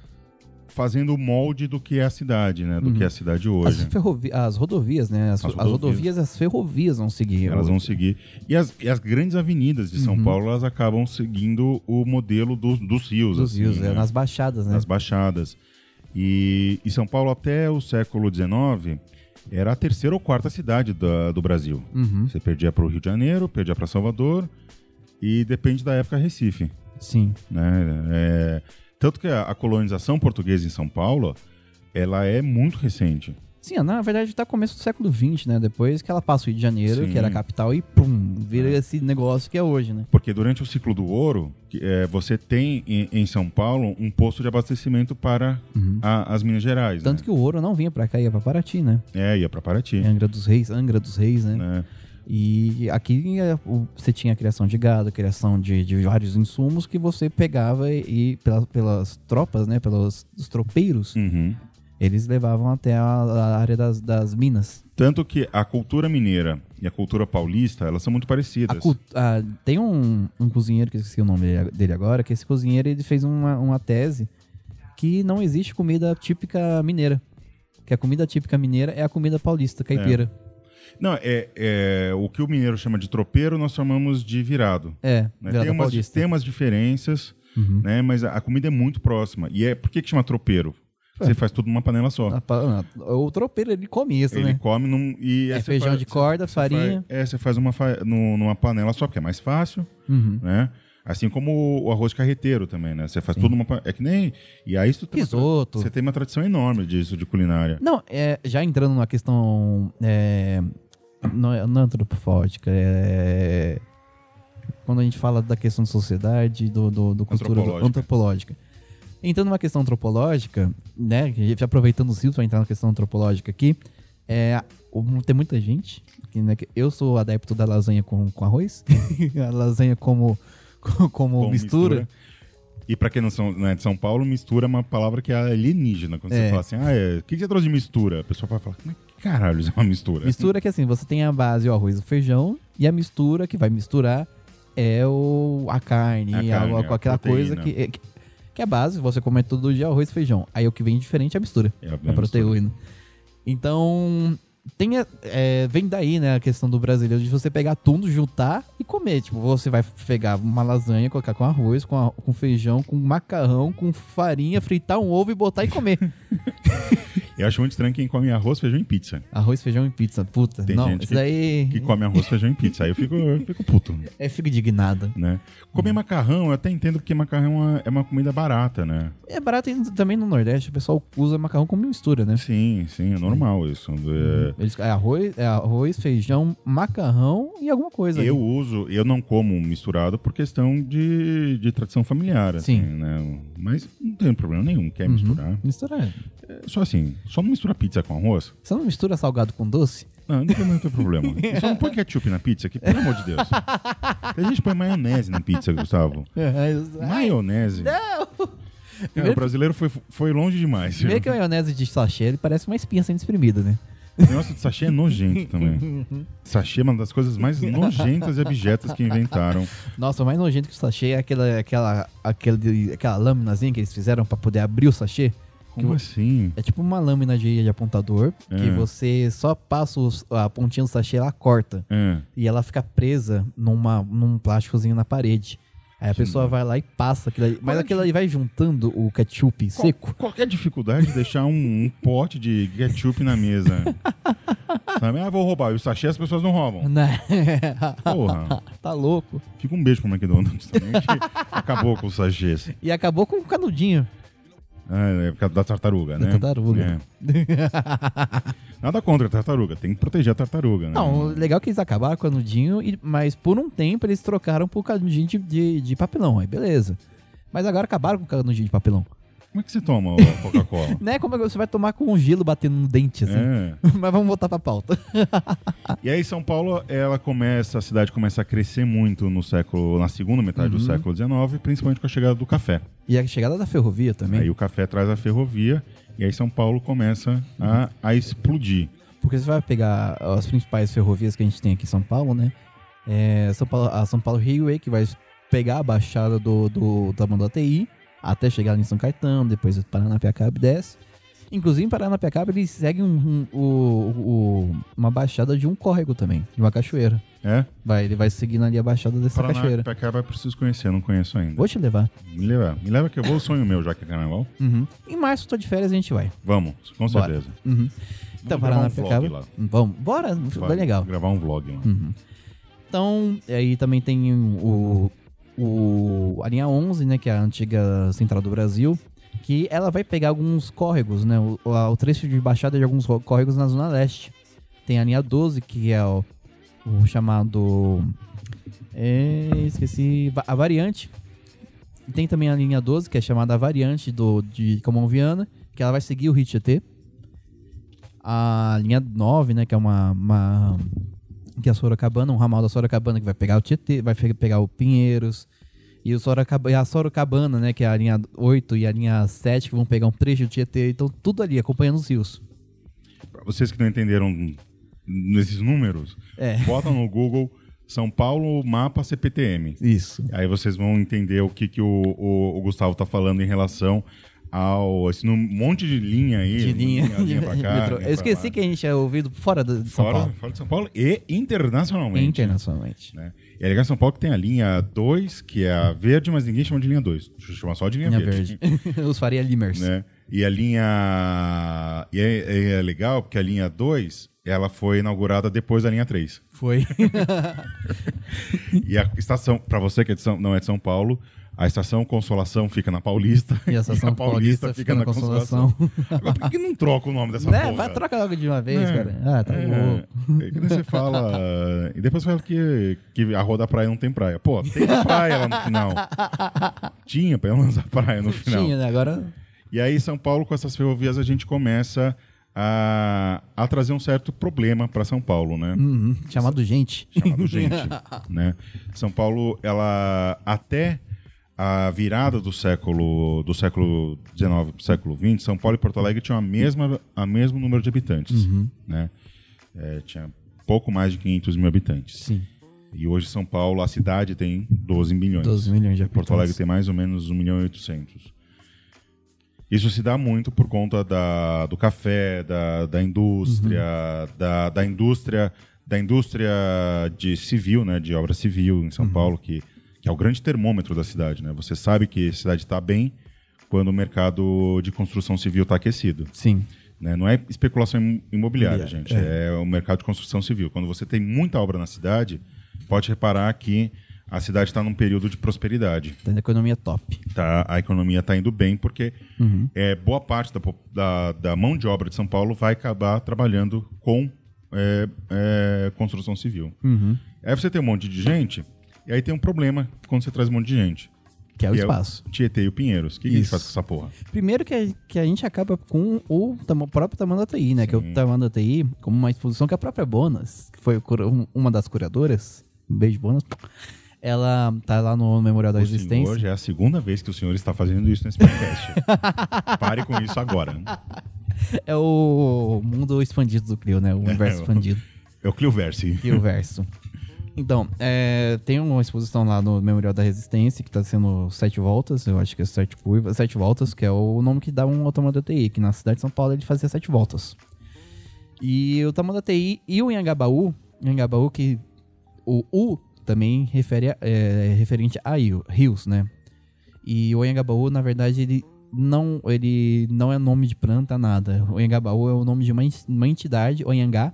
[SPEAKER 3] fazendo o molde do que é a cidade, né? Do que é a cidade
[SPEAKER 4] Uhum. As,
[SPEAKER 3] hoje.
[SPEAKER 4] ferrovi- as rodovias, né? As,
[SPEAKER 3] As
[SPEAKER 4] as rodovias.
[SPEAKER 3] rodovias
[SPEAKER 4] e as ferrovias vão seguir.
[SPEAKER 3] Elas vão seguir. E as, e as grandes avenidas de São
[SPEAKER 4] Uhum.
[SPEAKER 3] Paulo, elas acabam seguindo o modelo dos, dos rios.
[SPEAKER 4] os
[SPEAKER 3] assim,
[SPEAKER 4] rios,
[SPEAKER 3] né?
[SPEAKER 4] é, nas baixadas, né?
[SPEAKER 3] nas baixadas. E, e São Paulo, até o século XIX, era a terceira ou quarta cidade da- do Brasil.
[SPEAKER 4] Uhum,
[SPEAKER 3] Você perdia para o Rio de Janeiro, perdia para Salvador e depende da época Recife.
[SPEAKER 4] Sim.
[SPEAKER 3] né? É, tanto que a, a colonização portuguesa em São Paulo, ela é muito recente.
[SPEAKER 4] Sim, na verdade tá começo do século XX, né? Depois que ela passa o Rio de Janeiro,
[SPEAKER 3] Sim.
[SPEAKER 4] que era a capital, e pum, vira esse negócio que é hoje, né?
[SPEAKER 3] Porque durante o ciclo do ouro, que, é, você tem em, em São Paulo um posto de abastecimento para a- as Minas Gerais.
[SPEAKER 4] Uhum. Tanto que o ouro não vinha pra cá, ia pra Paraty, né?
[SPEAKER 3] que... É, ia para Paraty.
[SPEAKER 4] É Angra dos Reis, Angra dos Reis, né?
[SPEAKER 3] né?
[SPEAKER 4] E aqui é, o- você tinha a criação de gado, a criação de, de vários insumos que você pegava e, e pela- pelas tropas, né? Pelos os tropeiros,
[SPEAKER 3] Uhum.
[SPEAKER 4] eles levavam até a, a área das, das minas.
[SPEAKER 3] Tanto que a cultura mineira e a cultura paulista, elas são muito
[SPEAKER 4] A
[SPEAKER 3] parecidas.
[SPEAKER 4] cu- a- tem um, um cozinheiro, que eu esqueci o nome dele- dele agora, que esse cozinheiro ele fez uma, uma tese que não existe comida típica mineira. Que a comida típica mineira é a comida paulista, caipira.
[SPEAKER 3] Não, é, é o que o mineiro chama de tropeiro, nós chamamos de virado.
[SPEAKER 4] É,
[SPEAKER 3] né?
[SPEAKER 4] virada
[SPEAKER 3] Tem, umas,
[SPEAKER 4] paulista. Uhum.
[SPEAKER 3] tem umas diferenças, né? Mas a, a comida é muito próxima. E é por que, que chama tropeiro?
[SPEAKER 4] É.
[SPEAKER 3] Você faz tudo numa panela só.
[SPEAKER 4] A Ah, pa- O tropeiro, ele come isso,
[SPEAKER 3] Ele
[SPEAKER 4] né?
[SPEAKER 3] come num, e
[SPEAKER 4] É
[SPEAKER 3] aí você
[SPEAKER 4] feijão
[SPEAKER 3] faz-
[SPEAKER 4] de corda,
[SPEAKER 3] você
[SPEAKER 4] farinha.
[SPEAKER 3] faz- é, você faz uma fa- no- numa panela só, porque é mais fácil,
[SPEAKER 4] Uhum.
[SPEAKER 3] né? Assim como o- o arroz carreteiro também, né? Você faz tudo numa panela. É que nem. E aí isso tem uma tra-
[SPEAKER 4] Risoto.
[SPEAKER 3] Você tem uma tradição enorme disso de culinária.
[SPEAKER 4] Não, é, já entrando numa questão. É, não, é- não é antropofótica, é. Quando a gente fala da questão de sociedade, do, do, do cultura
[SPEAKER 3] Antropológica.
[SPEAKER 4] antropológica. Entrando numa questão antropológica, né? que já Aproveitando os rios para entrar na questão antropológica aqui. É, o- tem muita gente. que, né, que- Eu sou adepto da lasanha com, com arroz. a lasanha como, como,
[SPEAKER 3] Bom,
[SPEAKER 4] mistura.
[SPEAKER 3] E pra quem não, são, não é de São Paulo, mistura é uma palavra que é alienígena. Quando
[SPEAKER 4] É.
[SPEAKER 3] você fala assim, ah, é, o que que você trouxe de mistura? A pessoa vai falar, como é que caralho isso é uma mistura?
[SPEAKER 4] Mistura que assim, você tem a base, o arroz, o feijão, e a mistura que vai misturar é o, a carne,
[SPEAKER 3] A
[SPEAKER 4] a-
[SPEAKER 3] carne,
[SPEAKER 4] a-
[SPEAKER 3] a
[SPEAKER 4] aquela coisa que,
[SPEAKER 3] proteína.
[SPEAKER 4] é- que, que é a base, você come todo dia arroz e feijão. Aí o que vem diferente é a mistura,
[SPEAKER 3] É a
[SPEAKER 4] a
[SPEAKER 3] mistura.
[SPEAKER 4] proteína. Então, tem, a- é, vem daí, né, a questão do brasileiro, de você pegar tudo, juntar e comer. Tipo, você vai pegar uma lasanha, colocar com arroz, com, a- com feijão, com macarrão, com farinha, fritar um ovo e botar e comer.
[SPEAKER 3] Eu acho muito estranho quem come arroz, feijão e pizza.
[SPEAKER 4] arroz, feijão e pizza, puta.
[SPEAKER 3] Tem
[SPEAKER 4] não,
[SPEAKER 3] gente
[SPEAKER 4] isso daí...
[SPEAKER 3] Que come arroz, feijão e pizza. Aí eu fico, eu fico puto,
[SPEAKER 4] É, fico indignado.
[SPEAKER 3] né? Comer macarrão, eu até entendo porque macarrão é uma, é uma comida barata, né?
[SPEAKER 4] É barato e também no Nordeste, o pessoal usa macarrão como mistura, né?
[SPEAKER 3] Sim, sim, é normal isso. É,
[SPEAKER 4] Eles, é, arroz, é arroz, feijão, macarrão e alguma coisa.
[SPEAKER 3] Eu
[SPEAKER 4] ali.
[SPEAKER 3] uso, eu não como misturado por questão de, de tradição familiar, assim,
[SPEAKER 4] Sim.
[SPEAKER 3] né? Mas não tem problema nenhum, quer misturar.
[SPEAKER 4] Misturar.
[SPEAKER 3] É Só assim, só não mistura pizza com arroz.
[SPEAKER 4] Você não mistura salgado com doce?
[SPEAKER 3] Não, não tem muito problema. E Só não põe ketchup na pizza, que pelo amor de Deus. A gente põe maionese na pizza, Gustavo. é. Maionese? Não! É, o brasileiro foi, foi longe demais.
[SPEAKER 4] Primeiro que a maionese de sachê ele parece uma espinha sendo espremida, né?
[SPEAKER 3] O negócio de sachê é nojento também. Sachê é uma das coisas mais nojentas e abjetas que inventaram.
[SPEAKER 4] Nossa, o mais nojento que o sachê é aquela, aquela, aquele, aquela laminazinha que eles fizeram pra poder abrir o sachê.
[SPEAKER 3] Como assim?
[SPEAKER 4] É tipo uma lâmina de, de apontador que
[SPEAKER 3] É.
[SPEAKER 4] você só passa os- a pontinha do sachê e ela corta.
[SPEAKER 3] É.
[SPEAKER 4] e ela fica presa numa, num plásticozinho na parede. Aí a pessoa vai lá e passa aquilo ali. Mas
[SPEAKER 3] é
[SPEAKER 4] aquilo ali vai juntando o ketchup
[SPEAKER 3] Qual-
[SPEAKER 4] seco.
[SPEAKER 3] Qual que é a dificuldade de deixar um, um pote de ketchup na mesa? Sabe? Ah, vou roubar. E o sachê as pessoas não roubam.
[SPEAKER 4] Né?
[SPEAKER 3] Porra.
[SPEAKER 4] tá louco.
[SPEAKER 3] Fica um beijo pro McDonald's também, que acabou com os sachês.
[SPEAKER 4] E acabou com o canudinho.
[SPEAKER 3] Ah, é por causa da tartaruga,
[SPEAKER 4] Da
[SPEAKER 3] né?
[SPEAKER 4] tartaruga.
[SPEAKER 3] É. Nada contra a tartaruga. Tem que proteger a tartaruga, né?
[SPEAKER 4] Não, o legal é que eles acabaram com o canudinho, e- mas por um tempo eles trocaram por canudinho de, de, de papelão. Aí beleza. Mas agora acabaram com o canudinho de papelão.
[SPEAKER 3] Como é que você toma a Coca-Cola?
[SPEAKER 4] Né? Como é que você vai tomar com um gelo batendo no dente, assim?
[SPEAKER 3] É.
[SPEAKER 4] mas vamos voltar pra pauta.
[SPEAKER 3] E aí São Paulo, ela começa, a cidade começa a crescer muito no século, na segunda metade
[SPEAKER 4] Uhum.
[SPEAKER 3] do século XIX, principalmente com a chegada do café.
[SPEAKER 4] E a chegada da ferrovia também.
[SPEAKER 3] Aí o café traz a ferrovia e aí São Paulo começa a, a explodir.
[SPEAKER 4] Porque você vai pegar as principais ferrovias que a gente tem aqui em São Paulo, né? É, São Paulo, a São Paulo Highway, que vai pegar a baixada do, do, da Manduateí até chegar ali em São Caetano, depois Paranapiacaba e desce. Inclusive, em Paranapiacaba, eles seguem um- um- o- o- uma baixada de um córrego também, de uma cachoeira.
[SPEAKER 3] É?
[SPEAKER 4] Vai, ele vai seguindo ali a baixada dessa
[SPEAKER 3] Paraná, é
[SPEAKER 4] cachoeira.
[SPEAKER 3] Piracicaba, eu preciso conhecer, eu não conheço ainda.
[SPEAKER 4] Vou te levar.
[SPEAKER 3] Me leva, me leva que eu vou, o sonho meu, já que é carnaval.
[SPEAKER 4] Uhum. Em março, tô de férias, a gente vai.
[SPEAKER 3] Vamos, com
[SPEAKER 4] Bora.
[SPEAKER 3] certeza.
[SPEAKER 4] Uhum.
[SPEAKER 3] gravar
[SPEAKER 4] Então,
[SPEAKER 3] um vlog
[SPEAKER 4] Paranapiacaba.
[SPEAKER 3] lá.
[SPEAKER 4] Vamos, bora, vai
[SPEAKER 3] Vai
[SPEAKER 4] legal. Uhum.
[SPEAKER 3] Gravar um vlog lá.
[SPEAKER 4] Então, aí também tem o, o a linha 11, né, que é a antiga Central do Brasil, que ela vai pegar alguns córregos, né, o, o trecho de baixada de alguns ro- córregos na Zona Leste. Tem a linha 12, que é o, o chamado... é, esqueci... va- A variante. E tem também a linha 12, que é chamada a variante do, de Comão Viana, que ela vai seguir o Rio Tietê. A linha 9, né, que é uma- uma que é a Sorocabana, um ramal da Sorocabana que vai pegar o Tietê, vai fe- pegar o Pinheiros. E, o Sorocaba, e a Sorocabana, né, que é a linha 8 e a linha 7, que vão pegar um trecho do Tietê. Então, tudo ali, acompanhando os rios.
[SPEAKER 3] Pra vocês que não entenderam nesses números,
[SPEAKER 4] É.
[SPEAKER 3] botam no Google São Paulo mapa CPTM.
[SPEAKER 4] Isso.
[SPEAKER 3] Aí vocês vão entender o que, que o, o- o Gustavo tá falando em relação ao esse num- monte de linha aí.
[SPEAKER 4] De linha.
[SPEAKER 3] uma linha pra cá,
[SPEAKER 4] metrô.
[SPEAKER 3] linha
[SPEAKER 4] Eu esqueci
[SPEAKER 3] pra lá.
[SPEAKER 4] que a gente é ouvido fora do, de São
[SPEAKER 3] fora,
[SPEAKER 4] Paulo.
[SPEAKER 3] fora de São Paulo e internacionalmente.
[SPEAKER 4] Internacionalmente.
[SPEAKER 3] né? E é legal São Paulo que tem a linha 2, que é a verde, mas ninguém chama de linha 2. Chama só de linha,
[SPEAKER 4] Linha
[SPEAKER 3] verde.
[SPEAKER 4] Verde. os Faria Limers.
[SPEAKER 3] né? E a linha. E é, é legal porque a linha 2 ela foi inaugurada depois da linha 3.
[SPEAKER 4] Foi.
[SPEAKER 3] E a estação, para você que é de São- não é de São Paulo, a estação Consolação fica na Paulista.
[SPEAKER 4] E a Estação Paulista fica na
[SPEAKER 3] Agora, por que que não troca o nome dessa
[SPEAKER 4] né?
[SPEAKER 3] porra?
[SPEAKER 4] Vai, troca logo de uma vez,
[SPEAKER 3] É.
[SPEAKER 4] cara. Ah, tá
[SPEAKER 3] É,
[SPEAKER 4] louco.
[SPEAKER 3] é que daí você fala. E depois fala que, que a Rua da Praia não tem praia. Pô, tem a praia lá no final. Tinha, pelo menos, a praia no final.
[SPEAKER 4] Tinha, né? Agora...
[SPEAKER 3] E aí, São Paulo, com essas ferrovias, a gente começa a, a trazer um certo problema para São Paulo, né?
[SPEAKER 4] Uhum, chamado gente.
[SPEAKER 3] chamado gente. né? São Paulo, ela até a virada do século do século XIX para o século XX, São Paulo e Porto Alegre tinham a mesma a mesmo número de habitantes, né? É, tinha pouco mais de 500 mil habitantes.
[SPEAKER 4] Sim.
[SPEAKER 3] E hoje São Paulo, a cidade tem 12 milhões.
[SPEAKER 4] 12 milhões de
[SPEAKER 3] Porto Alegre
[SPEAKER 4] habitantes.
[SPEAKER 3] tem mais ou menos 1 milhão e 800. Isso se dá muito por conta da, do café, da, da indústria, da, da indústria da indústria de civil, né, de obra civil em São Paulo, que, que é o grande termômetro da cidade. Né? Você sabe que a cidade está bem quando o mercado de construção civil está aquecido.
[SPEAKER 4] Sim.
[SPEAKER 3] Né? Não é especulação im- imobiliária, gente. É. o mercado de construção civil. Quando você tem muita obra na cidade, pode reparar que a cidade está num período de prosperidade.
[SPEAKER 4] Tá na economia top.
[SPEAKER 3] Tá, a economia está indo bem porque
[SPEAKER 4] Uhum.
[SPEAKER 3] é, boa parte da, po- da, da mão de obra de São Paulo vai acabar trabalhando com é, é, construção civil.
[SPEAKER 4] Uhum.
[SPEAKER 3] Aí você tem um monte de gente, e aí tem um problema quando você traz um monte de gente.
[SPEAKER 4] Que é o
[SPEAKER 3] que
[SPEAKER 4] espaço.
[SPEAKER 3] É o Tietê e o Pinheiros. O que, que a gente
[SPEAKER 4] Isso.
[SPEAKER 3] faz com essa porra?
[SPEAKER 4] Primeiro que a, que a gente acaba com o tama- próprio tamanho da TI, né? Que é o tamanho da TI, como uma exposição que a própria Bonas, que foi cura- um- uma das curadoras, um beijo Bonas, ela tá lá no Memorial da
[SPEAKER 3] O
[SPEAKER 4] Resistência.
[SPEAKER 3] senhor já é a segunda vez que o senhor está fazendo isso nesse podcast. Pare com isso agora.
[SPEAKER 4] É o mundo expandido do Clio, né? O universo
[SPEAKER 3] É, o-
[SPEAKER 4] expandido.
[SPEAKER 3] É o Clioverse.
[SPEAKER 4] e o verso. Então, é, tem uma exposição lá no Memorial da Resistência, que tá sendo Sete Voltas, eu acho que é Sete Curvas, Sete Voltas, que é o nome que dá um automóvel da TI, que na cidade de São Paulo ele fazia Sete Voltas. E o tamanho da TI e o Inhangabaú, Inhangabaú que o U também refere a- é, referente a Rio- rios, né? E o Inhangabaú, na verdade, ele não, ele não é nome de planta, nada. O Inhangabaú é o nome de uma, en- uma entidade, o Inhangá,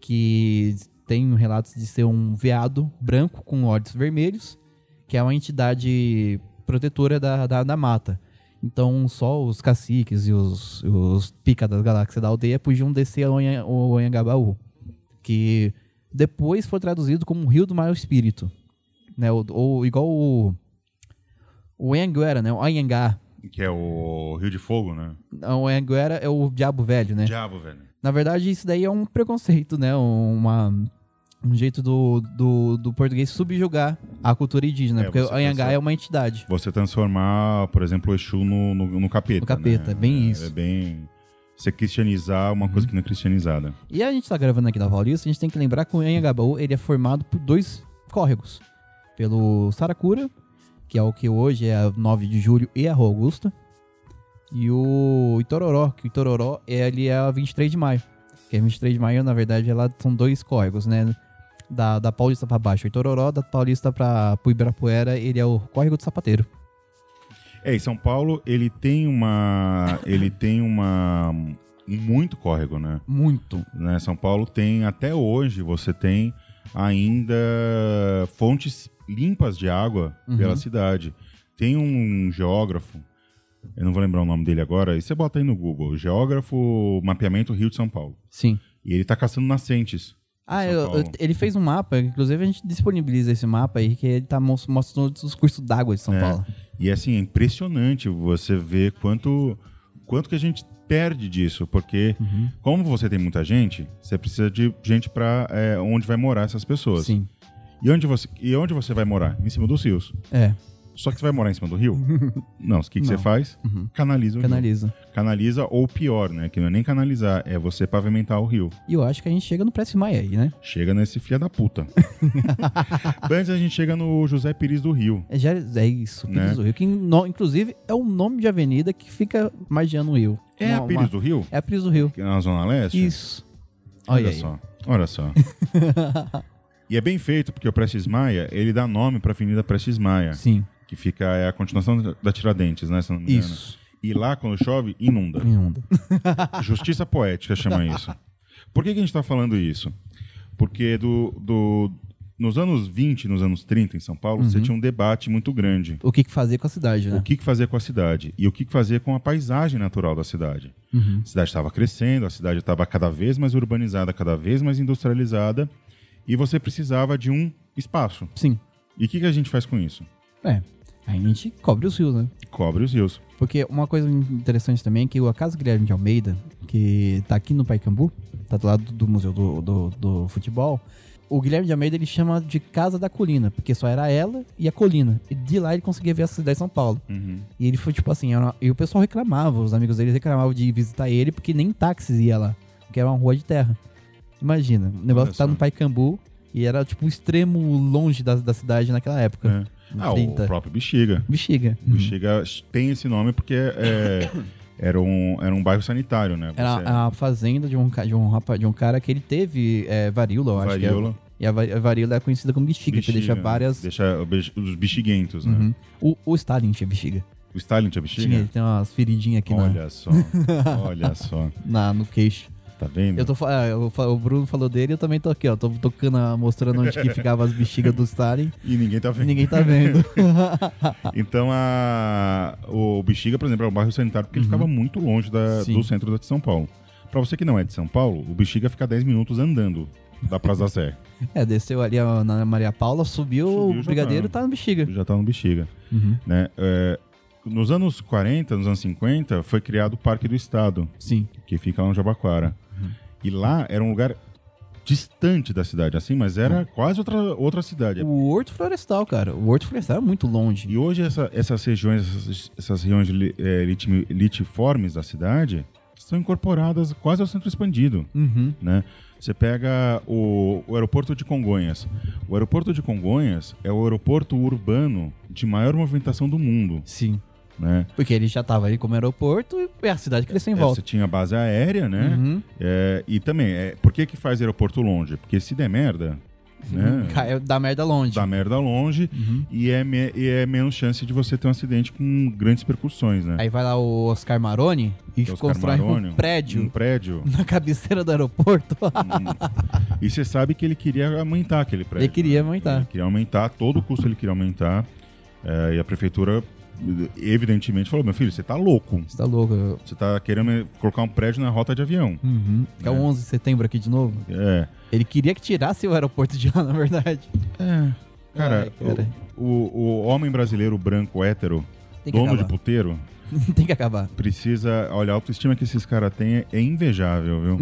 [SPEAKER 4] que tem relatos de ser um veado branco com olhos vermelhos, que é uma entidade protetora da, da, da mata. Então, só os caciques e os, os pica das galáxias da aldeia podiam descer ao Anha- o Anhangabaú, que depois foi traduzido como Rio do Maior Espírito. Né? Ou, ou igual o, o Anhanguera, né? o Anhangá.
[SPEAKER 3] Que é o Rio de Fogo, né?
[SPEAKER 4] O Anhanguera é o diabo velho, né?
[SPEAKER 3] Diabo, velho.
[SPEAKER 4] Na verdade, isso daí é um preconceito, né? Uma, um jeito do, do, do português subjugar a cultura indígena,
[SPEAKER 3] É,
[SPEAKER 4] porque
[SPEAKER 3] você
[SPEAKER 4] o Anhangá
[SPEAKER 3] pensa-
[SPEAKER 4] é uma entidade.
[SPEAKER 3] Você transformar, por exemplo, o Exu no, no, no capeta.
[SPEAKER 4] No capeta,
[SPEAKER 3] né?
[SPEAKER 4] bem
[SPEAKER 3] é,
[SPEAKER 4] isso. Uhum.
[SPEAKER 3] É bem. Você cristianizar uma coisa que não é cristianizada.
[SPEAKER 4] E a gente tá gravando aqui na Paulista, a gente tem que lembrar que o Anhangabaú ele é formado por dois córregos. Pelo Saracura, que é o que hoje é a 9 de julho e a Rua Augusta. E o Itororó, que o Itororó é, ele é a 23 de maio. Que a 23 de maio, na verdade, ela são dois córregos, né? Da, da Paulista pra baixo. O Itororó, da Paulista pra, pro Ibirapuera, ele é o córrego do sapateiro.
[SPEAKER 3] É, e São Paulo, ele tem uma. Ele tem uma. um Muito córrego, né?
[SPEAKER 4] Muito.
[SPEAKER 3] né? São Paulo tem, até hoje, você tem ainda fontes limpas de água
[SPEAKER 4] Uhum.
[SPEAKER 3] pela cidade. Tem um geógrafo, eu não vou lembrar o nome dele agora, e você bota aí no Google, geógrafo mapeamento Rio de São Paulo.
[SPEAKER 4] Sim.
[SPEAKER 3] E ele tá caçando nascentes.
[SPEAKER 4] Ah,
[SPEAKER 3] São
[SPEAKER 4] eu- eu-
[SPEAKER 3] Paulo.
[SPEAKER 4] ele fez um mapa, inclusive a gente disponibiliza esse mapa aí, que ele tá mos- mostrando os cursos d'água de São
[SPEAKER 3] É.
[SPEAKER 4] Paulo.
[SPEAKER 3] E assim, é impressionante você ver quanto, quanto que a gente perde disso, porque
[SPEAKER 4] Uhum.
[SPEAKER 3] como você tem muita gente, você precisa de gente para onde vai morar essas pessoas.
[SPEAKER 4] Sim.
[SPEAKER 3] E onde, você, e onde você vai morar? Em cima dos rios.
[SPEAKER 4] É,
[SPEAKER 3] Só que você vai morar em cima do rio? Não, o que, que você
[SPEAKER 4] Não. Uhum.
[SPEAKER 3] faz? Canaliza o rio.
[SPEAKER 4] canaliza.
[SPEAKER 3] Canaliza ou pior, né? Que não é nem canalizar, é você pavimentar o rio.
[SPEAKER 4] E eu acho que a gente chega no Prestes Maia aí, né?
[SPEAKER 3] Chega nesse filha da puta. Antes a gente chega no José Pires do Rio.
[SPEAKER 4] É, já, é isso, Pires
[SPEAKER 3] Né?
[SPEAKER 4] do Rio, que no- inclusive é o nome de avenida que fica margeando o rio.
[SPEAKER 3] É
[SPEAKER 4] Uma-
[SPEAKER 3] a
[SPEAKER 4] uma-
[SPEAKER 3] Pires do Rio?
[SPEAKER 4] É a Pires do Rio.
[SPEAKER 3] Que é Na Zona Leste?
[SPEAKER 4] Isso. Olha,
[SPEAKER 3] Olha
[SPEAKER 4] aí.
[SPEAKER 3] só. Olha só. e é bem feito, porque o Prestes Maia, ele dá nome pra Avenida Prestes Maia.
[SPEAKER 4] Sim,
[SPEAKER 3] Que fica, é a continuação da- da Tiradentes, né? Se não me engano.
[SPEAKER 4] isso.
[SPEAKER 3] E lá, quando chove, inunda.
[SPEAKER 4] Inunda.
[SPEAKER 3] Justiça poética chama isso. Por que, que a gente está falando isso? Porque do, do, nos anos 20, nos anos 30, em São Paulo,
[SPEAKER 4] Uhum.
[SPEAKER 3] você tinha um debate muito grande.
[SPEAKER 4] O que que fazer com a cidade, né?
[SPEAKER 3] O que, que fazer com a cidade e o que, que fazer com a paisagem natural da cidade.
[SPEAKER 4] Uhum.
[SPEAKER 3] A cidade estava crescendo, a cidade estava cada vez mais urbanizada, cada vez mais industrializada, e você precisava de um espaço.
[SPEAKER 4] Sim.
[SPEAKER 3] E o que, que a gente faz com isso?
[SPEAKER 4] É. Aí a gente cobre os rios, né?
[SPEAKER 3] Cobre os rios.
[SPEAKER 4] Porque uma coisa interessante também é que o Acaso Guilherme de Almeida, que tá aqui no Paicambu, tá do lado do Museu do, do, do Futebol, o Guilherme de Almeida ele chama de Casa da Colina, porque só era ela e a colina. E de lá ele conseguia ver a cidade de São Paulo.
[SPEAKER 3] Uhum.
[SPEAKER 4] E ele foi tipo assim, era- e o pessoal reclamava, os amigos dele reclamavam de visitar ele, porque nem táxi ia lá, porque era uma rua de terra. Imagina, o negócio
[SPEAKER 3] Olha
[SPEAKER 4] tá
[SPEAKER 3] só.
[SPEAKER 4] no Paicambu e era tipo o extremo longe da, da cidade naquela época.
[SPEAKER 3] É. Ah, o
[SPEAKER 4] 30.
[SPEAKER 3] próprio Bexiga.
[SPEAKER 4] Bexiga.
[SPEAKER 3] Bexiga tem esse nome porque é- era, um, era um bairro sanitário, né? Você-
[SPEAKER 4] Era a fazenda de um, ca- de um, rapaz, de um cara que ele teve é, varíola, eu acho
[SPEAKER 3] Varíola.
[SPEAKER 4] que é. E a va- a varíola é conhecida como bexiga, que deixa
[SPEAKER 3] né?
[SPEAKER 4] várias...
[SPEAKER 3] Deixa o bex- os bexiguentos, né?
[SPEAKER 4] Uhum. O, o Stalin tinha bexiga.
[SPEAKER 3] O Stalin tinha
[SPEAKER 4] Tinha, ele
[SPEAKER 3] bexiga?
[SPEAKER 4] tem umas feridinhas aqui na,
[SPEAKER 3] Olha só, olha só.
[SPEAKER 4] na- no queixo.
[SPEAKER 3] Tá vendo?
[SPEAKER 4] Eu tô, fa- ah, eu fa- o Bruno falou dele, eu também tô aqui, ó. Tô tocando, a- mostrando onde que ficava as bexigas do Stalin.
[SPEAKER 3] E ninguém tá
[SPEAKER 4] e
[SPEAKER 3] vendo.
[SPEAKER 4] Ninguém tá vendo.
[SPEAKER 3] Então, a... o Bexiga, por exemplo, é um bairro sanitário porque ele ficava muito longe da-
[SPEAKER 4] Uhum. Sim.
[SPEAKER 3] do centro de São Paulo. Pra você que não é de São Paulo, o Bexiga fica 10 minutos andando da Praça da Sé.
[SPEAKER 4] é, desceu ali ó, na Maria Paula, subiu,
[SPEAKER 3] Subiu,
[SPEAKER 4] o
[SPEAKER 3] já
[SPEAKER 4] brigadeiro
[SPEAKER 3] tá.
[SPEAKER 4] tá no bexiga.
[SPEAKER 3] Já tá no Bexiga.
[SPEAKER 4] Uhum.
[SPEAKER 3] Né? É, Nos anos 40, nos anos 50, foi criado o Parque do Estado,
[SPEAKER 4] Sim.
[SPEAKER 3] que fica lá no Jabaquara.
[SPEAKER 4] Uhum.
[SPEAKER 3] E lá era um lugar distante da cidade, assim, mas
[SPEAKER 4] Uhum.
[SPEAKER 3] era quase outra, outra cidade. É
[SPEAKER 4] O Horto Florestal, cara. O Horto Florestal é muito longe.
[SPEAKER 3] E hoje essa- essas regiões, essas, essas regiões li- eh, litimi- litiformes da cidade são incorporadas quase ao centro expandido,
[SPEAKER 4] Uhum.
[SPEAKER 3] né? Você pega o, o aeroporto de Congonhas. O aeroporto de Congonhas é o aeroporto urbano de maior movimentação do mundo,
[SPEAKER 4] Sim.
[SPEAKER 3] né?
[SPEAKER 4] Porque ele já tava ali como aeroporto e a cidade cresceu em
[SPEAKER 3] É,
[SPEAKER 4] volta.
[SPEAKER 3] Você tinha base aérea, né?
[SPEAKER 4] Uhum.
[SPEAKER 3] É, e também, é, por que que faz aeroporto longe? Porque se der merda, né?
[SPEAKER 4] Caiu da merda longe.
[SPEAKER 3] dá merda longe
[SPEAKER 4] Uhum.
[SPEAKER 3] e, é me- e é menos chance de você ter um acidente com grandes percussões, né?
[SPEAKER 4] Aí vai lá o Oscar Maroni e
[SPEAKER 3] Oscar
[SPEAKER 4] constrói
[SPEAKER 3] Maroni,
[SPEAKER 4] um prédio
[SPEAKER 3] Um prédio.
[SPEAKER 4] na cabeceira do aeroporto.
[SPEAKER 3] e você sabe que ele queria aumentar aquele prédio. né?
[SPEAKER 4] Ele queria aumentar.
[SPEAKER 3] Ele queria aumentar, todo o custo ele queria aumentar. É, e a prefeitura, evidentemente, falou: meu filho, você tá louco.
[SPEAKER 4] Você tá louco? eu-
[SPEAKER 3] Você tá querendo colocar um prédio na rota de avião.
[SPEAKER 4] Uhum. Que é o 11 de setembro aqui de novo.
[SPEAKER 3] É.
[SPEAKER 4] Ele queria que tirasse o aeroporto de lá, na verdade.
[SPEAKER 3] É. Cara,
[SPEAKER 4] Ai, cara.
[SPEAKER 3] O, o- o homem brasileiro branco hétero,
[SPEAKER 4] Tem que
[SPEAKER 3] dono de
[SPEAKER 4] acabar.
[SPEAKER 3] puteiro,
[SPEAKER 4] Tem que acabar.
[SPEAKER 3] precisa. Olha, a autoestima que esses caras têm é, é invejável, viu?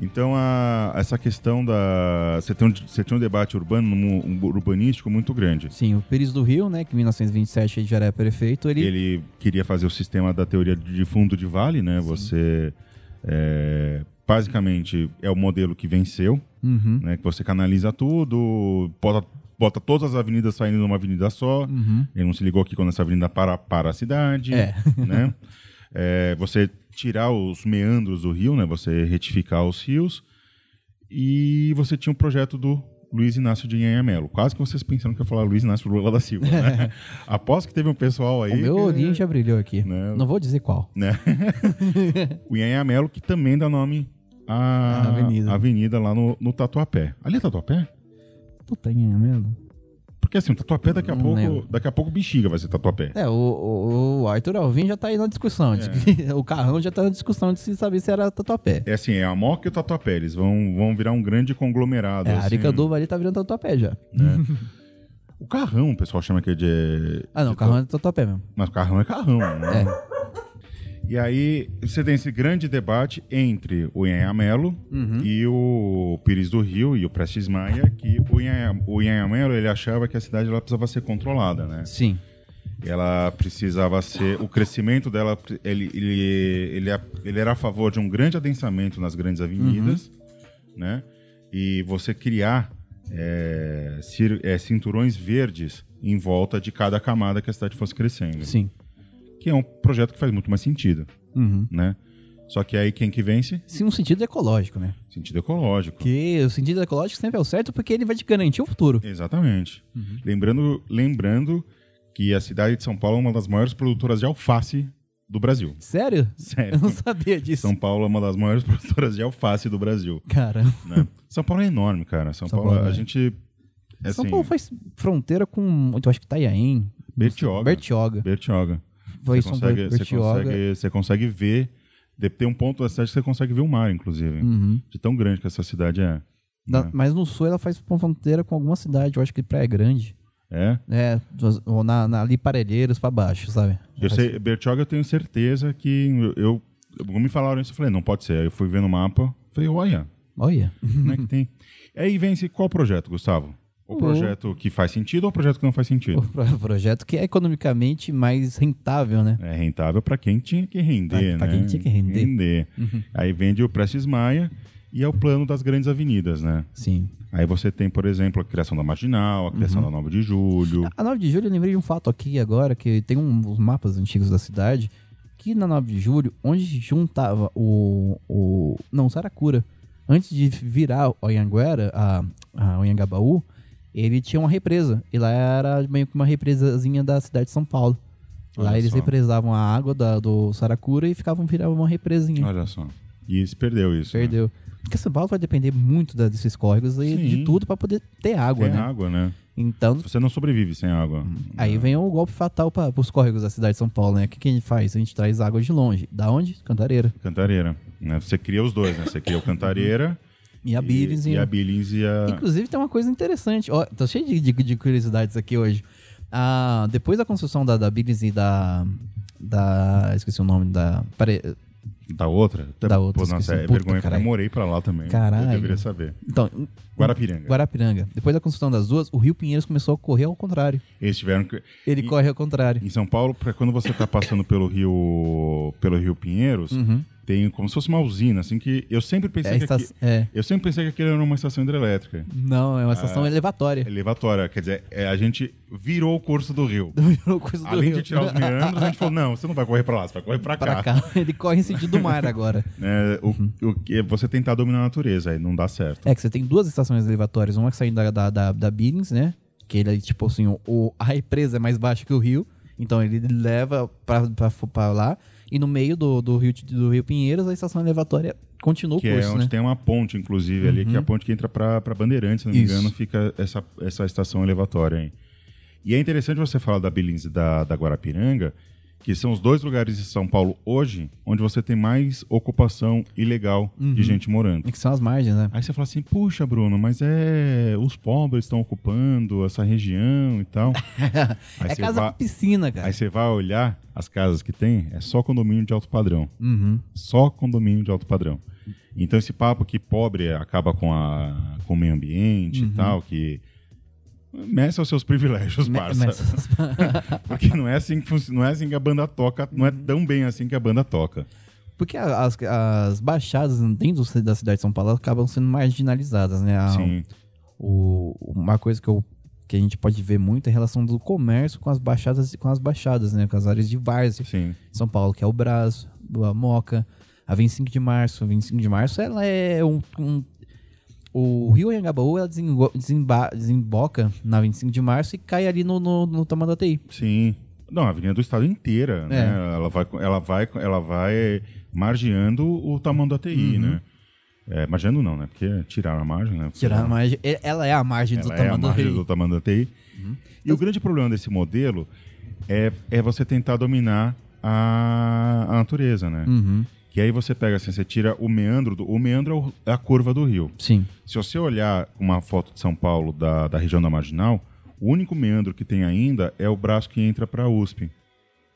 [SPEAKER 3] então, a- essa questão da. Você tem, um, você tem um debate urbano, um- urbanístico muito grande.
[SPEAKER 4] Sim, o Pires do Rio, né, que em 1927 ele já era prefeito, ele...
[SPEAKER 3] Ele queria fazer o sistema da teoria de fundo de vale, né? Você. é, basicamente, é o modelo que venceu,
[SPEAKER 4] Uhum.
[SPEAKER 3] né? Que você canaliza tudo, bota, bota todas as avenidas saindo numa avenida só.
[SPEAKER 4] Uhum.
[SPEAKER 3] Ele não se ligou aqui quando essa avenida para, para a cidade.
[SPEAKER 4] É.
[SPEAKER 3] Né? É, você tirar os meandros do rio, né? Você retificar os rios. E você tinha um projeto do Luiz Inácio de Nhanha Melo. Quase que vocês pensaram que eu ia falar Luiz Inácio Lula da Silva, né? Aposto que teve um pessoal aí...
[SPEAKER 4] O meu
[SPEAKER 3] que-
[SPEAKER 4] olhinho já brilhou aqui.
[SPEAKER 3] Não.
[SPEAKER 4] Não, vou dizer qual.
[SPEAKER 3] né? o Nhanha Melo, que também dá nome à
[SPEAKER 4] À avenida.
[SPEAKER 3] avenida lá no, no Tatuapé. Ali é Tatuapé?
[SPEAKER 4] Puta
[SPEAKER 3] é
[SPEAKER 4] minha merda.
[SPEAKER 3] Porque assim, o Tatuapé daqui a,
[SPEAKER 4] Não
[SPEAKER 3] pouco,
[SPEAKER 4] lembro.
[SPEAKER 3] daqui a pouco Bexiga vai ser Tatuapé.
[SPEAKER 4] É, o, o- o Arthur Alvim já tá aí na discussão. de que- o Carrão já tá na discussão de se saber se era Tatuapé.
[SPEAKER 3] É assim, é a Moca e o Tatuapé. Eles vão, vão virar um grande conglomerado.
[SPEAKER 4] É, a
[SPEAKER 3] assim.
[SPEAKER 4] Aricanduva ali tá virando Tatuapé já.
[SPEAKER 3] O carrão, o pessoal chama que é de.
[SPEAKER 4] Ah, não, o
[SPEAKER 3] de
[SPEAKER 4] Carrão é Tatuapé mesmo.
[SPEAKER 3] Mas carrão é carrão, né? E aí você tem esse grande debate entre o Inhanha Melo e o Pires do Rio e o Prestes Maia, que o Inhanha, o Inhanha Melo ele achava que a cidade ela precisava ser controlada, né?
[SPEAKER 4] Sim.
[SPEAKER 3] Ela precisava ser. O crescimento dela, ele, ele, ele, a- ele era a favor de um grande adensamento nas grandes avenidas, né? E você criar eh, cir- eh, cinturões verdes em volta de cada camada que a cidade fosse crescendo.
[SPEAKER 4] Sim.
[SPEAKER 3] Que é um projeto que faz muito mais sentido,
[SPEAKER 4] Uhum.
[SPEAKER 3] né? Só que aí quem que vence?
[SPEAKER 4] Sim, um sentido ecológico, né?
[SPEAKER 3] Sentido ecológico.
[SPEAKER 4] Porque o sentido ecológico sempre é o certo porque ele vai te garantir o futuro.
[SPEAKER 3] Exatamente.
[SPEAKER 4] Uhum.
[SPEAKER 3] Lembrando, lembrando que a cidade de São Paulo é uma das maiores produtoras de alface do Brasil.
[SPEAKER 4] Sério?
[SPEAKER 3] Sério.
[SPEAKER 4] Eu não sabia disso.
[SPEAKER 3] São Paulo é uma das maiores produtoras de alface do Brasil.
[SPEAKER 4] Cara,
[SPEAKER 3] né? São Paulo é enorme, cara. São,
[SPEAKER 4] São
[SPEAKER 3] Paulo,
[SPEAKER 4] Paulo
[SPEAKER 3] a
[SPEAKER 4] é.
[SPEAKER 3] gente. é
[SPEAKER 4] São
[SPEAKER 3] assim,
[SPEAKER 4] Paulo faz fronteira com, eu acho que Itanhaém.
[SPEAKER 3] Bertioga.
[SPEAKER 4] Bertioga.
[SPEAKER 3] Bertioga.
[SPEAKER 4] Foi
[SPEAKER 3] Você
[SPEAKER 4] São
[SPEAKER 3] consegue, você,
[SPEAKER 4] Bertioga.
[SPEAKER 3] consegue, você consegue ver. de- Tem um ponto da cidade que você consegue ver o mar, inclusive.
[SPEAKER 4] Uhum.
[SPEAKER 3] De tão grande que essa cidade é.
[SPEAKER 4] Da-
[SPEAKER 3] né?
[SPEAKER 4] Mas no sul ela faz com fronteira com alguma cidade, eu acho que Praia Grande.
[SPEAKER 3] É.
[SPEAKER 4] É, duas- ou na, na, ali Parelheiros pra baixo, sabe?
[SPEAKER 3] Eu sei, Bertioga eu tenho certeza que eu, me falaram isso, eu falei, não pode ser. Aí eu fui ver no mapa, falei, olha,
[SPEAKER 4] Olha.
[SPEAKER 3] como é que tem? Aí vem esse, qual projeto, Gustavo? O projeto que faz sentido ou o projeto que não faz
[SPEAKER 4] O
[SPEAKER 3] sentido?
[SPEAKER 4] pro- projeto que é economicamente mais rentável, né?
[SPEAKER 3] É rentável para quem tinha que render,
[SPEAKER 4] Pra- pra
[SPEAKER 3] né?
[SPEAKER 4] quem tinha que render. Uhum.
[SPEAKER 3] Aí vende o Prestes Maia e é o plano das grandes avenidas, né?
[SPEAKER 4] Sim.
[SPEAKER 3] Aí você tem, por exemplo, a criação da Marginal, a
[SPEAKER 4] Uhum.
[SPEAKER 3] criação da 9 de Julho.
[SPEAKER 4] A 9 de julho, eu lembrei de um fato aqui agora, que tem um- uns mapas antigos da cidade, que na 9 de julho, onde juntava o. o não, Saracura. Antes de virar Oianguera, a, a Oiangabaú, ele tinha uma represa. E lá era meio que uma represazinha da cidade de São Paulo. Lá
[SPEAKER 3] Olha
[SPEAKER 4] eles
[SPEAKER 3] só.
[SPEAKER 4] represavam a água da- do Saracura e ficavam viravam uma represinha.
[SPEAKER 3] Olha só. E se perdeu isso. né?
[SPEAKER 4] Perdeu. Porque São Paulo vai depender muito da- desses córregos e
[SPEAKER 3] Sim.
[SPEAKER 4] de tudo pra poder ter água,
[SPEAKER 3] Sem
[SPEAKER 4] né? Uhum.
[SPEAKER 3] água, né?
[SPEAKER 4] Então
[SPEAKER 3] Você não sobrevive sem água.
[SPEAKER 4] Aí vem o golpe fatal para os córregos da cidade de São Paulo, né? O que, que a gente faz? A gente traz água de longe. Da onde? Cantareira.
[SPEAKER 3] Cantareira. né? Você cria os dois, né? Você cria o Cantareira
[SPEAKER 4] E a Billings.
[SPEAKER 3] e, e a Billings e a...
[SPEAKER 4] Inclusive tem uma coisa interessante. Ó, tô cheio de, de- de curiosidades aqui hoje. Ah, depois da construção da, da Billings e da. Da. Esqueci o nome da. pare-
[SPEAKER 3] Da outra? Até-
[SPEAKER 4] Da outra,
[SPEAKER 3] Pô, nossa,
[SPEAKER 4] esqueci.
[SPEAKER 3] é
[SPEAKER 4] Puta,
[SPEAKER 3] vergonha, porque eu
[SPEAKER 4] caralho.
[SPEAKER 3] morei pra lá também.
[SPEAKER 4] Caralho.
[SPEAKER 3] Eu deveria saber.
[SPEAKER 4] Então,
[SPEAKER 3] Guarapiranga.
[SPEAKER 4] Guarapiranga. Depois da construção das duas, o Rio Pinheiros começou a correr ao contrário.
[SPEAKER 3] Eles tiveram que...
[SPEAKER 4] Ele
[SPEAKER 3] E-
[SPEAKER 4] corre ao contrário.
[SPEAKER 3] Em São Paulo, pra quando você tá passando pelo Rio pelo Rio Pinheiros, tem como se fosse uma usina, assim, que eu sempre pensei
[SPEAKER 4] Uhum. É,
[SPEAKER 3] que
[SPEAKER 4] esta-
[SPEAKER 3] aqui-
[SPEAKER 4] é.
[SPEAKER 3] Eu sempre pensei que aquilo era uma estação hidrelétrica.
[SPEAKER 4] Não, é
[SPEAKER 3] Ah.
[SPEAKER 4] uma estação elevatória.
[SPEAKER 3] Elevatória, quer dizer, é, a gente virou o curso do rio.
[SPEAKER 4] Virou coisa do
[SPEAKER 3] Além
[SPEAKER 4] Rio.
[SPEAKER 3] de tirar os meandros, a gente falou, não, você não vai correr pra lá, você vai correr pra cá.
[SPEAKER 4] Pra cá. Ele corre em sentido mar agora.
[SPEAKER 3] É, o, o que- você tentar dominar a natureza, aí não dá certo.
[SPEAKER 4] É que você tem duas estações elevatórias, uma que saindo da, da, da, da Billings, né? Que ele é tipo assim, o- o, a represa é mais baixa que o rio, então ele leva pra, pra, fo- pra lá. E no meio do, do, rio, Ti- do Rio Pinheiros, a estação elevatória continua o
[SPEAKER 3] Que
[SPEAKER 4] curso,
[SPEAKER 3] é onde
[SPEAKER 4] né? Uhum.
[SPEAKER 3] tem uma ponte, inclusive, ali, que é a ponte que entra pra, pra Bandeirantes, se não me
[SPEAKER 4] Isso.
[SPEAKER 3] engano, fica essa, essa estação elevatória aí. E é interessante você falar da Billings e da, da Guarapiranga, que são os dois lugares de São Paulo hoje onde você tem mais ocupação ilegal de gente morando.
[SPEAKER 4] É Que são as margens, né?
[SPEAKER 3] Aí você fala assim, puxa, Bruno, mas é. Os pobres estão ocupando essa região e tal. Aí
[SPEAKER 4] é
[SPEAKER 3] você
[SPEAKER 4] casa
[SPEAKER 3] vai-
[SPEAKER 4] com piscina, cara.
[SPEAKER 3] Aí você vai olhar as casas que tem, é só condomínio de alto padrão.
[SPEAKER 4] Uhum.
[SPEAKER 3] Só condomínio de alto padrão. Então esse papo que pobre acaba com, a, com o meio ambiente
[SPEAKER 4] Uhum.
[SPEAKER 3] e tal, que. Meça os seus privilégios,
[SPEAKER 4] Me-
[SPEAKER 3] parça.
[SPEAKER 4] É, mas-
[SPEAKER 3] Porque não é, assim que funci- não é assim que a banda toca, não é
[SPEAKER 4] Uhum.
[SPEAKER 3] tão bem assim que a banda toca.
[SPEAKER 4] Porque a- as, as baixadas dentro da cidade de São Paulo acabam sendo marginalizadas, né? A-
[SPEAKER 3] Sim.
[SPEAKER 4] o- uma coisa que, eu- que a gente pode ver muito é a relação do comércio com as baixadas, com as baixadas, né? Com as áreas de várzea.
[SPEAKER 3] Sim.
[SPEAKER 4] em São Paulo, que é o Brás, a Moca, a 25 de março. A 25 de março, ela é um... um- o Rio Anhangabaú, ela desengo- desemba- desemboca na 25 de março e cai ali no, no, no Tamanduateí.
[SPEAKER 3] Sim. Não, a Avenida do Estado
[SPEAKER 4] É.
[SPEAKER 3] inteira, né? Ela vai, ela vai, ela vai margeando o tamanho da
[SPEAKER 4] Uhum.
[SPEAKER 3] TI, né? É, margeando não, né? Porque tiraram a margem, né?
[SPEAKER 4] Tirar é a margem... e- Ela é a margem do Uhum.
[SPEAKER 3] ela é a
[SPEAKER 4] Tamanduateí.
[SPEAKER 3] margem do tamanho da TI. E o grande problema desse modelo é, é você tentar dominar a, a natureza, né?
[SPEAKER 4] Uhum.
[SPEAKER 3] Que aí você pega assim, você tira o meandro, do, o meandro é o- é a curva do rio.
[SPEAKER 4] Sim.
[SPEAKER 3] Se você olhar uma foto de São Paulo da, da região da Marginal, o único meandro que tem ainda é o braço que entra para a USP,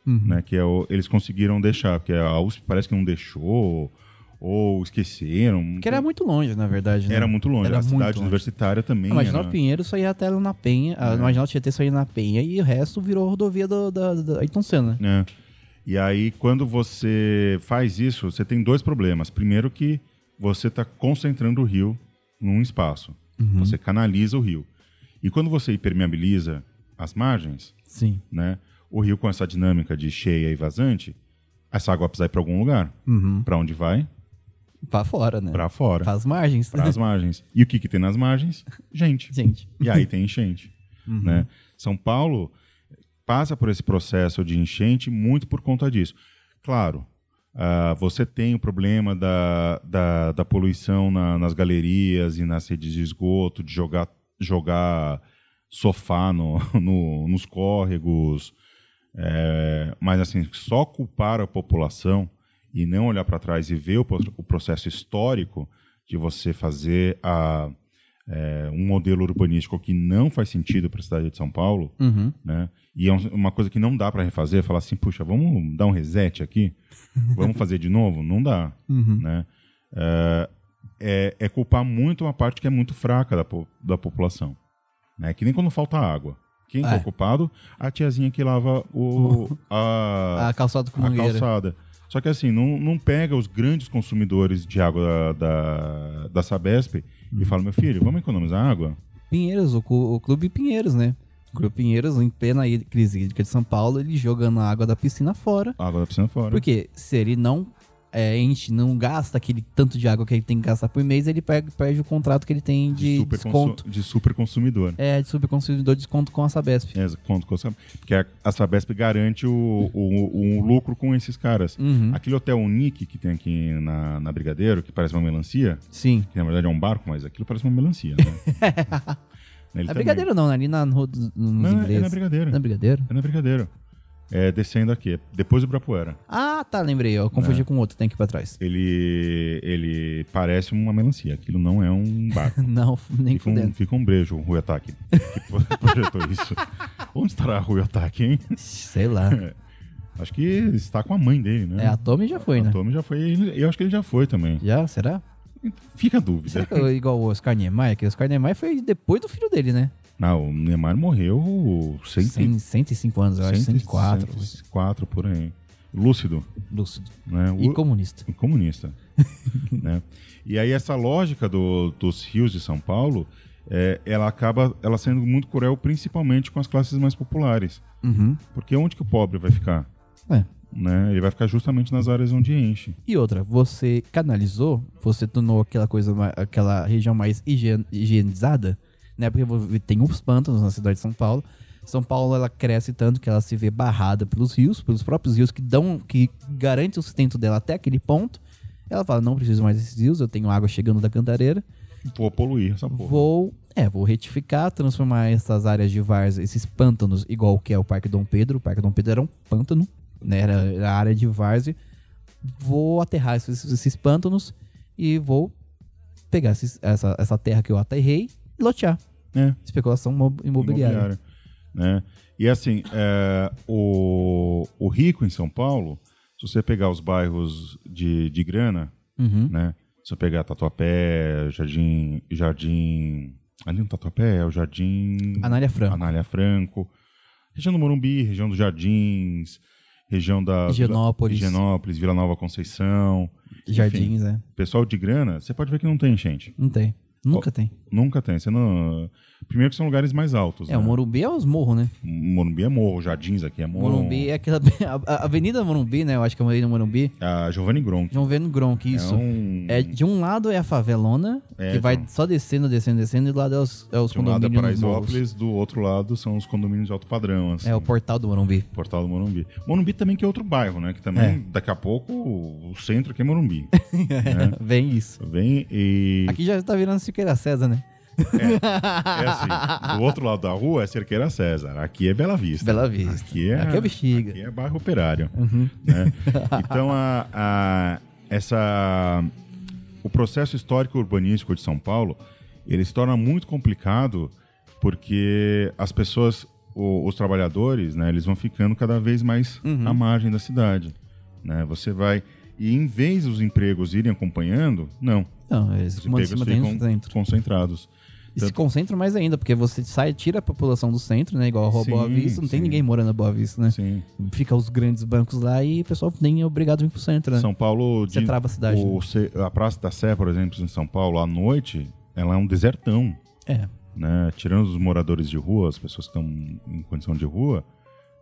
[SPEAKER 4] Uhum.
[SPEAKER 3] né? Que é o- eles conseguiram deixar, porque a USP parece que não deixou ou esqueceram.
[SPEAKER 4] Que era muito longe, na verdade, né?
[SPEAKER 3] Era muito longe.
[SPEAKER 4] Era
[SPEAKER 3] a cidade
[SPEAKER 4] muito longe.
[SPEAKER 3] universitária também.
[SPEAKER 4] A Marginal
[SPEAKER 3] era-
[SPEAKER 4] Ah, Pinheiro só ia até lá na Penha, a Marginal Tietê só ia na Penha e o resto virou rodovia do, da, da Ayrton Senna.
[SPEAKER 3] né? E aí, quando você faz isso, você tem dois problemas. Primeiro que você está concentrando o rio num espaço. Você canaliza o rio. E quando você impermeabiliza as margens,
[SPEAKER 4] Sim.
[SPEAKER 3] né? O rio com essa dinâmica de cheia e vazante, essa água precisa ir para algum lugar.
[SPEAKER 4] Uhum.
[SPEAKER 3] Para onde vai?
[SPEAKER 4] Pra fora, né?
[SPEAKER 3] Para fora.
[SPEAKER 4] Faz margens. né?
[SPEAKER 3] Para as margens. E o que, que tem nas margens? Gente.
[SPEAKER 4] Gente.
[SPEAKER 3] E aí tem enchente. Né? São Paulo passa por esse processo de enchente muito por conta disso. Claro, ah, você tem o problema da, da, da poluição na- nas galerias e nas redes de esgoto, de jogar, jogar sofá no, no- nos córregos. É, mas assim, só culpar a população e não olhar para trás e ver o, pro- o processo histórico de você fazer a, é, um modelo urbanístico que não faz sentido para a cidade de São Paulo,
[SPEAKER 4] Uhum.
[SPEAKER 3] né? E é um- uma coisa que não dá para refazer, falar assim, puxa, vamos dar um reset aqui, vamos fazer de novo, não dá,
[SPEAKER 4] Uhum.
[SPEAKER 3] né? É, é, é culpar muito uma parte que é muito fraca da, po- da população, né? Que nem quando falta água. Quem que é
[SPEAKER 4] É.
[SPEAKER 3] o culpado? A tiazinha que lava o, a,
[SPEAKER 4] A calçada com
[SPEAKER 3] a
[SPEAKER 4] mangueira.
[SPEAKER 3] calçada. Só que assim, não, não pega os grandes consumidores de água da, da, da Sabesp e
[SPEAKER 4] Uhum.
[SPEAKER 3] fala, meu filho, vamos economizar água?
[SPEAKER 4] Pinheiros, o, cu- o Clube Pinheiros, né? O Clube Pinheiros, em plena hí- crise hídrica de São Paulo, ele jogando a água da piscina fora.
[SPEAKER 3] A água da piscina fora.
[SPEAKER 4] Porque se ele não é, enche, não gasta aquele tanto de água que ele tem que gastar por mês, ele pega- perde o contrato que ele tem de,
[SPEAKER 3] superconsu-
[SPEAKER 4] desconto.
[SPEAKER 3] de super consumidor.
[SPEAKER 4] É, de superconsumidor de desconto com a Sabesp.
[SPEAKER 3] É, quanto custa- Porque a, a Sabesp garante o, o, o lucro com esses caras.
[SPEAKER 4] Uhum.
[SPEAKER 3] Aquele hotel Unique que tem aqui na, na Brigadeiro, que parece uma melancia,
[SPEAKER 4] Sim.
[SPEAKER 3] que na verdade é um barco, mas aquilo parece uma melancia, né? Ele
[SPEAKER 4] É
[SPEAKER 3] também-
[SPEAKER 4] brigadeiro não, né? ali na rua dos nos
[SPEAKER 3] Não, é, é na
[SPEAKER 4] ingleses.
[SPEAKER 3] Brigadeiro.
[SPEAKER 4] Não é brigadeiro?
[SPEAKER 3] É na Brigadeiro. É descendo aqui, depois do Ibirapuera.
[SPEAKER 4] Ah, tá, lembrei, ó. Confundi
[SPEAKER 3] É.
[SPEAKER 4] com outro, tem que ir pra trás.
[SPEAKER 3] Ele, ele parece uma melancia, aquilo não é um barco.
[SPEAKER 4] Não, nem
[SPEAKER 3] Fica um,
[SPEAKER 4] fudendo.
[SPEAKER 3] fica um brejo, o Rui Ataque, que projetou isso. Onde estará o Rui Ataque, hein?
[SPEAKER 4] Sei lá.
[SPEAKER 3] Acho que está com a mãe dele, né?
[SPEAKER 4] É, a Tommy já foi,
[SPEAKER 3] O
[SPEAKER 4] né?
[SPEAKER 3] Tommy já foi. ele- Eu acho que ele já foi também.
[SPEAKER 4] Já, será?
[SPEAKER 3] Então, Fica a dúvida.
[SPEAKER 4] Será que é igual o Oscar Niemeyer? Que o Oscar Niemeyer foi depois do filho dele, né?
[SPEAKER 3] Não, o Neymar morreu cento,
[SPEAKER 4] Cem- 105 anos, eu acho. 104.
[SPEAKER 3] 104 por aí. Lúcido,
[SPEAKER 4] Lúcido.
[SPEAKER 3] né?
[SPEAKER 4] E
[SPEAKER 3] O-
[SPEAKER 4] comunista.
[SPEAKER 3] um comunista. né? E aí essa lógica do- dos rios de São Paulo, é, ela acaba ela sendo muito cruel, principalmente com as classes mais populares.
[SPEAKER 4] Uhum.
[SPEAKER 3] Porque onde que o pobre vai ficar?
[SPEAKER 4] É.
[SPEAKER 3] Né? Ele vai ficar justamente nas áreas onde enche.
[SPEAKER 4] E outra, você canalizou, você tornou aquela coisa, ma- aquela região mais higien- higienizada, né? Porque vo- tem os pântanos na cidade de São Paulo. São Paulo ela cresce tanto que ela se vê barrada pelos rios, pelos próprios rios que dão, que garante o sustento dela até aquele ponto. Ela fala: não preciso mais desses rios, eu tenho água chegando da cantareira.
[SPEAKER 3] Vou poluir essa porra.
[SPEAKER 4] Vou, é, vou retificar, transformar essas áreas de várzea, esses pântanos, igual que é o Parque Dom Pedro. O Parque Dom Pedro era um pântano, né? Era, era a área de várzea. Vou aterrar esses, esses pântanos e vou pegar esses- essa, essa terra que eu aterrei e lotear.
[SPEAKER 3] É.
[SPEAKER 4] Especulação mo- imobiliária.
[SPEAKER 3] imobiliária. né? E assim, é, o, o rico em São Paulo, se você pegar os bairros de, de grana,
[SPEAKER 4] Uhum.
[SPEAKER 3] né? Se você pegar Tatuapé, Jardim. Jardim. Ali no Tatuapé é o Jardim.
[SPEAKER 4] Anália Franco.
[SPEAKER 3] Anália Franco. Região do Morumbi, região dos Jardins, região da. Vila-
[SPEAKER 4] Higienópolis.
[SPEAKER 3] Higienópolis, Vila Nova Conceição.
[SPEAKER 4] Jardins, é.
[SPEAKER 3] Enfim, Pessoal de grana, você pode ver que não tem enchente.
[SPEAKER 4] Não tem. Nunca tem.
[SPEAKER 3] Nunca tem. Você não... Primeiro que são lugares mais altos.
[SPEAKER 4] É, o
[SPEAKER 3] né?
[SPEAKER 4] Morumbi é os morros, né?
[SPEAKER 3] Morumbi é morro, Jardins aqui é morro.
[SPEAKER 4] Morumbi é aquela. A a Avenida Morumbi, né? Eu acho que eu morei no Morumbi.
[SPEAKER 3] A Giovanni Gronk.
[SPEAKER 4] João Vendo Gronk, isso.
[SPEAKER 3] É um...
[SPEAKER 4] É, de um lado é a favelona,
[SPEAKER 3] É,
[SPEAKER 4] que vai
[SPEAKER 3] então.
[SPEAKER 4] só descendo, descendo, descendo, e do lado é os, é os
[SPEAKER 3] de um lado é
[SPEAKER 4] condomínios nos morros.
[SPEAKER 3] Paraisópolis, do outro lado são os condomínios de alto padrão, assim.
[SPEAKER 4] É o portal do Morumbi.
[SPEAKER 3] Portal do Morumbi. Morumbi também que é outro bairro, né? Que também,
[SPEAKER 4] É.
[SPEAKER 3] daqui a pouco, o centro aqui é Morumbi.
[SPEAKER 4] Vem isso.
[SPEAKER 3] Vem É. e...
[SPEAKER 4] Aqui já tá virando Siqueira César, né?
[SPEAKER 3] É assim, do outro lado da rua é Cerqueira César. Aqui é Bela Vista.
[SPEAKER 4] Bela Vista.
[SPEAKER 3] Aqui é,
[SPEAKER 4] Aqui é Bexiga. Uhum.
[SPEAKER 3] Aqui é bairro operário. né? Então, a, a- essa, o processo histórico urbanístico de São Paulo, ele se torna muito complicado porque as pessoas, o- os trabalhadores, né, eles vão ficando cada vez mais
[SPEAKER 4] Uhum.
[SPEAKER 3] à margem da cidade. né? Você vai... E em vez dos empregos irem acompanhando, não.
[SPEAKER 4] Não, eles
[SPEAKER 3] Os
[SPEAKER 4] mandam em
[SPEAKER 3] empregos
[SPEAKER 4] cima
[SPEAKER 3] ficam
[SPEAKER 4] dentro, dentro.
[SPEAKER 3] concentrados.
[SPEAKER 4] E se concentram mais ainda, porque você sai, tira a população do centro, né? Igual a rua
[SPEAKER 3] Sim,
[SPEAKER 4] Boa Vista, não tem
[SPEAKER 3] sim.
[SPEAKER 4] ninguém morando na Boa Vista, né?
[SPEAKER 3] Sim.
[SPEAKER 4] Fica os grandes bancos lá e o pessoal nem é obrigado a vir pro centro, né?
[SPEAKER 3] São Paulo.
[SPEAKER 4] Você trava a cidade,
[SPEAKER 3] o
[SPEAKER 4] né?
[SPEAKER 3] Ce- a Praça da Sé, por exemplo, em São Paulo, à noite, ela é um desertão.
[SPEAKER 4] É.
[SPEAKER 3] Né? Tirando os moradores de rua, as pessoas que estão em condição de rua,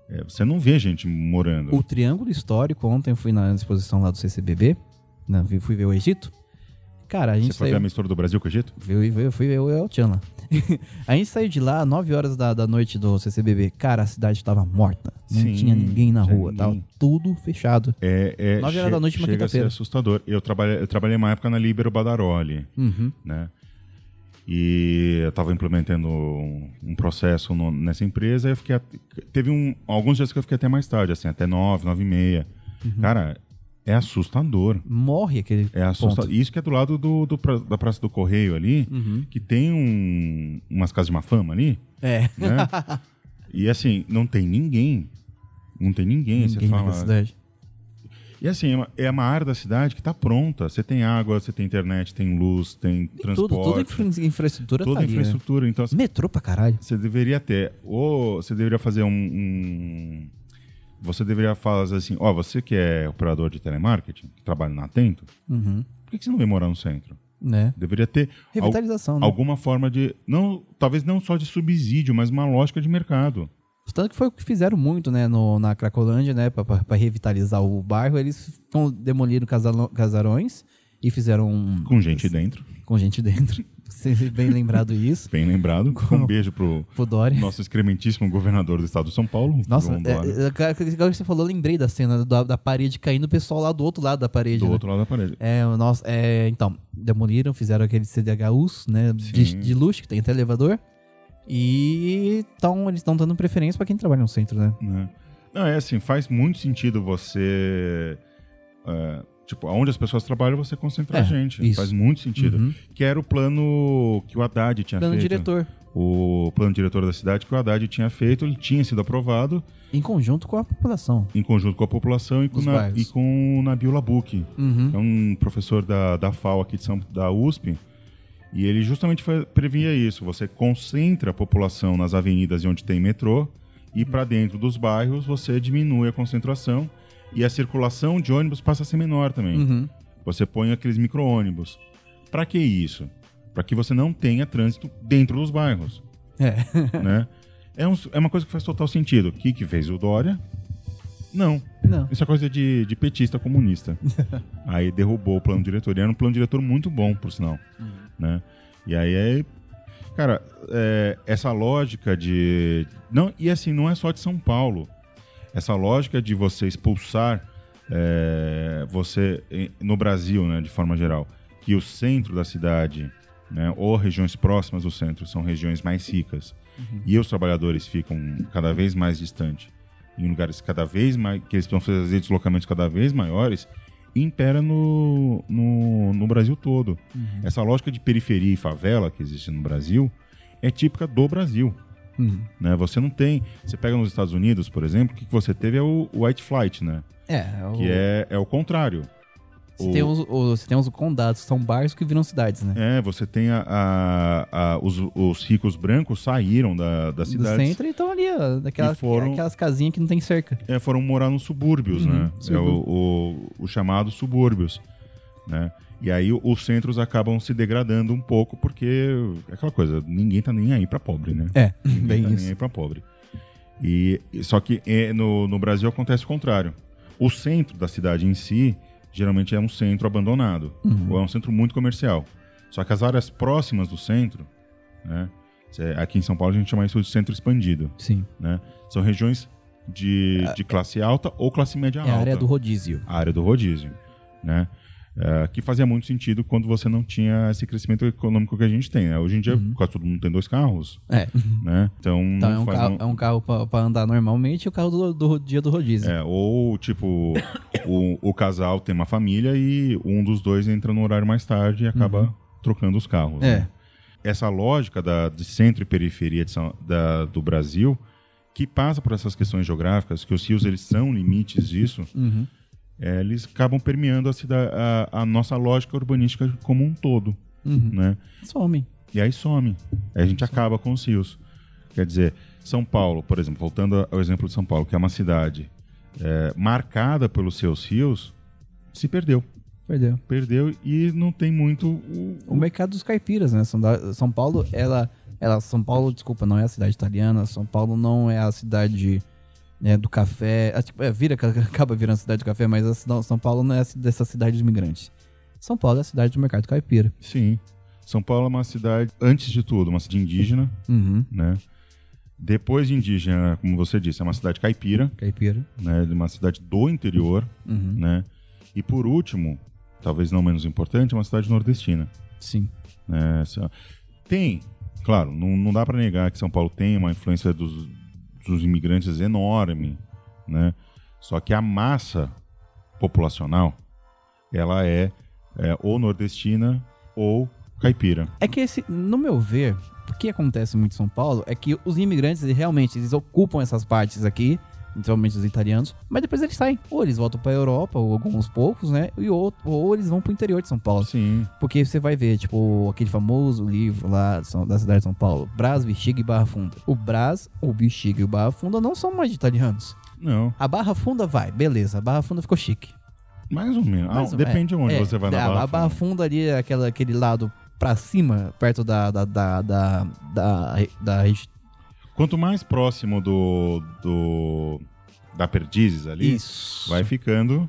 [SPEAKER 3] é, você não vê gente morando.
[SPEAKER 4] O Triângulo Histórico, ontem eu fui na exposição lá do CCBB, na- né? fui ver o Egito. Cara, a gente
[SPEAKER 3] Você foi ver
[SPEAKER 4] saiu-
[SPEAKER 3] a mistura do Brasil com o Egito?
[SPEAKER 4] Eu, eu, eu fui ver o El Chan lá. a gente saiu de lá 9 horas da, da noite do CCBB. Cara, a cidade tava morta. Não
[SPEAKER 3] Sim,
[SPEAKER 4] tinha ninguém na
[SPEAKER 3] tinha
[SPEAKER 4] rua.
[SPEAKER 3] ninguém.
[SPEAKER 4] Tava tudo fechado.
[SPEAKER 3] É, é,
[SPEAKER 4] Nove horas
[SPEAKER 3] che-
[SPEAKER 4] da noite, uma
[SPEAKER 3] chega a ser
[SPEAKER 4] quinta-feira.
[SPEAKER 3] assustador. Eu trabalhei, eu trabalhei uma época na Libero Badaroli,
[SPEAKER 4] Uhum.
[SPEAKER 3] né? E eu estava implementando um, um processo no- nessa empresa. e Eu
[SPEAKER 4] Uhum.
[SPEAKER 3] fiquei at- teve um, alguns dias que eu fiquei até mais tarde, assim, até nove, nove e meia. Cara, É assustador.
[SPEAKER 4] Morre aquele
[SPEAKER 3] É assustador.
[SPEAKER 4] ponto. Uhum.
[SPEAKER 3] Isso que é do lado do, do pra- da Praça do Correio ali, que tem um- umas casas de má fama ali,
[SPEAKER 4] É.
[SPEAKER 3] né? e assim, não tem ninguém. Não tem ninguém. você
[SPEAKER 4] Ninguém
[SPEAKER 3] fala.
[SPEAKER 4] na cidade.
[SPEAKER 3] E assim, é uma, é uma área da cidade que tá pronta. Você tem água, você tem internet, tem luz, tem
[SPEAKER 4] Tudo,
[SPEAKER 3] transporte.
[SPEAKER 4] toda a infra- infraestrutura
[SPEAKER 3] toda
[SPEAKER 4] tá
[SPEAKER 3] a
[SPEAKER 4] ali, né?
[SPEAKER 3] infraestrutura. Então, assim,
[SPEAKER 4] Metrô pra caralho.
[SPEAKER 3] você deveria ter. Ou você deveria fazer um. um- você deveria falar assim: ó, você que é operador de telemarketing, que trabalha na Atento,
[SPEAKER 4] Uhum.
[SPEAKER 3] por que que você não vem morar no centro?
[SPEAKER 4] Né?
[SPEAKER 3] Deveria ter al-
[SPEAKER 4] Revitalização, né?
[SPEAKER 3] alguma forma de. Não, talvez não só de subsídio, mas uma lógica de mercado.
[SPEAKER 4] Tanto que foi o que fizeram muito, né, no, na Cracolândia, né, pra, pra- pra revitalizar o bairro. Eles ficam- demoliram casalo- casarões e fizeram um-
[SPEAKER 3] Com gente dentro,
[SPEAKER 4] com gente dentro. Sempre bem lembrado isso.
[SPEAKER 3] bem lembrado. Um beijo pro
[SPEAKER 4] Pro Dória.
[SPEAKER 3] nosso excrementíssimo governador do estado de São Paulo.
[SPEAKER 4] Nossa,
[SPEAKER 3] João
[SPEAKER 4] é,
[SPEAKER 3] Dória.
[SPEAKER 4] é, cara, agora que você falou, eu lembrei da cena da, da parede caindo, o pessoal lá do outro lado da parede.
[SPEAKER 3] do
[SPEAKER 4] né?
[SPEAKER 3] outro lado da parede.
[SPEAKER 4] É, o nosso, é, então, demoliram, fizeram aqueles CDHUs, né, de,
[SPEAKER 3] Sim.
[SPEAKER 4] de luxo, que tem até elevador. E tão, eles estão dando preferência pra quem trabalha no centro, né?
[SPEAKER 3] né? Não, é assim, faz muito sentido você. é, tipo, aonde as pessoas trabalham, você concentrar
[SPEAKER 4] É,
[SPEAKER 3] a gente.
[SPEAKER 4] isso. Uhum.
[SPEAKER 3] Faz muito sentido. Que era o plano que o Haddad tinha
[SPEAKER 4] Plano
[SPEAKER 3] feito.
[SPEAKER 4] diretor.
[SPEAKER 3] O plano diretor da cidade que o Haddad tinha feito, ele tinha sido aprovado
[SPEAKER 4] Em conjunto com a população.
[SPEAKER 3] em conjunto com a população e com,
[SPEAKER 4] Dos
[SPEAKER 3] na,
[SPEAKER 4] bairros.
[SPEAKER 3] e com o Nabil Labouc,
[SPEAKER 4] Uhum.
[SPEAKER 3] que é um professor da, da FAO aqui de São, da USP. E ele justamente fa- previa isso. Você concentra a população nas avenidas e onde tem metrô e para dentro dos bairros você diminui a concentração e a circulação de ônibus passa a ser menor também.
[SPEAKER 4] Uhum.
[SPEAKER 3] Você põe aqueles micro-ônibus. Para que isso? Para que você não tenha trânsito dentro dos bairros
[SPEAKER 4] É.
[SPEAKER 3] né? É, um- é uma coisa que faz total sentido. O que, que fez o Dória? Não.
[SPEAKER 4] Não.
[SPEAKER 3] Isso é coisa de, de petista comunista. aí derrubou o plano diretor. E era um plano diretor muito bom, por sinal. Né? E aí, é- cara, é, essa lógica de... Não, e assim, não é só de São Paulo. Essa lógica de você expulsar é, você em- no Brasil, né, de forma geral, que o centro da cidade né, ou regiões próximas do centro são regiões mais ricas e os trabalhadores ficam cada vez mais distantes em lugares cada vez mais que eles precisam fazer deslocamentos cada vez maiores impera no, no, no Brasil todo. Essa lógica de periferia e favela que existe no Brasil é típica do Brasil.
[SPEAKER 4] Uhum.
[SPEAKER 3] Né? Você não tem. Você pega nos Estados Unidos, por exemplo, o que que você teve é o white flight, né?
[SPEAKER 4] É, o-
[SPEAKER 3] Que é, é o contrário.
[SPEAKER 4] Você,
[SPEAKER 3] o-
[SPEAKER 4] tem os, o- você tem os condados, são bairros que viram cidades, né?
[SPEAKER 3] É, você tem a, a- a- os, os ricos brancos saíram da, da
[SPEAKER 4] Do
[SPEAKER 3] cidade.
[SPEAKER 4] centro e estão ali, ó, daquelas,
[SPEAKER 3] E É, foram-
[SPEAKER 4] aquelas casinhas que não tem cerca.
[SPEAKER 3] É, foram morar nos subúrbios,
[SPEAKER 4] Uhum,
[SPEAKER 3] né? É
[SPEAKER 4] subúrbio.
[SPEAKER 3] o, o, o chamado subúrbios, né? E aí o- os centros acabam se degradando um pouco porque é aquela coisa, ninguém tá nem aí pra pobre, né?
[SPEAKER 4] É,
[SPEAKER 3] Ninguém
[SPEAKER 4] bem
[SPEAKER 3] tá nem
[SPEAKER 4] isso.
[SPEAKER 3] aí pra pobre. E e- só que é, no, no Brasil acontece o contrário. O centro da cidade em si geralmente é um centro abandonado
[SPEAKER 4] Uhum.
[SPEAKER 3] ou é um centro muito comercial. Só que as áreas próximas do centro, né? cê- Aqui em São Paulo a gente chama isso de centro expandido
[SPEAKER 4] Sim.
[SPEAKER 3] né? São regiões de, de classe alta ou classe média
[SPEAKER 4] É
[SPEAKER 3] alta.
[SPEAKER 4] a área do rodízio.
[SPEAKER 3] A área do rodízio, né? É, que fazia muito sentido quando você não tinha esse crescimento econômico que a gente tem. né? Hoje em dia, quase todo mundo tem dois carros,
[SPEAKER 4] É.
[SPEAKER 3] né? Então,
[SPEAKER 4] Uhum. Então
[SPEAKER 3] não
[SPEAKER 4] é um,
[SPEAKER 3] faz
[SPEAKER 4] carro,
[SPEAKER 3] um-
[SPEAKER 4] é um carro pra, pra andar normalmente e o carro do, do dia do rodízio.
[SPEAKER 3] é, ou, tipo, o, o casal tem uma família e um dos dois entra no horário mais tarde e acaba trocando os carros.
[SPEAKER 4] Uhum. É.
[SPEAKER 3] né? Essa lógica da, de centro e periferia de São- da- do Brasil, que passa por essas questões geográficas, que os rios eles são limites disso,
[SPEAKER 4] Uhum.
[SPEAKER 3] é, eles acabam permeando a, cida- a- a nossa lógica urbanística como um todo,
[SPEAKER 4] Uhum.
[SPEAKER 3] né?
[SPEAKER 4] Some.
[SPEAKER 3] E aí some. Aí a gente acaba com os rios. Quer dizer, São Paulo, por exemplo, voltando ao exemplo de São Paulo, que é uma cidade é, marcada pelos seus rios, se perdeu.
[SPEAKER 4] Perdeu.
[SPEAKER 3] Perdeu e não tem muito o,
[SPEAKER 4] O mercado dos caipiras, né? São, da- São Paulo, ela, ela. São Paulo, desculpa, não é a cidade italiana. São Paulo não é a cidade né, do café. Ah, tipo, é, vira, acaba virando a cidade do café, mas a cida- São Paulo não é a ci- dessa cidade dos imigrantes. São Paulo é a cidade do mercado caipira.
[SPEAKER 3] Sim. São Paulo é uma cidade, antes de tudo, uma cidade indígena,
[SPEAKER 4] Uhum.
[SPEAKER 3] né? Depois de indígena, como você disse, é uma cidade caipira,
[SPEAKER 4] Caipira.
[SPEAKER 3] né? De Uma cidade do interior,
[SPEAKER 4] Uhum.
[SPEAKER 3] né? E por último, talvez não menos importante, é uma cidade nordestina.
[SPEAKER 4] Sim.
[SPEAKER 3] né? Essa- Tem, claro, não, não dá para negar que São Paulo tem uma influência dos, dos imigrantes enorme, né? Só que a massa populacional, ela é, é, ou nordestina ou caipira.
[SPEAKER 4] É que esse, no meu ver, o que acontece muito em São Paulo é que os imigrantes, eles realmente, eles ocupam essas partes aqui, principalmente os italianos, mas depois eles saem. Ou eles voltam pra Europa, ou alguns poucos, né? E ou, ou eles vão pro interior de São Paulo.
[SPEAKER 3] Sim.
[SPEAKER 4] Porque você vai ver, tipo, aquele famoso livro lá de São- da cidade de São Paulo, Brás, Bexiga e Barra Funda. O Brás, o Bexiga e o Barra Funda não são mais de italianos.
[SPEAKER 3] Não,
[SPEAKER 4] A Barra Funda vai, beleza, a Barra Funda ficou chique.
[SPEAKER 3] mais ou menos. Ah,
[SPEAKER 4] Mais ou-
[SPEAKER 3] depende de
[SPEAKER 4] é,
[SPEAKER 3] onde
[SPEAKER 4] é,
[SPEAKER 3] você vai na
[SPEAKER 4] a-
[SPEAKER 3] Barra
[SPEAKER 4] A Barra
[SPEAKER 3] Funda.
[SPEAKER 4] Funda ali é aquela, aquele lado pra cima, perto da. da. da. da. da, da regi-
[SPEAKER 3] Quanto mais próximo do, do da Perdizes ali,
[SPEAKER 4] Isso.
[SPEAKER 3] vai ficando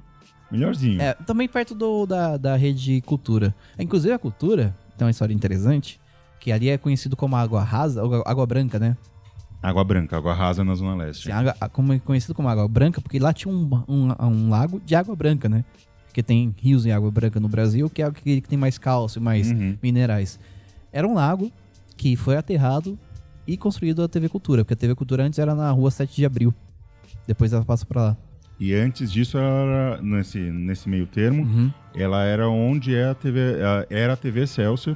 [SPEAKER 3] melhorzinho.
[SPEAKER 4] É, também perto do, da, da rede Cultura. É, Inclusive a Cultura tem uma história interessante, que ali é conhecido como Água Rasa, ou Água Branca, né?
[SPEAKER 3] Água branca, água rasa na Zona Leste.
[SPEAKER 4] Assim, água- a- como é conhecido como Água Branca, porque lá tinha um, um, um lago de água branca, né? Porque tem rios em água branca no Brasil, que é aquele que tem mais cálcio, mais
[SPEAKER 3] Uhum.
[SPEAKER 4] minerais. Era um lago que foi aterrado e construído a TV Cultura, porque a TV Cultura antes era na rua 7 de abril. Depois ela passa pra lá.
[SPEAKER 3] E antes disso, ela era, nesse, nesse meio termo,
[SPEAKER 4] Uhum.
[SPEAKER 3] ela era onde é a TV, a- era a TV Excelsior,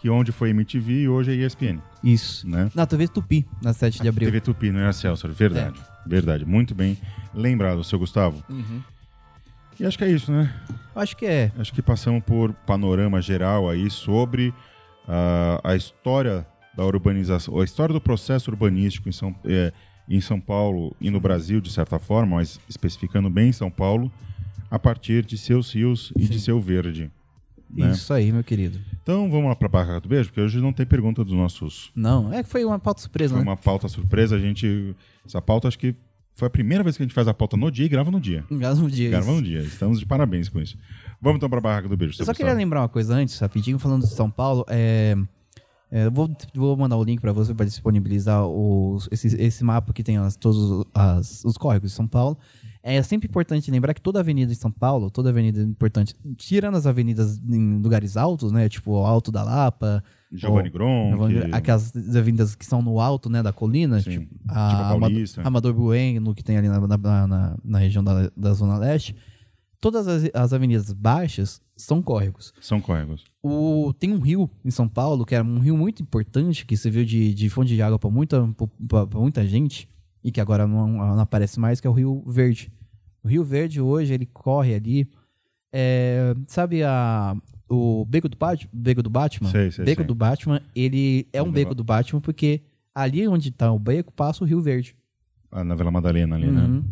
[SPEAKER 3] que onde foi MTV e hoje é ESPN,
[SPEAKER 4] Isso.
[SPEAKER 3] né?
[SPEAKER 4] Na TV Tupi, na 7 de abril. É.
[SPEAKER 3] TV Tupi, não era Excelsior, verdade. Verdade, muito bem lembrado, seu Gustavo.
[SPEAKER 4] Uhum.
[SPEAKER 3] E acho que é isso, né?
[SPEAKER 4] Eu Acho que é.
[SPEAKER 3] Acho que passamos por panorama geral aí sobre ah, a história da urbanização, a história do processo urbanístico em São, eh, em São Paulo e no Brasil, de certa forma, mas especificando bem São Paulo, a partir de seus rios e de seu verde. Né?
[SPEAKER 4] Isso aí, meu querido.
[SPEAKER 3] Então vamos lá para a barra do beijo, porque hoje não tem pergunta dos nossos.
[SPEAKER 4] Não, é que foi uma pauta surpresa,
[SPEAKER 3] Foi
[SPEAKER 4] né?
[SPEAKER 3] uma pauta surpresa, a gente. Essa pauta acho que foi a primeira vez que a gente faz a pauta no dia e grava no dia.
[SPEAKER 4] Gasmo Dias.
[SPEAKER 3] Grava no dia. Estamos de parabéns com isso. Vamos então para a barraca do beijo.
[SPEAKER 4] Eu
[SPEAKER 3] seu
[SPEAKER 4] só queria
[SPEAKER 3] Gustavo.
[SPEAKER 4] lembrar uma coisa antes, rapidinho, falando de São Paulo. É, é, eu vou, vou mandar o link pra você para disponibilizar os- esse, esse mapa que tem as- todos as- os córregos de São Paulo. É sempre importante lembrar que toda avenida em São Paulo, toda avenida importante, tirando as avenidas em lugares altos, né? Tipo Alto da Lapa,
[SPEAKER 3] Giovanni Gronk.
[SPEAKER 4] Giovanni- aquelas avenidas que são no alto, né, da colina,
[SPEAKER 3] Sim.
[SPEAKER 4] tipo a
[SPEAKER 3] Tipo a
[SPEAKER 4] Ama-
[SPEAKER 3] Paulista.
[SPEAKER 4] Amador Bueno, que tem ali na, na, na- na região da, da Zona Leste. Todas as, as avenidas baixas são córregos.
[SPEAKER 3] São córregos.
[SPEAKER 4] O, tem um rio em São Paulo, que era um rio muito importante, que serviu de, de fonte de água para muita, pra- pra muita gente, e que agora não, não aparece mais, que é o Rio Verde. O Rio Verde hoje, ele corre ali. é, sabe a, o Beco do, Bat, Beco do Batman?
[SPEAKER 3] Sei, sei,
[SPEAKER 4] beco
[SPEAKER 3] sei.
[SPEAKER 4] do Batman, ele é um
[SPEAKER 3] Ele
[SPEAKER 4] beco
[SPEAKER 3] va-
[SPEAKER 4] do Batman, porque ali onde tá o beco passa o Rio Verde.
[SPEAKER 3] Ah, na Vila Madalena ali, né?
[SPEAKER 4] Uhum.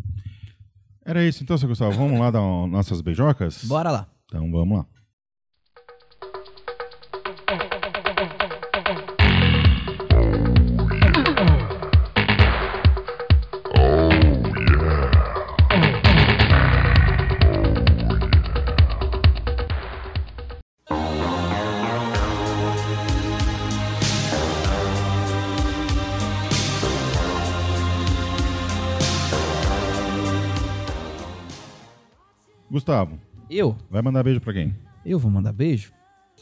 [SPEAKER 3] Era isso então, seu Gustavo. Vamos lá dar um- nossas beijocas?
[SPEAKER 4] Bora lá.
[SPEAKER 3] Então vamos lá. Gustavo,
[SPEAKER 4] Eu?
[SPEAKER 3] vai mandar beijo pra quem?
[SPEAKER 4] Eu vou mandar beijo?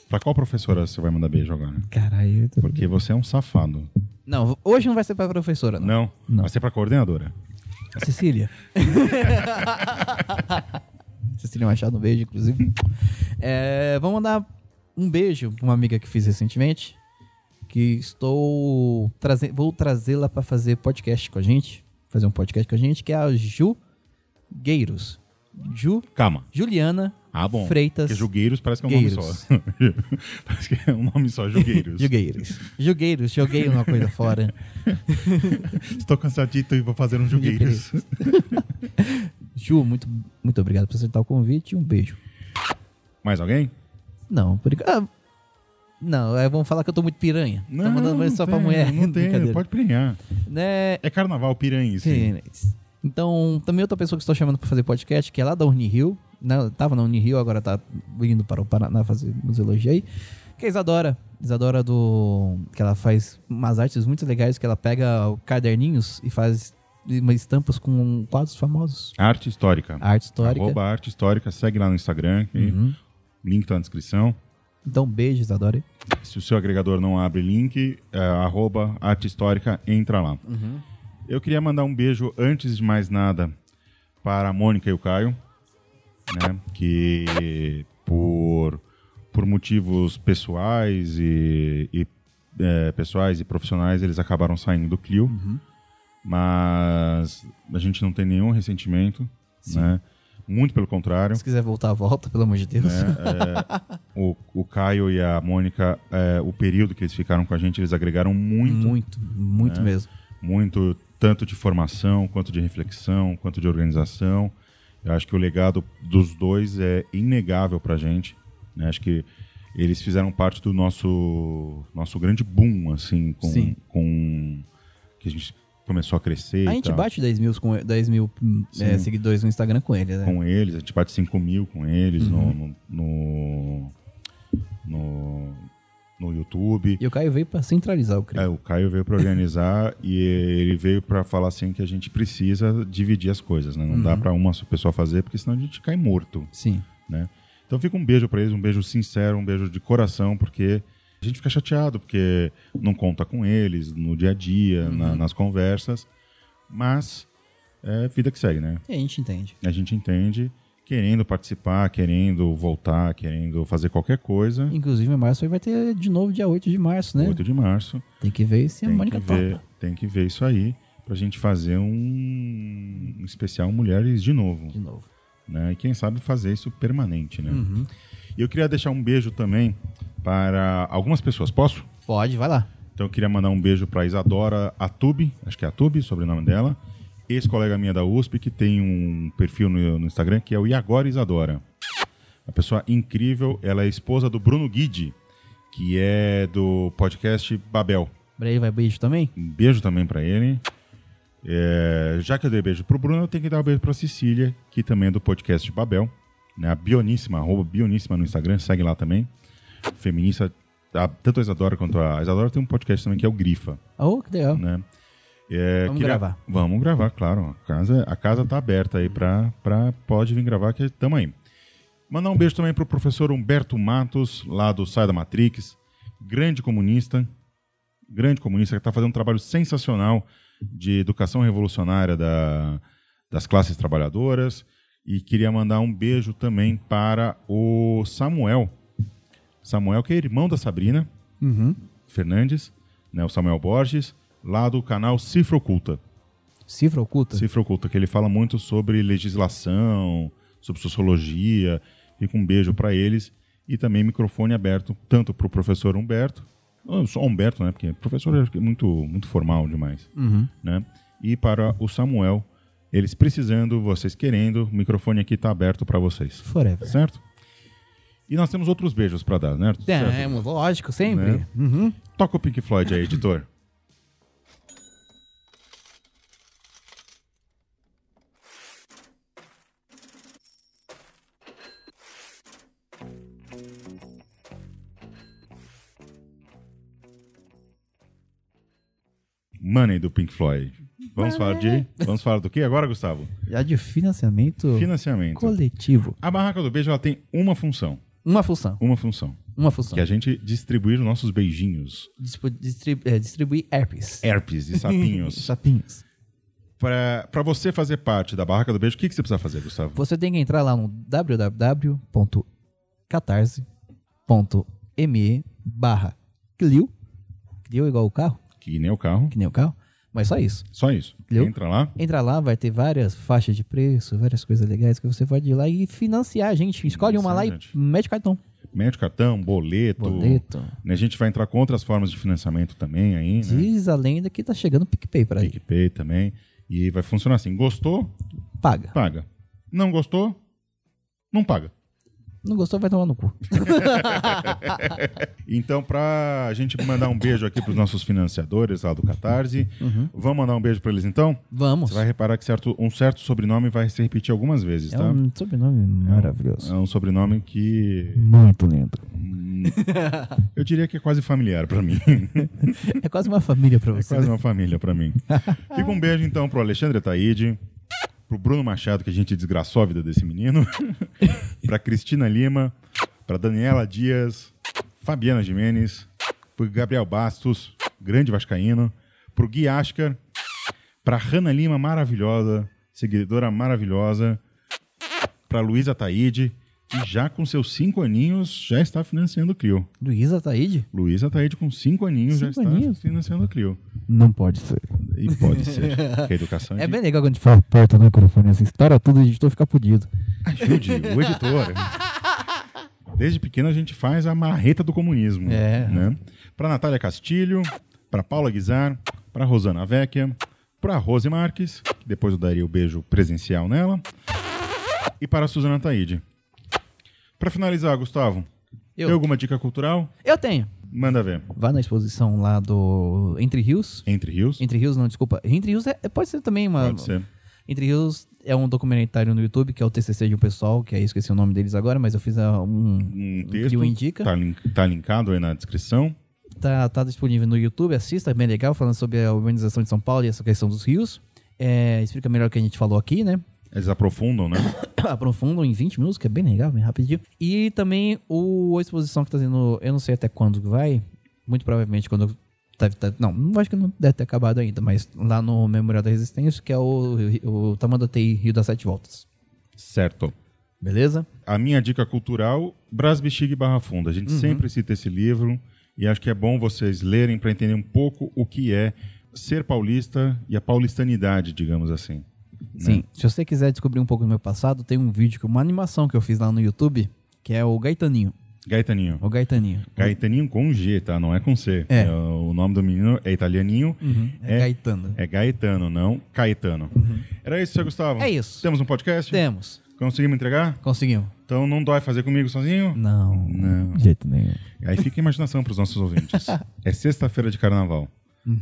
[SPEAKER 3] Pra qual professora você vai mandar beijo agora?
[SPEAKER 4] Caralho. eu tô-
[SPEAKER 3] Porque você é um safado.
[SPEAKER 4] Não, hoje não vai ser pra professora, não.
[SPEAKER 3] Não,
[SPEAKER 4] Não.
[SPEAKER 3] vai ser pra coordenadora.
[SPEAKER 4] Cecília. Cecília Machado, um beijo, inclusive. É, vamos mandar um beijo pra uma amiga que fiz recentemente. Que estou. Traze vou trazê-la pra fazer podcast com a gente. Fazer um podcast com a gente, que é a Ju Gueiros. Ju,
[SPEAKER 3] Calma.
[SPEAKER 4] Juliana
[SPEAKER 3] Ah, bom.
[SPEAKER 4] Freitas.
[SPEAKER 3] Porque Jugueiros parece que é um nome
[SPEAKER 4] Gueiros.
[SPEAKER 3] só. parece que é um nome só, Jugueiros.
[SPEAKER 4] Jugueiros. Jugueiros, joguei uma coisa fora.
[SPEAKER 3] Estou cansadito e vou fazer um Jugueiros.
[SPEAKER 4] Ju, muito, muito obrigado por aceitar o convite e um beijo.
[SPEAKER 3] Mais alguém?
[SPEAKER 4] Tá Não, por enquanto. Ah, não, é, vamos falar que eu tô muito piranha. tô mandando beijo só pra
[SPEAKER 3] tem,
[SPEAKER 4] mulher.
[SPEAKER 3] Não tem,
[SPEAKER 4] Brincadeira.
[SPEAKER 3] pode piranhar.
[SPEAKER 4] Né?
[SPEAKER 3] É carnaval, piranha, sim.
[SPEAKER 4] Então, também outra pessoa que estou chamando pra fazer podcast, que é lá da Unirio. Né? Tava na Unirio, agora tá vindo para o Paraná fazer museologia aí. Que é a Isadora. Isadora do. Que ela faz umas artes muito legais, que ela pega caderninhos e faz umas estampas com quadros famosos.
[SPEAKER 3] Arte histórica.
[SPEAKER 4] A arte histórica.
[SPEAKER 3] Arroba arte histórica, segue lá no Instagram. que
[SPEAKER 4] Uhum.
[SPEAKER 3] Link tá na descrição.
[SPEAKER 4] Então, beijo, Isadora.
[SPEAKER 3] Se o seu agregador não abre link, é, arroba arte histórica, entra lá. Eu queria mandar um beijo, antes de mais nada, para a Mônica e o Caio. né, que por, por motivos pessoais e, e, é, pessoais e profissionais eles acabaram saindo do Clio, mas a gente não tem nenhum ressentimento, né? Muito pelo contrário.
[SPEAKER 4] Se quiser voltar, volta, pelo amor de Deus.
[SPEAKER 3] né? É, o, o Caio e a Mônica, é, o período que eles ficaram com a gente, eles agregaram muito, muito,
[SPEAKER 4] muito, muito
[SPEAKER 3] É.
[SPEAKER 4] mesmo.
[SPEAKER 3] tanto de formação, quanto de reflexão, quanto de organização. Eu acho que o legado dos dois é inegável pra gente. né? Acho que eles fizeram parte do nosso, nosso grande boom, assim, com,
[SPEAKER 4] Sim.
[SPEAKER 3] com que a gente começou a crescer.
[SPEAKER 4] A
[SPEAKER 3] e
[SPEAKER 4] gente
[SPEAKER 3] tal.
[SPEAKER 4] bate 10 mil, com, 10 mil hum, é,
[SPEAKER 3] Sim.
[SPEAKER 4] seguidores no Instagram com ele, né? Uhum.
[SPEAKER 3] com eles, a gente bate 5 mil com eles no, no, no, no- no YouTube.
[SPEAKER 4] E o Caio veio pra centralizar o CRI.
[SPEAKER 3] É, o Caio veio para organizar e ele veio para falar assim que a gente precisa dividir as coisas, né? Não
[SPEAKER 4] Uhum.
[SPEAKER 3] dá para uma só pessoa fazer, porque senão a gente cai morto,
[SPEAKER 4] Sim.
[SPEAKER 3] né? Então fica um beijo para eles, um beijo sincero, um beijo de coração, porque a gente fica chateado, porque não conta com eles no dia a dia,
[SPEAKER 4] Uhum.
[SPEAKER 3] na- nas conversas, mas é vida que segue, né?
[SPEAKER 4] E a gente entende.
[SPEAKER 3] a gente entende, querendo participar, querendo voltar, querendo fazer qualquer coisa.
[SPEAKER 4] Inclusive, em março aí vai ter de novo dia 8 de março, né?
[SPEAKER 3] 8 de março.
[SPEAKER 4] Tem que ver se
[SPEAKER 3] Tem
[SPEAKER 4] a
[SPEAKER 3] que,
[SPEAKER 4] Mônica
[SPEAKER 3] ver,
[SPEAKER 4] topa.
[SPEAKER 3] tem que ver isso aí pra gente fazer um, um especial Mulheres de novo.
[SPEAKER 4] De novo.
[SPEAKER 3] Né? E quem sabe fazer isso permanente, né?
[SPEAKER 4] Uhum.
[SPEAKER 3] E eu queria deixar um beijo também para algumas pessoas. Posso?
[SPEAKER 4] Pode, vai lá.
[SPEAKER 3] Então eu queria mandar um beijo para Isadora Atube, acho que é Atube, sobrenome dela, ex-colega minha da USP, que tem um perfil no, no Instagram que é o Iagora Isadora. Uma pessoa incrível, ela é esposa do Bruno Guide, que é do podcast Babel.
[SPEAKER 4] Brei vai beijo também?
[SPEAKER 3] Um beijo também para ele. É, já que eu dei beijo pro Bruno, eu tenho que dar um beijo pra Cecília, que também é do podcast Babel. Né? A Bioníssima, arroba Bioníssima no Instagram, segue lá também. Feminista, a- tanto a Isadora quanto a a Isadora tem um podcast também que é o Grifa.
[SPEAKER 4] Oh, que legal.
[SPEAKER 3] Né? É,
[SPEAKER 4] Vamos gravar.
[SPEAKER 3] Vamos gravar, claro. A casa, a casa tá aberta aí pra, pra. Pode vir gravar, que tamo aí. Mandar um beijo também pro professor Humberto Matos, lá do Sai da Matrix, grande comunista, grande comunista, que está fazendo um trabalho sensacional de educação revolucionária da- das classes trabalhadoras. E queria mandar um beijo também para o Samuel. Samuel, que é irmão da Sabrina
[SPEAKER 4] Uhum.
[SPEAKER 3] Fernandes, né, o Samuel Borges, lá do canal Cifra Oculta.
[SPEAKER 4] Cifra oculta?
[SPEAKER 3] Cifra Oculta, que ele fala muito sobre legislação, sobre sociologia. Fica um beijo para eles. E também microfone aberto, tanto para o professor Humberto, ou só Humberto, né? Porque professor é muito, muito formal demais.
[SPEAKER 4] Uhum.
[SPEAKER 3] Né? E para o Samuel, eles precisando, vocês querendo, o microfone aqui está aberto para vocês.
[SPEAKER 4] Forever.
[SPEAKER 3] Certo? E nós temos outros beijos para dar, né? Arthur? Certo.
[SPEAKER 4] É, lógico, sempre.
[SPEAKER 3] Né?
[SPEAKER 4] Uhum.
[SPEAKER 3] Toca o Pink Floyd aí, editor. Money do Pink Floyd. Vamos falar de. Vamos falar do que agora, Gustavo?
[SPEAKER 4] Já de financiamento
[SPEAKER 3] Financiamento.
[SPEAKER 4] coletivo.
[SPEAKER 3] A barraca do beijo ela tem uma função.
[SPEAKER 4] Uma função.
[SPEAKER 3] Uma função.
[SPEAKER 4] Uma função.
[SPEAKER 3] Que é a gente distribuir os nossos beijinhos.
[SPEAKER 4] Dispo- distrib- é, distribuir herpes.
[SPEAKER 3] Herpes e sapinhos.
[SPEAKER 4] Sapinhos.
[SPEAKER 3] Pra pra você fazer parte da Barraca do Beijo, o que, que você precisa fazer, Gustavo?
[SPEAKER 4] Você tem que entrar lá no www.catarse.me barra Clio. Clio é igual o carro,
[SPEAKER 3] Que nem o carro.
[SPEAKER 4] que nem o carro, mas só isso.
[SPEAKER 3] Só isso.
[SPEAKER 4] Entendeu?
[SPEAKER 3] Entra lá.
[SPEAKER 4] Entra lá, vai ter várias faixas de preço, várias coisas legais que você pode ir lá e financiar a gente. Escolhe uma lá e
[SPEAKER 3] Financiar, gente.
[SPEAKER 4] mete cartão.
[SPEAKER 3] Mete o cartão, boleto.
[SPEAKER 4] Boleto.
[SPEAKER 3] Né, A gente vai entrar com outras formas de financiamento também aí, né?
[SPEAKER 4] Diz a lenda que tá chegando o PicPay pra aí.
[SPEAKER 3] PicPay também. E vai funcionar assim. Gostou?
[SPEAKER 4] Paga.
[SPEAKER 3] Paga. Não gostou? Não paga.
[SPEAKER 4] Não gostou, vai tomar no cu.
[SPEAKER 3] Então, pra gente mandar um beijo aqui pros nossos financiadores lá do Catarse,
[SPEAKER 4] Uhum.
[SPEAKER 3] vamos mandar um beijo pra eles então?
[SPEAKER 4] Vamos.
[SPEAKER 3] Você vai reparar que certo, um certo sobrenome vai se repetir algumas vezes,
[SPEAKER 4] É
[SPEAKER 3] tá?
[SPEAKER 4] um sobrenome maravilhoso.
[SPEAKER 3] É um sobrenome que
[SPEAKER 4] Muito lindo.
[SPEAKER 3] eu diria que é quase familiar pra mim.
[SPEAKER 4] É quase uma família pra
[SPEAKER 3] É
[SPEAKER 4] você. né?
[SPEAKER 3] quase uma família pra mim. Fica um beijo então pro Alexandre Taide, pro Bruno Machado, que a gente desgraçou a vida desse menino, pra Cristina Lima, pra Daniela Dias, Fabiana Jimenez, pro Gabriel Bastos, grande vascaíno, pro Gui Ascar, pra Hanna Lima maravilhosa, seguidora maravilhosa, para Luísa Taide, que já com seus cinco aninhos já está financiando o CRIO.
[SPEAKER 4] Luísa Taíde?
[SPEAKER 3] Luísa Taide, com cinco aninhos, já
[SPEAKER 4] Cinco
[SPEAKER 3] está
[SPEAKER 4] aninhos?
[SPEAKER 3] financiando o CRIO.
[SPEAKER 5] Não pode ser.
[SPEAKER 3] E pode ser que a educação
[SPEAKER 4] É
[SPEAKER 3] de-
[SPEAKER 4] bem legal quando a gente fala.
[SPEAKER 5] Fala perto do microfone assim, estoura tudo e o editor fica fudido.
[SPEAKER 3] ajude o editor. Desde pequeno a gente faz a marreta do comunismo.
[SPEAKER 4] É.
[SPEAKER 3] Né? Para Natália Castilho, para Paula Guizar, para Rosana Vecchia, para Rose Marques, que depois eu daria o beijo presencial nela, e para a Suzana Taide. Para finalizar, Gustavo,
[SPEAKER 4] Eu.
[SPEAKER 3] tem alguma dica cultural?
[SPEAKER 4] Eu tenho.
[SPEAKER 3] Manda ver.
[SPEAKER 4] Vá na exposição lá do Entre Rios.
[SPEAKER 3] Entre Rios?
[SPEAKER 4] Entre Rios, não, desculpa. Entre Rios é- pode ser também uma.
[SPEAKER 3] Pode ser.
[SPEAKER 4] Entre Rios é um documentário no YouTube, que é o TCC de um pessoal, que aí eu esqueci o nome deles agora, mas eu fiz ah, um,
[SPEAKER 3] Um
[SPEAKER 4] que
[SPEAKER 3] texto.
[SPEAKER 4] o indica.
[SPEAKER 3] Tá, lin- tá linkado aí na descrição.
[SPEAKER 4] Tá, tá disponível no YouTube, assista, é bem legal, falando sobre a urbanização de São Paulo e essa questão dos rios. É, explica melhor o que a gente falou aqui, né?
[SPEAKER 3] Eles aprofundam, né?
[SPEAKER 4] aprofundam em 20 minutos, que é bem legal, bem rapidinho. E também o, a exposição que tá tendo, eu não sei até quando que vai, muito provavelmente quando. Tá, tá- não, não acho que não deve ter acabado ainda, mas lá no Memorial da Resistência, que é o, o Tamandatei Rio das Sete Voltas.
[SPEAKER 3] certo.
[SPEAKER 4] Beleza?
[SPEAKER 3] a minha dica cultural, Brás Bexiga e Barra Funda. A gente
[SPEAKER 4] Uhum.
[SPEAKER 3] sempre cita esse livro e acho que é bom vocês lerem para entender um pouco o que é ser paulista e a paulistanidade, digamos assim.
[SPEAKER 4] Sim. Se você quiser descobrir um pouco do meu passado, tem um vídeo, que- uma animação que eu fiz lá no YouTube, que é o Gaetaninho.
[SPEAKER 3] Gaetaninho.
[SPEAKER 4] O Gaetaninho.
[SPEAKER 3] Gaetaninho com G, tá? Não é com C.
[SPEAKER 4] É.
[SPEAKER 3] O nome do menino é italianinho.
[SPEAKER 4] É,
[SPEAKER 3] É,
[SPEAKER 4] Gaetano. Uhum.
[SPEAKER 3] é Gaetano, não Caetano. Era isso, seu Gustavo?
[SPEAKER 4] É isso.
[SPEAKER 3] Temos um podcast?
[SPEAKER 4] Temos.
[SPEAKER 3] Conseguimos entregar?
[SPEAKER 4] Conseguimos.
[SPEAKER 3] Então não dói fazer comigo sozinho?
[SPEAKER 4] Não.
[SPEAKER 3] Não.
[SPEAKER 5] De jeito nenhum.
[SPEAKER 3] Aí fica a imaginação para os nossos ouvintes. É sexta-feira de carnaval.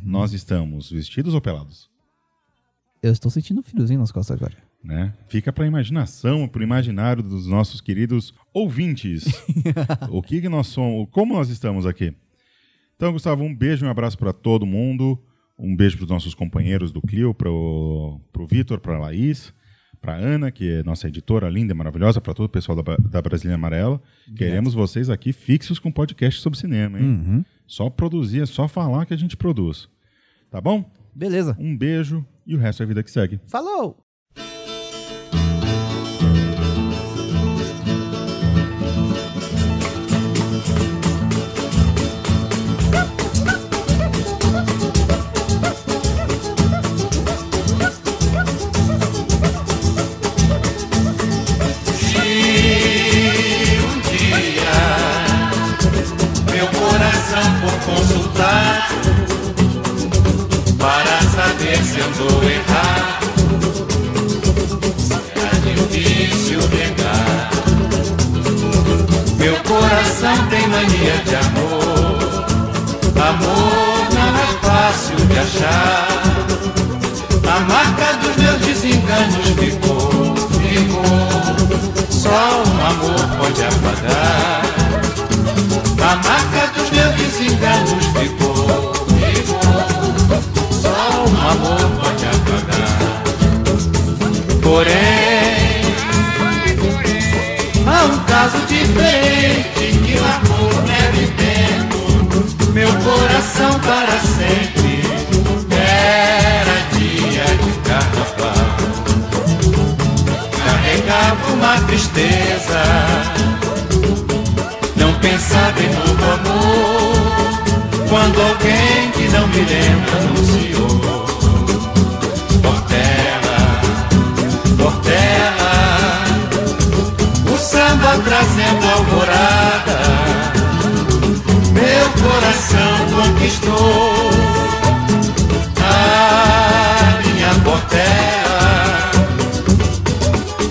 [SPEAKER 3] Nós estamos vestidos ou pelados?
[SPEAKER 4] Eu estou sentindo um friozinho nas costas agora.
[SPEAKER 3] né? Fica para imaginação, para o imaginário dos nossos queridos ouvintes. o que, que nós somos, como nós estamos aqui. Então, Gustavo, um beijo, um abraço para todo mundo. Um beijo para os nossos companheiros do Clio, para o Vitor, para a Laís, para Ana, que é nossa editora linda e maravilhosa, para todo o pessoal da, Ba- da Brasília Amarela. Queremos vocês aqui fixos com podcast sobre cinema, hein? Só produzir, é só falar que a gente produz. Tá bom?
[SPEAKER 4] Beleza.
[SPEAKER 3] Um beijo e o resto é vida que segue.
[SPEAKER 4] Falou!
[SPEAKER 6] meu coração por consultar para saber se andou errado. É difícil negar. Meu coração tem mania de amor. Amor não é fácil de achar. A marca dos meus desenganos ficou, ficou. Só um amor pode apagar. A marca dos meus desenganos ficou, ficou. Só um amor pode apagar. Porém, há um caso diferente que marcou breve tempo. Meu coração para sempre era dia de carnaval. Carregava uma tristeza não pensava em novo amor. Quando alguém que não me lembra anunciou: Portela, Portela, o samba trazendo alvorada. Meu coração conquistou a minha Portela.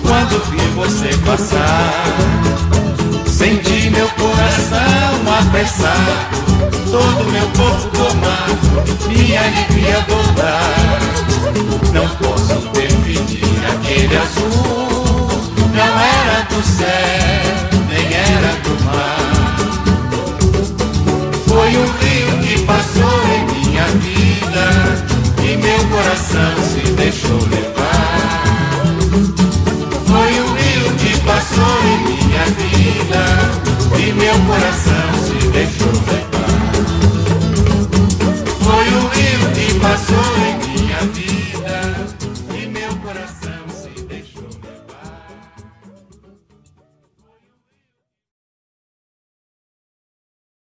[SPEAKER 6] Quando vi você passar. Senti meu coração apressar, todo meu corpo tomar, minha alegria voltar. Não posso permitir aquele azul, não era do céu, nem era do mar. Foi um rio que passou em minha vida e meu coração se deixou levar. Foi um o rio que passou em minha vida e meu coração se um